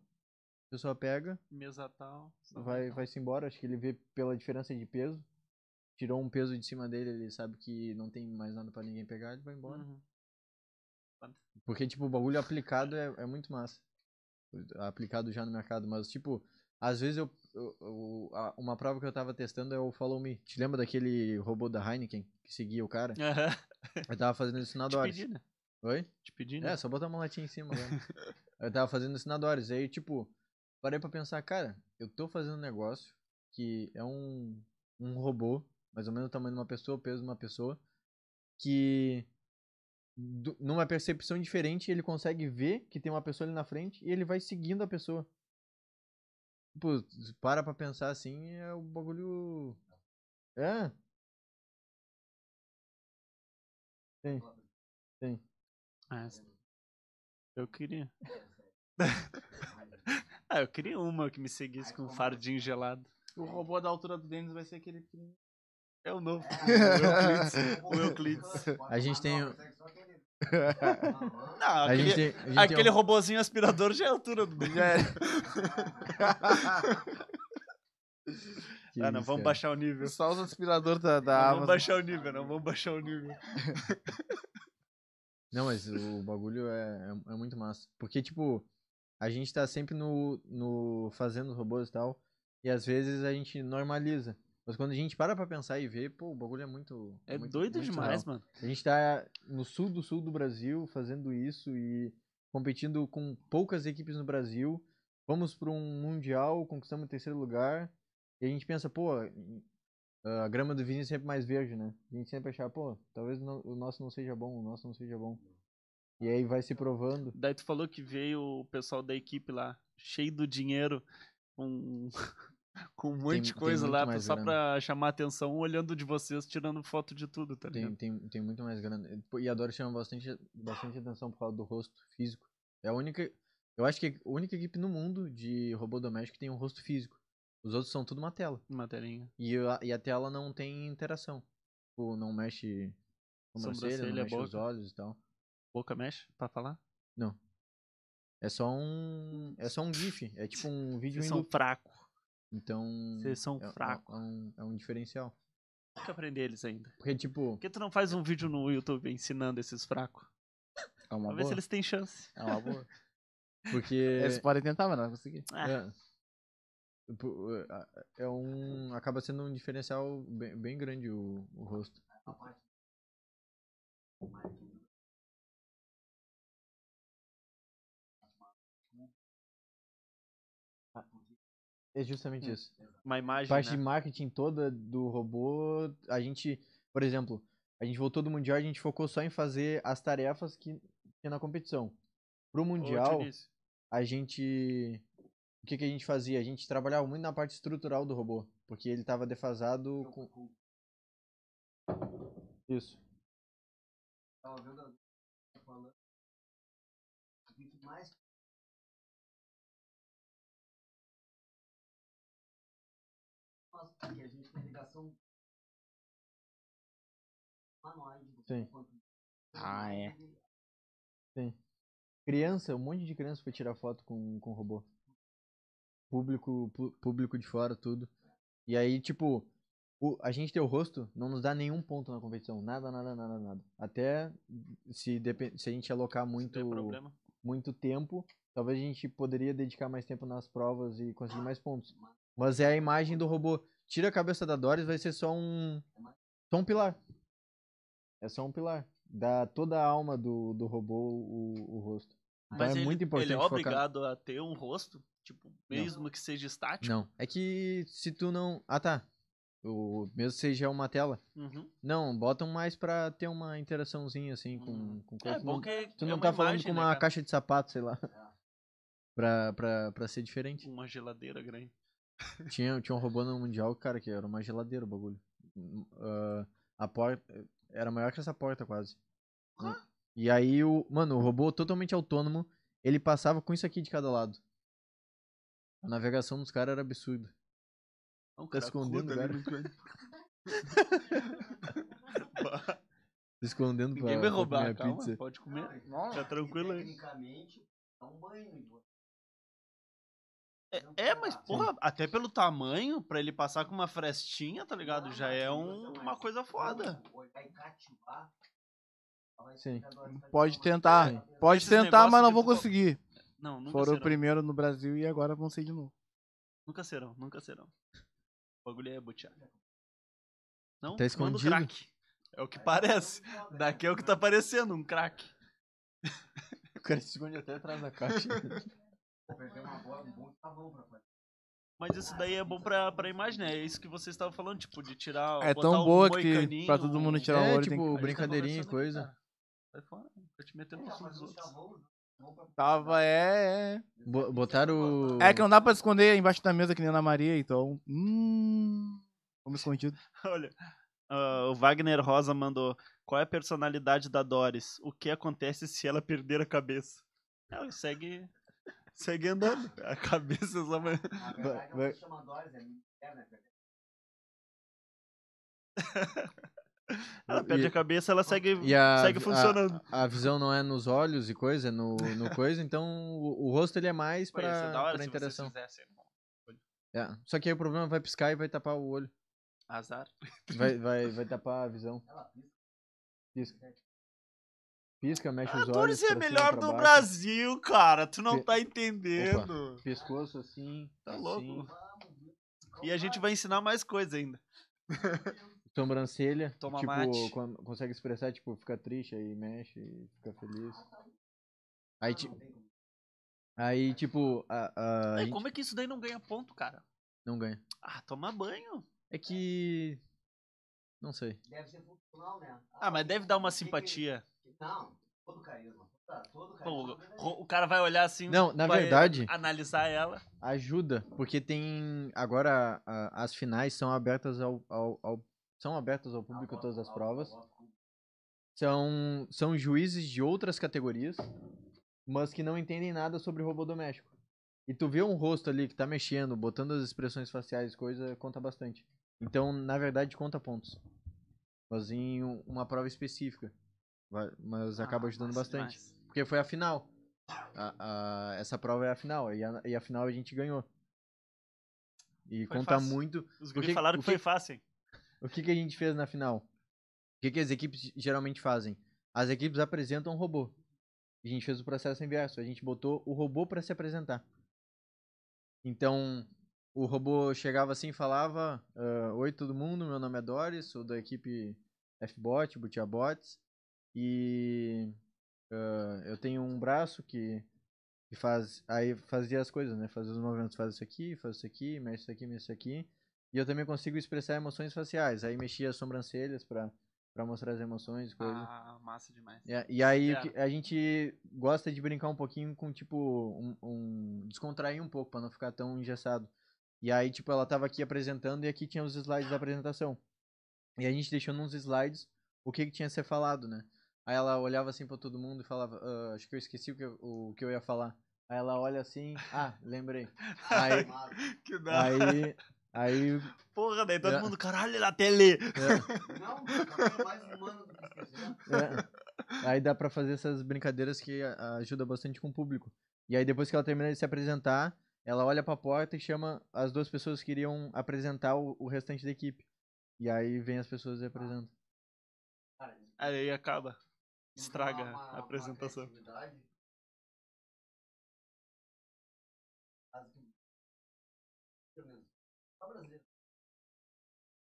C: A pessoa pega,
A: Mesa tal.
C: vai vai se embora, acho que ele vê pela diferença de peso. Tirou um peso de cima dele, ele sabe que não tem mais nada pra ninguém pegar, ele vai embora.
A: Uhum.
C: Porque, tipo, o bagulho aplicado é, é muito massa. Aplicado já no mercado, mas, tipo, às vezes eu. eu- eu- a- uma prova que eu tava testando é o Follow Me. Te lembra daquele robô da Heineken que seguia o cara?
A: Aham.
C: Eu tava fazendo isso na
A: Te
C: Doris.
A: pedi, né?
C: Oi?
A: Te pedi, né?
C: É, só botar uma latinha em cima agora. eu tava fazendo isso na Doris. Aí, tipo, parei pra pensar, cara, eu tô fazendo um negócio que é um, um robô, mais ou menos o tamanho de uma pessoa, o peso de uma pessoa, que du- numa percepção diferente ele consegue ver que tem uma pessoa ali na frente e ele vai seguindo a pessoa. Tipo, para pra pensar assim, é o bagulho. É? Tem. Tem.
A: Ah, essa- eu queria. ah, eu queria uma que me seguisse com um fardinho gelado.
B: O robô da altura do Denis vai ser aquele pequenininho.
A: É o novo. O Euclides. O Euclides.
C: A gente tem-
A: Não,
C: A
A: aquele,
C: gente, tem- a gente tem
A: aquele
C: um-
A: robozinho aspirador já é a altura do dele.
C: Que
A: Ah, não,
C: isso,
A: vamos
C: cara.
A: baixar o nível.
B: Só os aspiradores da, da
A: não,
B: Amazon.
A: vamos baixar o nível, não. Vamos baixar o nível.
C: Não, mas o bagulho é, é, é muito massa. Porque, tipo, a gente tá sempre no, no fazendo os robôs e tal. E às vezes a gente normaliza. Mas quando a gente para pra pensar e ver, pô, o bagulho é muito.
A: É
C: muito-
A: doido
C: muito
A: demais,
C: surreal.
A: mano.
C: A gente tá no sul do sul do Brasil fazendo isso e competindo com poucas equipes no Brasil. Vamos pra um Mundial, conquistamos o terceiro lugar. E a gente pensa, pô, a grama do vizinho é sempre mais verde, né? A gente sempre achava, pô, talvez no- o nosso não seja bom, o nosso não seja bom. E aí vai se provando.
A: Daí tu falou que veio o pessoal da equipe lá, cheio do dinheiro, com, com um monte
C: Tem-
A: de
C: tem
A: coisa
C: muito
A: lá,
C: mais
A: só
C: grana.
A: pra chamar atenção, um olhando de vocês, tirando foto de tudo, tá
C: Tem,
A: ligado?
C: tem, tem muito mais grana. E, pô, E a Dora chama bastante, bastante atenção por causa do rosto físico. É a única. Eu acho que é a única equipe no mundo de robô doméstico que tem um rosto físico. Os outros são tudo uma tela.
A: Uma telinha.
C: E a, e a tela não tem interação. Tipo, não mexe sobrancelha, não
A: Sobrancelha,
C: mexe os
A: boca.
C: olhos e tal.
A: Boca mexe pra falar?
C: É só um. É só um GIF. É tipo um vídeo
A: Vocês
C: em
A: são
C: loop.
A: fracos.
C: Então.
A: Vocês são
C: é, é-
A: fracos.
C: É, um, é um diferencial.
A: Tem que aprender eles ainda.
C: Porque, tipo.
A: Por que tu não faz um vídeo no YouTube ensinando esses fracos?
C: É uma
A: Pra ver se
C: boa.
A: eles têm chance.
C: É uma boa. Porque.
D: Eles podem tentar, mas não conseguir.
A: Ah.
C: É. Pô, é, a- é um. Acaba sendo um diferencial bem, bem grande o, o rosto. É justamente isso.
A: Uma imagem,
C: parte
A: né?
C: de marketing toda do robô, a gente, por exemplo, a gente voltou do Mundial, a gente focou só em fazer as tarefas que tinha na competição. Pro
A: Ô,
C: Mundial,
A: Dionísio,
C: a gente. O que, que a gente fazia? A gente trabalhava muito na parte estrutural do robô, porque ele estava defasado com. Isso.
E: Tava vendo a- falando. O que mais Nossa, que a gente tem ligação manuais do
C: Sim.
E: quanto-
D: Ah, é.
C: Criança, um monte de criança foi tirar foto com, com o robô. Público, pu- público de fora, tudo. E aí, tipo, o- a gente ter o rosto não nos dá nenhum ponto na competição. Nada, nada, nada, nada. Até se, depen- se a gente alocar
A: se der
C: muito,
A: é problema.
C: muito tempo, talvez a gente poderia dedicar mais tempo nas provas e conseguir mais pontos. Mas é a imagem do robô. Tira a cabeça da Doris, vai ser só um. Só um pilar. É só um pilar. Dá toda a alma do, do robô o, o rosto. Então
A: Mas
C: é
A: ele,
C: muito importante
A: ele é
C: focar-
A: obrigado a ter um rosto, tipo, mesmo que seja estático.
C: Não. É que se tu não. Ah tá. O mesmo que seja uma tela.
A: Uhum.
C: Não, botam mais pra ter uma interaçãozinha assim com,
A: Uhum.
C: com o
A: É
C: corpo.
A: bom
C: Não-
A: que
C: Tu
A: é
C: não
A: uma
C: tá falando
A: imagem,
C: com
A: né,
C: uma
A: cara?
C: caixa de sapato, sei lá. Pra, pra, pra ser diferente.
A: Tipo, Uma geladeira grande.
C: Tinha, tinha um robô no Mundial, cara, que era uma geladeira o bagulho. Hum, ah, a porta. Era maior que essa porta, quase. E aí o. Mano, o robô totalmente autônomo, ele passava com isso aqui de cada lado. A navegação dos caras era absurda.
A: Não, né?
C: Tá escondendo,
A: cracudo ali
C: cara.
A: no canto. Bah,
C: Escondendo
A: Ninguém
C: pra,
A: vai
C: pra
A: roubar,
C: comer a
A: calma,
C: pizza.
A: pode comer.
B: Nossa.
A: Tá tranquilo aí.
E: Tecnicamente, dá um banho. em você.
A: É, mas porra, até pelo tamanho, pra ele passar com uma frestinha, tá ligado? Já é um- uma coisa foda.
E: Olhar e cativar. Vai
C: Sim.
E: ficar agora, vai
D: Pode
E: ficar uma-
D: tentar. Pode
A: Esses
D: tentar,
A: negócios
D: mas não
A: que
D: vou
A: tu fal-
D: conseguir.
A: Não, nunca
D: Foram o
A: serão.
D: primeiro no Brasil e agora vão ser de novo.
A: Nunca serão, nunca serão. O bagulho é boteado. Não, manda
C: Tá
A: o
C: escondido?
A: crack. É o que parece. Daqui é o que tá parecendo, um crack.
C: O cara se esconde até atrás da caixa.
E: Perdeu uma bola, um bom sabão pra fazer.
A: Mas isso daí é bom pra, pra imagem, né? É isso que vocês estavam falando, tipo, de tirar.
D: É
A: botar
D: tão
A: um
D: boa que
A: moicaninho,
D: pra todo mundo
A: um-
D: tirar o
C: é,
D: olho, tem
C: tipo,
A: A gente tá
C: brincadeirinha e
A: conversando aqui,
C: coisa.
A: cara. Sai fora, tá te metendo
E: Não,
A: no cu
E: mas
A: dos
E: o
A: outros.
E: sabão- sabão pra-
D: Tava, é,
C: Bo- Botaram o.
D: é. É que não dá pra esconder embaixo da mesa que nem a Ana Maria, então. Hum. Como escondido.
A: Olha, ah, o Wagner Rosa mandou. Qual é a personalidade da Doris? O que acontece se ela perder a cabeça? Ela segue, segue andando. A cabeça só vai...
E: Na verdade,
C: Vai-
E: é um chama Doris, é mulher, né?
A: Ela perde
C: E-
A: a cabeça, ela segue,
C: E a,
A: segue
C: a-
A: funcionando.
C: A, visão não é nos olhos e coisa, é no, no coisa, então o, o rosto ele é mais
A: Pô, ia ser
C: pra, pra interação.
A: fizessem, irmão.
C: É, Só que aí o problema vai piscar e vai tapar o olho.
A: Azar.
C: Vai, vai, vai tapar a visão.
E: Ela pisca.
C: Pisca. Pisca, mexe
A: A
C: os olhos.
A: Doris é a
C: pra cima,
A: melhor
C: pra
A: do
C: baixo.
A: Brasil, cara. Tu não
C: Pe-
A: tá entendendo.
C: Pescoço assim.
A: Tá
C: assim,
A: louco. E a gente vai ensinar mais coisa ainda.
C: Sobrancelha.
A: Toma
C: tipo,
A: mate.
C: quan- consegue expressar, tipo, fica triste, aí mexe, e fica feliz. Aí, ti- aí tipo, a, a, a
A: Ai,
C: gente
A: como é que isso daí não ganha ponto, cara?
C: não ganha.
A: Ah, toma banho.
C: É que. Não sei.
E: Deve ser funcional, né?
A: Ah, mas deve dar uma
E: que que-
A: simpatia.
E: Não, todo carisma. Tá, todo
A: Pô,
E: carisma.
A: o, o cara vai olhar assim.
C: Não, na
A: vai
C: verdade,
A: Analisar ela.
C: ajuda, porque tem. Agora a- as finais são abertas ao. ao- ao- são abertas ao público todas as provas. São, são juízes de outras categorias, mas que não entendem nada sobre robô doméstico. E tu vê um rosto ali que tá mexendo, botando as expressões faciais, coisa, conta bastante. Então, na verdade, conta pontos. Mas em um- uma prova específica. Vai- Mas acaba
A: Ah,
C: ajudando
A: massa
C: bastante.
A: demais.
C: Porque foi a final. A- a- essa prova é a final. E a, e a final a gente ganhou. E
A: Foi
C: conta
A: fácil.
C: muito.
A: Os
C: O
A: guri
C: que-
A: falaram
C: o
A: que
C: que-
A: foi fácil. hein?
C: O que, que a gente fez na final? O que, que as equipes geralmente fazem? As equipes apresentam um robô. E a gente fez o processo inverso. A gente botou o robô para se apresentar. Então, o robô chegava assim e falava: ah, Oi, todo mundo, meu nome é Doris, sou da equipe F-Bot, Butiabots. E ah, eu tenho um braço que, que faz. Aí fazia as coisas, né? Fazia os movimentos, faz isso aqui, faz isso aqui, mexe isso aqui, mexe isso aqui. E eu também consigo expressar emoções faciais. Aí mexia as sobrancelhas pra, pra mostrar as emoções e coisas.
A: Ah, massa demais.
C: É, E, aí o
A: É.
C: que- a gente gosta de brincar um pouquinho com, tipo, um, um- descontrair um pouco pra não ficar tão engessado. E aí, tipo, ela tava aqui apresentando e aqui tinha os slides da apresentação. E a gente deixou nos slides o que, que tinha a ser falado, né? Aí ela olhava assim pra todo mundo e falava, "Ah, acho que eu esqueci o que eu, o que eu ia falar. Aí ela olha assim, ah, lembrei. Aí,
A: que da
C: aí, aí
A: porra, daí todo
C: É.
A: mundo, caralho, na tele.
C: é,
E: Não, cara, é mais humano do que esquecer.
C: É. Aí dá pra fazer essas brincadeiras que a- ajuda bastante com o público. E aí depois que ela termina de se apresentar, ela olha pra porta e chama as duas pessoas que iriam apresentar o, o restante da equipe. E aí vem as pessoas e apresentam.
E: Cara,
A: Aí acaba.
E: isso
A: Estraga
E: dá uma-
A: a apresentação.
E: uma criatividade. Quase que- Eu mesmo. Só brasileiro.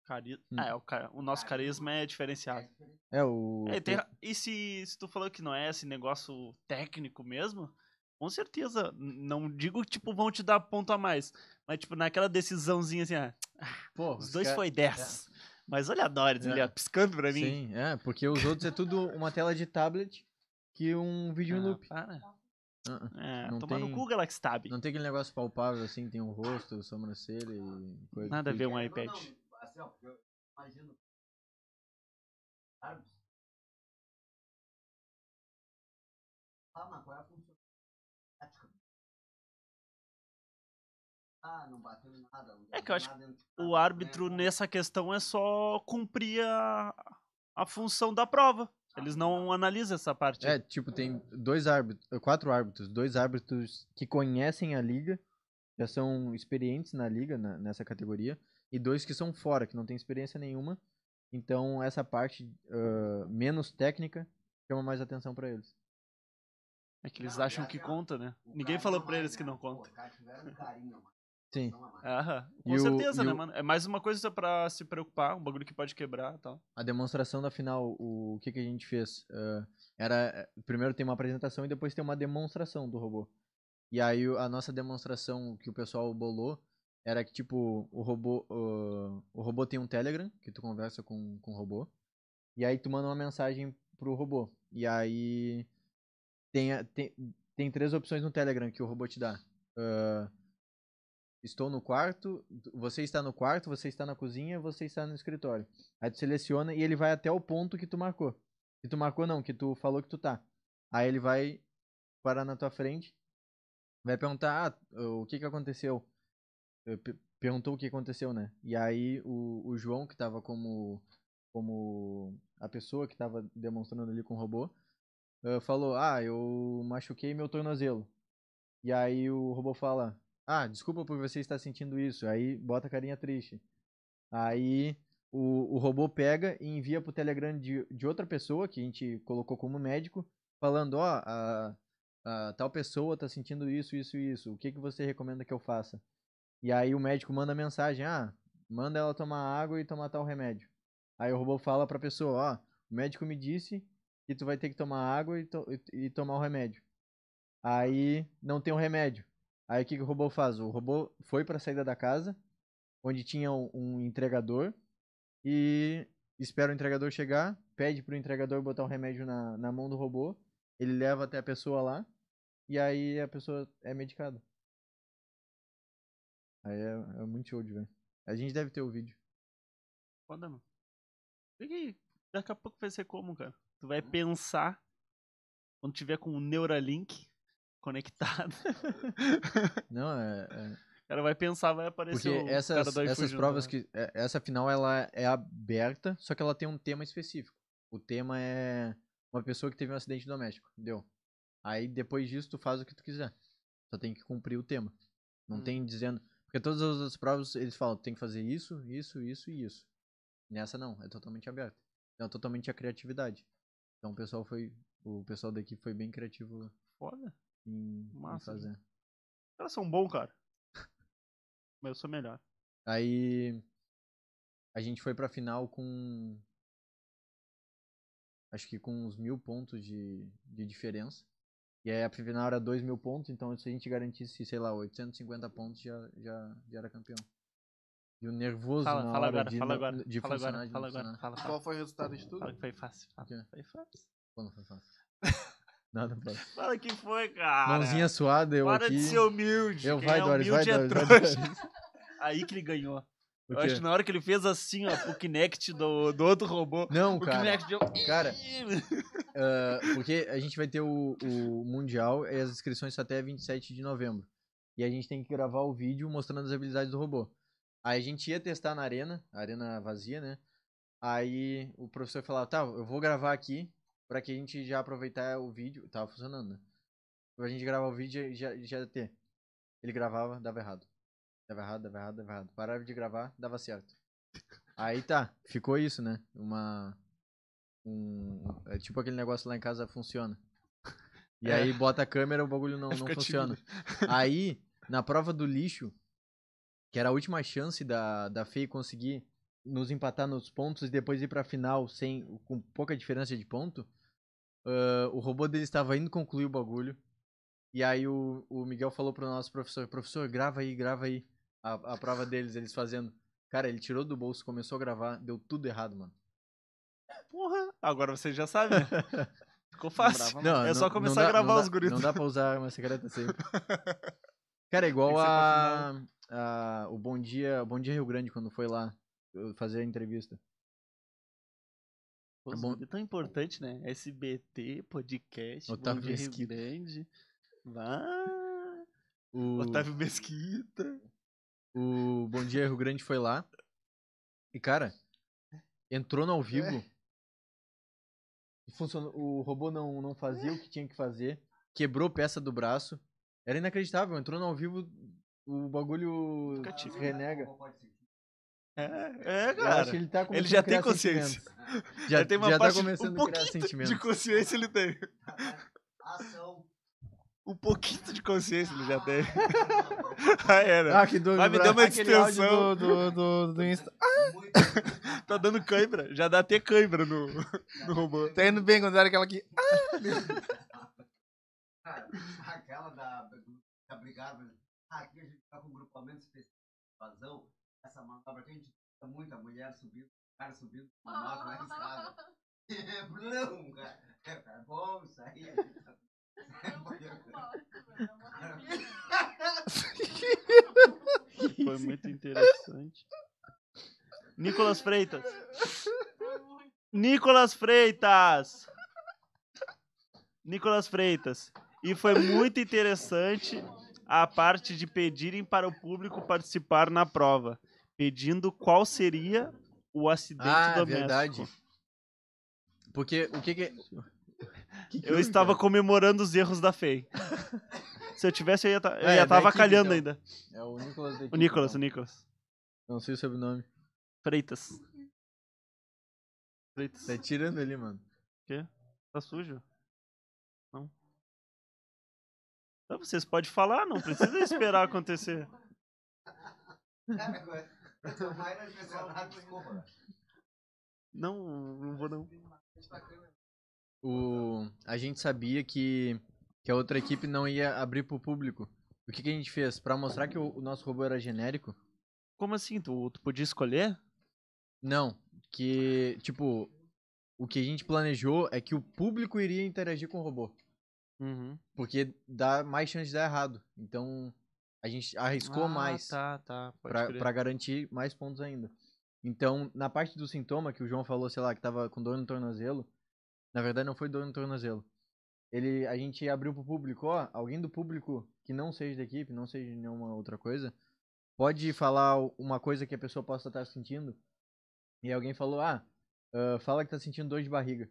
A: Cari...
C: Hum.
A: Ah, é, o, ca- o nosso carisma é diferenciado.
C: É o
A: É, e tem
C: pe-
A: ra- E se, se tu falou que não é esse negócio técnico mesmo, com certeza, n- não digo que tipo, vão te dar ponto a mais, mas tipo, naquela decisãozinha assim, ah,
C: Pô,
A: os dois
C: ca-
A: foi 10. Mas olha a Doris ali,
C: É.
A: ó, piscando pra mim. Ah,
C: Sim, é, porque os outros é tudo uma tela de tablet que um vídeo em
A: Ah,
C: loop.
A: para.
C: Ah,
A: É,
C: Não
A: tomar
C: tem-
A: no cu Galaxy Tab.
C: Não tem aquele negócio palpável assim, tem o rosto, sobrancelha e coisa.
A: Nada a ver um iPad.
E: Não, assim, ó, porque eu imagino. Sabe? Ah, mas qual é a função? Tática. Ah, não bateu em nada. não
A: É que
E: deu
A: eu acho
E: nada dentro de casa,
A: O
E: né?
A: árbitro nessa questão é só cumprir a, a função da prova. Eles não analisam essa parte.
C: É, tipo, tem dois árbitros, quatro árbitros, dois árbitros que conhecem a liga, já são experientes na liga, na- nessa categoria, e dois que são fora, que não tem experiência nenhuma. Então, essa parte ah, menos técnica chama mais atenção pra eles.
A: É que eles acham que conta, né?
E: O
A: Ninguém
E: cara
A: falou
E: não
A: pra
E: vai,
A: eles que
E: né?
A: não
E: Pô,
A: conta. É.
E: os caras tiveram um carinho, mano.
C: Sim.
E: Não, é mano.
A: Aham.
C: E
A: Com
C: o-
A: certeza,
C: e
A: né,
C: o-
A: mano? É mais uma coisa pra se preocupar, um bagulho que pode quebrar e tal.
C: A demonstração da final, o, o que, que a gente fez? Ah, era Primeiro tem uma apresentação e depois tem uma demonstração do robô. E aí o- a nossa demonstração que o pessoal bolou era que, tipo, o robô, ah, o robô tem um Telegram, que tu conversa com, com o robô, e aí tu manda uma mensagem pro robô. E aí tem, a- tem, tem três opções no Telegram que o robô te dá. Ah, estou no quarto, você está no quarto, você está na cozinha, você está no escritório. Aí tu seleciona e ele vai até o ponto que tu marcou. Que tu marcou não, que tu falou que tu tá. Aí ele vai parar na tua frente, vai perguntar, ah, o que que aconteceu? Eh, pe- Perguntou o que aconteceu, né? E aí o, o João, que tava como, como a pessoa que tava demonstrando ali com o robô, eh, falou, ah, eu machuquei meu tornozelo. E aí o robô fala, ah, desculpa por você estar sentindo isso. Aí bota a carinha triste. Aí o, o robô pega e envia pro Telegram de, de outra pessoa que a gente colocou como médico, falando, ó, a, a tal pessoa tá sentindo isso, isso e isso. O que que você recomenda que eu faça? E aí o médico manda mensagem, ah, manda ela tomar água e tomar tal remédio. Aí o robô fala pra pessoa, ó, o médico me disse que tu vai ter que tomar água e, to- e- e tomar o remédio. Aí não tem o remédio. Aí o que que o robô faz? O robô foi pra saída da casa, onde tinha um- um entregador, e espera o entregador chegar, pede pro entregador botar o remédio na, na mão do robô, ele leva até a pessoa lá, e aí a pessoa é medicada. Aí é, é muito show de ver. A gente deve ter o vídeo.
A: Foda, mano. Fica aí. Daqui a pouco vai ser como, cara? Tu vai pensar quando tiver com o Neuralink conectado.
C: Não, é. é-
A: O cara vai pensar, vai aparecer
C: porque
A: é o cara
C: essas,
A: do iFood
C: essas
A: junto,
C: provas
A: né?
C: que. é- Essa final ela é aberta, só que ela tem um tema específico. O tema é uma pessoa que teve um acidente doméstico. Deu. Aí depois disso tu faz o que tu quiser. Só tem que cumprir o tema. Não
A: Hum.
C: tem dizendo. Porque todas as outras provas eles falam, tem que fazer isso, isso, isso e isso. Nessa não, é totalmente aberto. Então é totalmente a criatividade. Então o pessoal foi. O pessoal daqui foi bem criativo
A: Foda.
C: em, em
A: Massa, né?
C: fazer.
A: Os caras são bons, cara. Mas eu sou melhor.
C: Aí a gente foi pra final com. Acho que com uns mil pontos de, de diferença. E aí a final era dois mil pontos, então se a gente garantisse, sei lá, 850 pontos, já, já, já era campeão. E o nervoso
A: Fala,
C: na
A: fala
C: hora
A: agora,
C: de,
A: fala
C: não-
A: agora.
C: de
A: fala
C: funcionar,
A: agora,
C: de não
A: fala agora,
C: funcionar.
A: fala, fala.
B: Qual foi o resultado de tudo?
A: Fala que foi fácil. Fala,
C: quê?
A: foi fácil.
C: Pô, não foi fácil. Nada fácil.
A: Fala que foi, cara.
C: Mãozinha suada, eu
A: Para
C: aqui.
A: de ser humilde.
C: Eu,
A: Quem
C: vai,
A: é
C: Doris, vai,
A: humilde é
C: Doris. vai,
A: trouxa.
C: Doris.
A: Aí que ele ganhou.
C: O
A: Eu acho
C: quê?
A: que na hora que ele fez assim, ó, pro Kinect do, do outro robô.
C: Não,
A: O
C: cara.
A: Kinect deu.
C: Cara, Ah, porque a gente vai ter o, o Mundial e as inscrições são até 27 de novembro. E a gente tem que gravar o vídeo mostrando as habilidades do robô. Aí a gente ia testar na arena, a arena vazia, né? Aí o professor falava, tá, eu vou gravar aqui pra que a gente já aproveitar o vídeo. Tava funcionando, né? Pra gente gravar o vídeo e já, já ter. Ele gravava, dava errado. Dava errado, dava errado, dava errado. Parava de gravar, dava certo. Aí tá, ficou isso, né? Uma um. É tipo aquele negócio lá em casa funciona. E
A: É.
C: aí bota a câmera o bagulho não, não
A: Fica
C: funciona. Aí, na prova do lixo, que era a última chance da, da FEI conseguir nos empatar nos pontos e depois ir pra final sem, com pouca diferença de ponto, ah, o robô dele estava indo concluir o bagulho. E aí o, o Miguel falou pro nosso professor, professor, grava aí, grava aí a, a prova deles, eles fazendo. Cara, ele tirou do bolso, começou a gravar, deu tudo errado, mano.
A: Porra, agora você já sabe. né? Ficou fácil.
B: Brava,
C: Não,
A: É só começar a
C: dá-
A: gravar
C: não
A: os
C: dá-
A: guritos.
C: Não dá pra usar arma secreta sempre. Cara, é
A: Tem
C: igual
A: que ser pra
C: a, a- o Bom Dia, o Bom Dia Rio Grande quando foi lá eu fazer a entrevista.
A: Pô,
C: É
A: os
C: bom-
A: guri tão importante, né? SBT, podcast,
C: Otávio
A: Bom Dia Rio
C: Mesquita.
A: Grande. Vai.
C: O,
A: Otávio Mesquita.
C: o Bom Dia Rio Grande foi lá. E cara, entrou
A: É.
C: no ao vivo. e Funcionou, o robô não não fazia o que tinha que fazer, quebrou peça do braço. Era inacreditável, entrou no ao vivo o bagulho
E: né?
A: Cativo.
C: renega.
A: É, é
C: Eu acho
A: cara.
C: que ele tá
A: Ele
C: começando
A: já
C: a criar
A: tem consciência.
C: sentimentos. Já,
A: Ele tem uma
C: já
A: parte
C: tá começando
A: um
C: a criar
A: pouquinho
C: sentimentos.
A: de consciência ele tem.
E: Ação.
A: Um pouquinho de consciência ele já tem. Ah, era.
D: que dúvida.
A: Vai me dar uma
D: Aquele áudio
A: distensão.
D: Do, do, do, do Insta.
E: Muito.
C: Ah.
A: Tá dando cãibra. Já dá até cãibra no, no robô.
D: Tá indo bem quando era aquela que.
E: Cara, aquela da, da brigada. né? Ah, aqui a gente tá com um grupamento específico de invasão. Essa manobra que a gente usa muito, a mulher subindo, o cara subindo, uma moto na escada. Não, cara. É bom isso aí. tá- É,
A: Foi muito interessante. Nicolas Freitas. Nicolas Freitas! Nicolas Freitas. E foi muito interessante a parte de pedirem para o público participar na prova, pedindo qual seria o acidente
C: Ah,
A: doméstico.
C: verdade. Porque o que que... que que
A: Eu
C: houve,
A: estava
C: cara?
A: comemorando os erros da FEI. Se eu tivesse, eu ia estar
C: Ah, é, da equipe,
A: avacalhando
C: então.
A: ainda.
C: É o Nicolas da
A: O
C: equipe,
A: Nicolas, o
C: então.
A: Nicolas.
C: Não sei o sobrenome.
A: Freitas.
C: Tá tirando ali, mano.
A: Tá sujo? Não. Não, vocês podem falar, não precisa esperar acontecer.
E: Cara, agora, eu tô mais impressionado, desculpa.
A: Não, não vou não.
C: O... A gente sabia que... que a outra equipe não ia abrir pro público. O que que a gente fez? Pra mostrar que o, o nosso robô era genérico?
A: Como assim? Tu, tu podia escolher?
C: Não. Que, tipo... O que a gente planejou é que o público iria interagir com o robô.
A: Uhum.
C: Porque dá mais chance de dar errado. Então, a gente arriscou
A: Ah,
C: mais.
A: Tá, tá. Pode
C: pra,
A: crer.
C: pra garantir mais pontos ainda. Então, na parte do sintoma que o João falou, sei lá, que tava com dor no tornozelo, na verdade não foi dor no tornozelo. Ele, a gente abriu pro público, ó, alguém do público que não seja da equipe, não seja de nenhuma outra coisa, pode falar o- uma coisa que a pessoa possa estar sentindo. E alguém falou, ah, ah, fala que tá sentindo dor de barriga.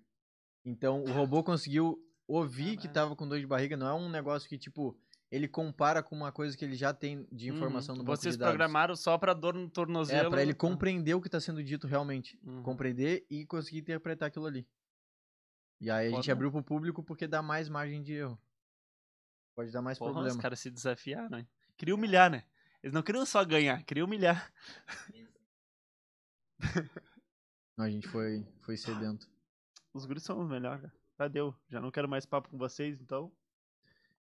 C: Então, o robô conseguiu ouvir que
A: Caralho.
C: tava com dor de barriga, não é um negócio que, tipo, ele compara com uma coisa que ele já tem de
A: Uhum.
C: informação do banco
A: Vocês
C: de dados.
A: programaram só pra dor no
C: É,
A: tornozelo.
C: pra ele
A: tá?
C: compreender o que tá sendo dito realmente.
A: Uhum.
C: Compreender e conseguir interpretar aquilo ali. E aí a gente
A: Foda.
C: abriu pro público porque dá mais margem de erro. Pode dar mais
A: Porra, os
C: problema.
A: caras se desafiaram, hein? Queria humilhar, né? Eles não queriam só ganhar, queriam humilhar.
C: Não, a gente foi, foi sedento.
A: Os guris são os melhores, cara. Tá, deu. Já não quero mais papo com vocês, então.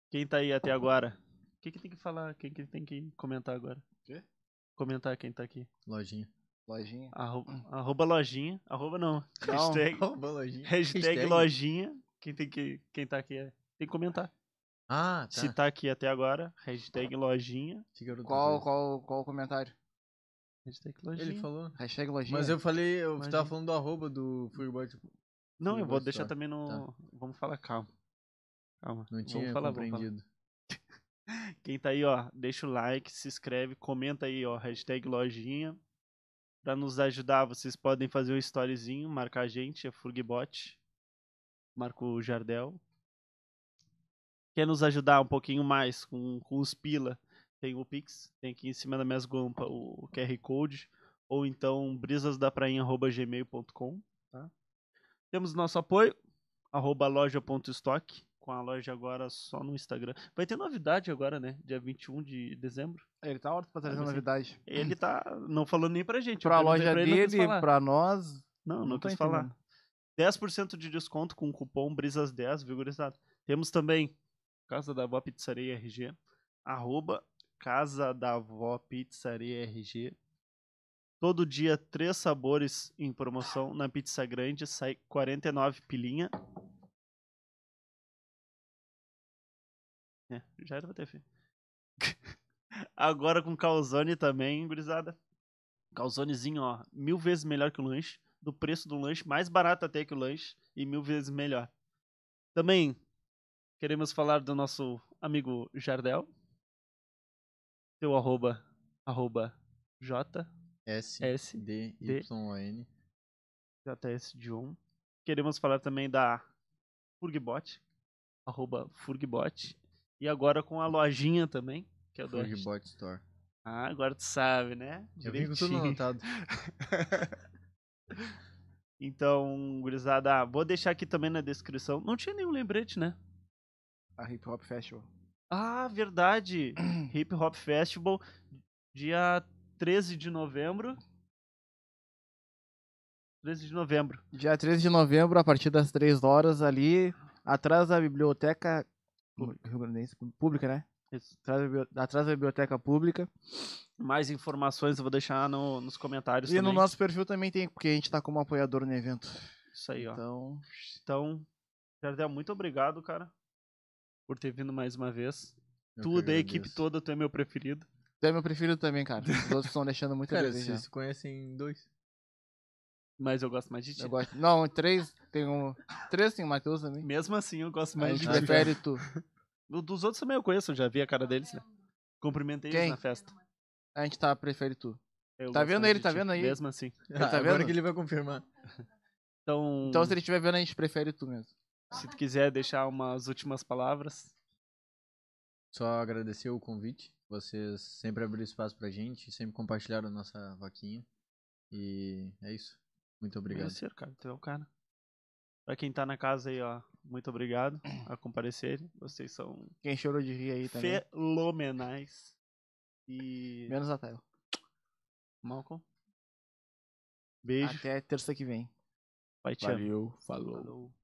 A: Quem tá aí até agora? O que, que tem que falar? Quem que tem que comentar agora?
B: Quê?
A: Comentar quem tá aqui.
C: Lojinha.
B: Lojinha.
A: Arro- Arroba lojinha. Arroba não. Hashtag,
C: lojinha.
A: hashtag lojinha. Quem, tem que, quem tá aqui é- tem que comentar.
C: Ah, tá.
A: Se tá aqui até agora, hashtag lojinha.
C: Esse garoto
B: Qual,
C: doido.
B: qual, qual o comentário?
A: Hashtag lojinha.
C: Ele falou.
B: Hashtag lojinha.
C: Mas eu falei, eu
A: Lojinha.
C: tava falando do arroba do Furbot.
A: Não,
C: Ele
A: eu vou
C: gosta,
A: deixar
C: ó.
A: também no. Vamos falar calma. Calma.
C: Tá. Não tinha
A: vamos falar, vamos falar.
C: compreendido.
A: Quem tá aí, ó, deixa o like, se inscreve, comenta aí, ó, hashtag lojinha. Pra nos ajudar, vocês podem fazer um storyzinho, marcar a gente, é Furgbot. Marco o Jardel. Quer nos ajudar um pouquinho mais com, com os pila? Tem o Pix, tem aqui em cima da minha gompa o QR Code. Ou então brisasdaprainha.gmail.com. Tá? Temos nosso apoio, arroba loja.stock. Com a loja agora só no Instagram. Vai ter novidade agora, né? Dia 21 de dezembro.
B: Ele tá ótimo pra trazer
A: Mas, assim,
B: novidade.
A: Ele tá não falando nem pra gente. Tipo, eu
B: Hum. Pra
A: perguntei
B: loja
A: pra ele, não quis
B: dele,
A: falar.
B: pra nós.
A: Não, não,
B: Não tô
A: quis falar. 10% de desconto com o cupom Brisas10, vigorizado. Temos também Casa da Vó Pizzaria RG, arroba Casa da Vó Pizzaria RG. Todo dia, três sabores em promoção na pizza grande, sai 49 pilinha. É, já era pra ter feito. Agora com calzone também, gurizada. Calzonezinho, ó, mil vezes melhor que o lanche. Do preço do lanche, mais barato até que o lanche. E mil vezes melhor. Também queremos falar do nosso amigo Jardel. Teu arroba, arroba J,
C: S,
A: S,
C: D,
A: D.
C: Y, O, N.
A: JS de 1. Queremos falar também da Furgbot, arroba Furgbot. E agora com a lojinha também, que é do
C: Furgbot Store.
A: Ah, agora tu sabe, né?
C: Eu vim com tudo anotado.
A: Então, gurizada, ah, vou deixar aqui também na descrição. Não tinha nenhum lembrete, né?
H: A Hip Hop Festival.
A: Ah, verdade! Hip Hop Festival, dia 13 de novembro. 13 de novembro.
B: Dia 13 de novembro, a partir das 3 horas ali, atrás da biblioteca Rio Grandense, pública, né?
A: Isso.
B: Atrás da, bibli- atrás da biblioteca pública.
A: Mais informações eu vou deixar no- nos comentários
B: E no
A: também.
B: nosso perfil também tem, porque a gente tá como apoiador no evento.
A: Isso aí, ó.
B: Então,
A: Então, Jardel, muito obrigado, cara, por ter vindo mais uma vez.
C: Eu
A: tu,
C: que
A: da equipe
C: agradeço.
A: toda, tu é meu preferido.
B: tu é meu preferido também, cara. Os outros estão deixando muito a
C: Cara,
B: desejar.
C: vocês se conhecem dois.
A: Mas eu gosto mais de ti.
B: Eu gosto. Não, três. Tem um. Três tem o Matheus também.
A: Mesmo assim, eu gosto
B: A
A: mais
B: gente
A: de
C: Ah,
A: ti.
B: prefere tu.
A: Do- Dos outros também eu conheço, eu já vi a cara deles, né? Cumprimentei eles
B: Quem?
A: na festa.
B: A gente tá prefere tu.
A: Eu
B: Tá
A: gosto
B: vendo
A: mais
B: ele?
A: de
B: Tá
A: ti,
B: vendo aí?
A: Mesmo assim.
B: tá
C: Ah, agora
B: vendo?
C: que ele vai confirmar.
A: Então,
B: Então, se ele estiver vendo, a gente prefere tu mesmo.
A: se tu quiser deixar umas últimas palavras. é
C: Só agradecer o convite. Vocês sempre abriram espaço pra gente, sempre compartilharam a nossa vaquinha. E é isso. Muito obrigado.
A: Agradecer, cara. Tu é o cara. Pra quem tá na casa aí, ó, muito obrigado a comparecerem. Vocês são
B: Quem chorou de rir aí também.
A: fenomenais. E.
B: Menos a Thaila.
A: Malcolm. Beijo.
B: Até terça que vem.
A: Vai, te amo.
B: Valeu, falou.
A: Falou.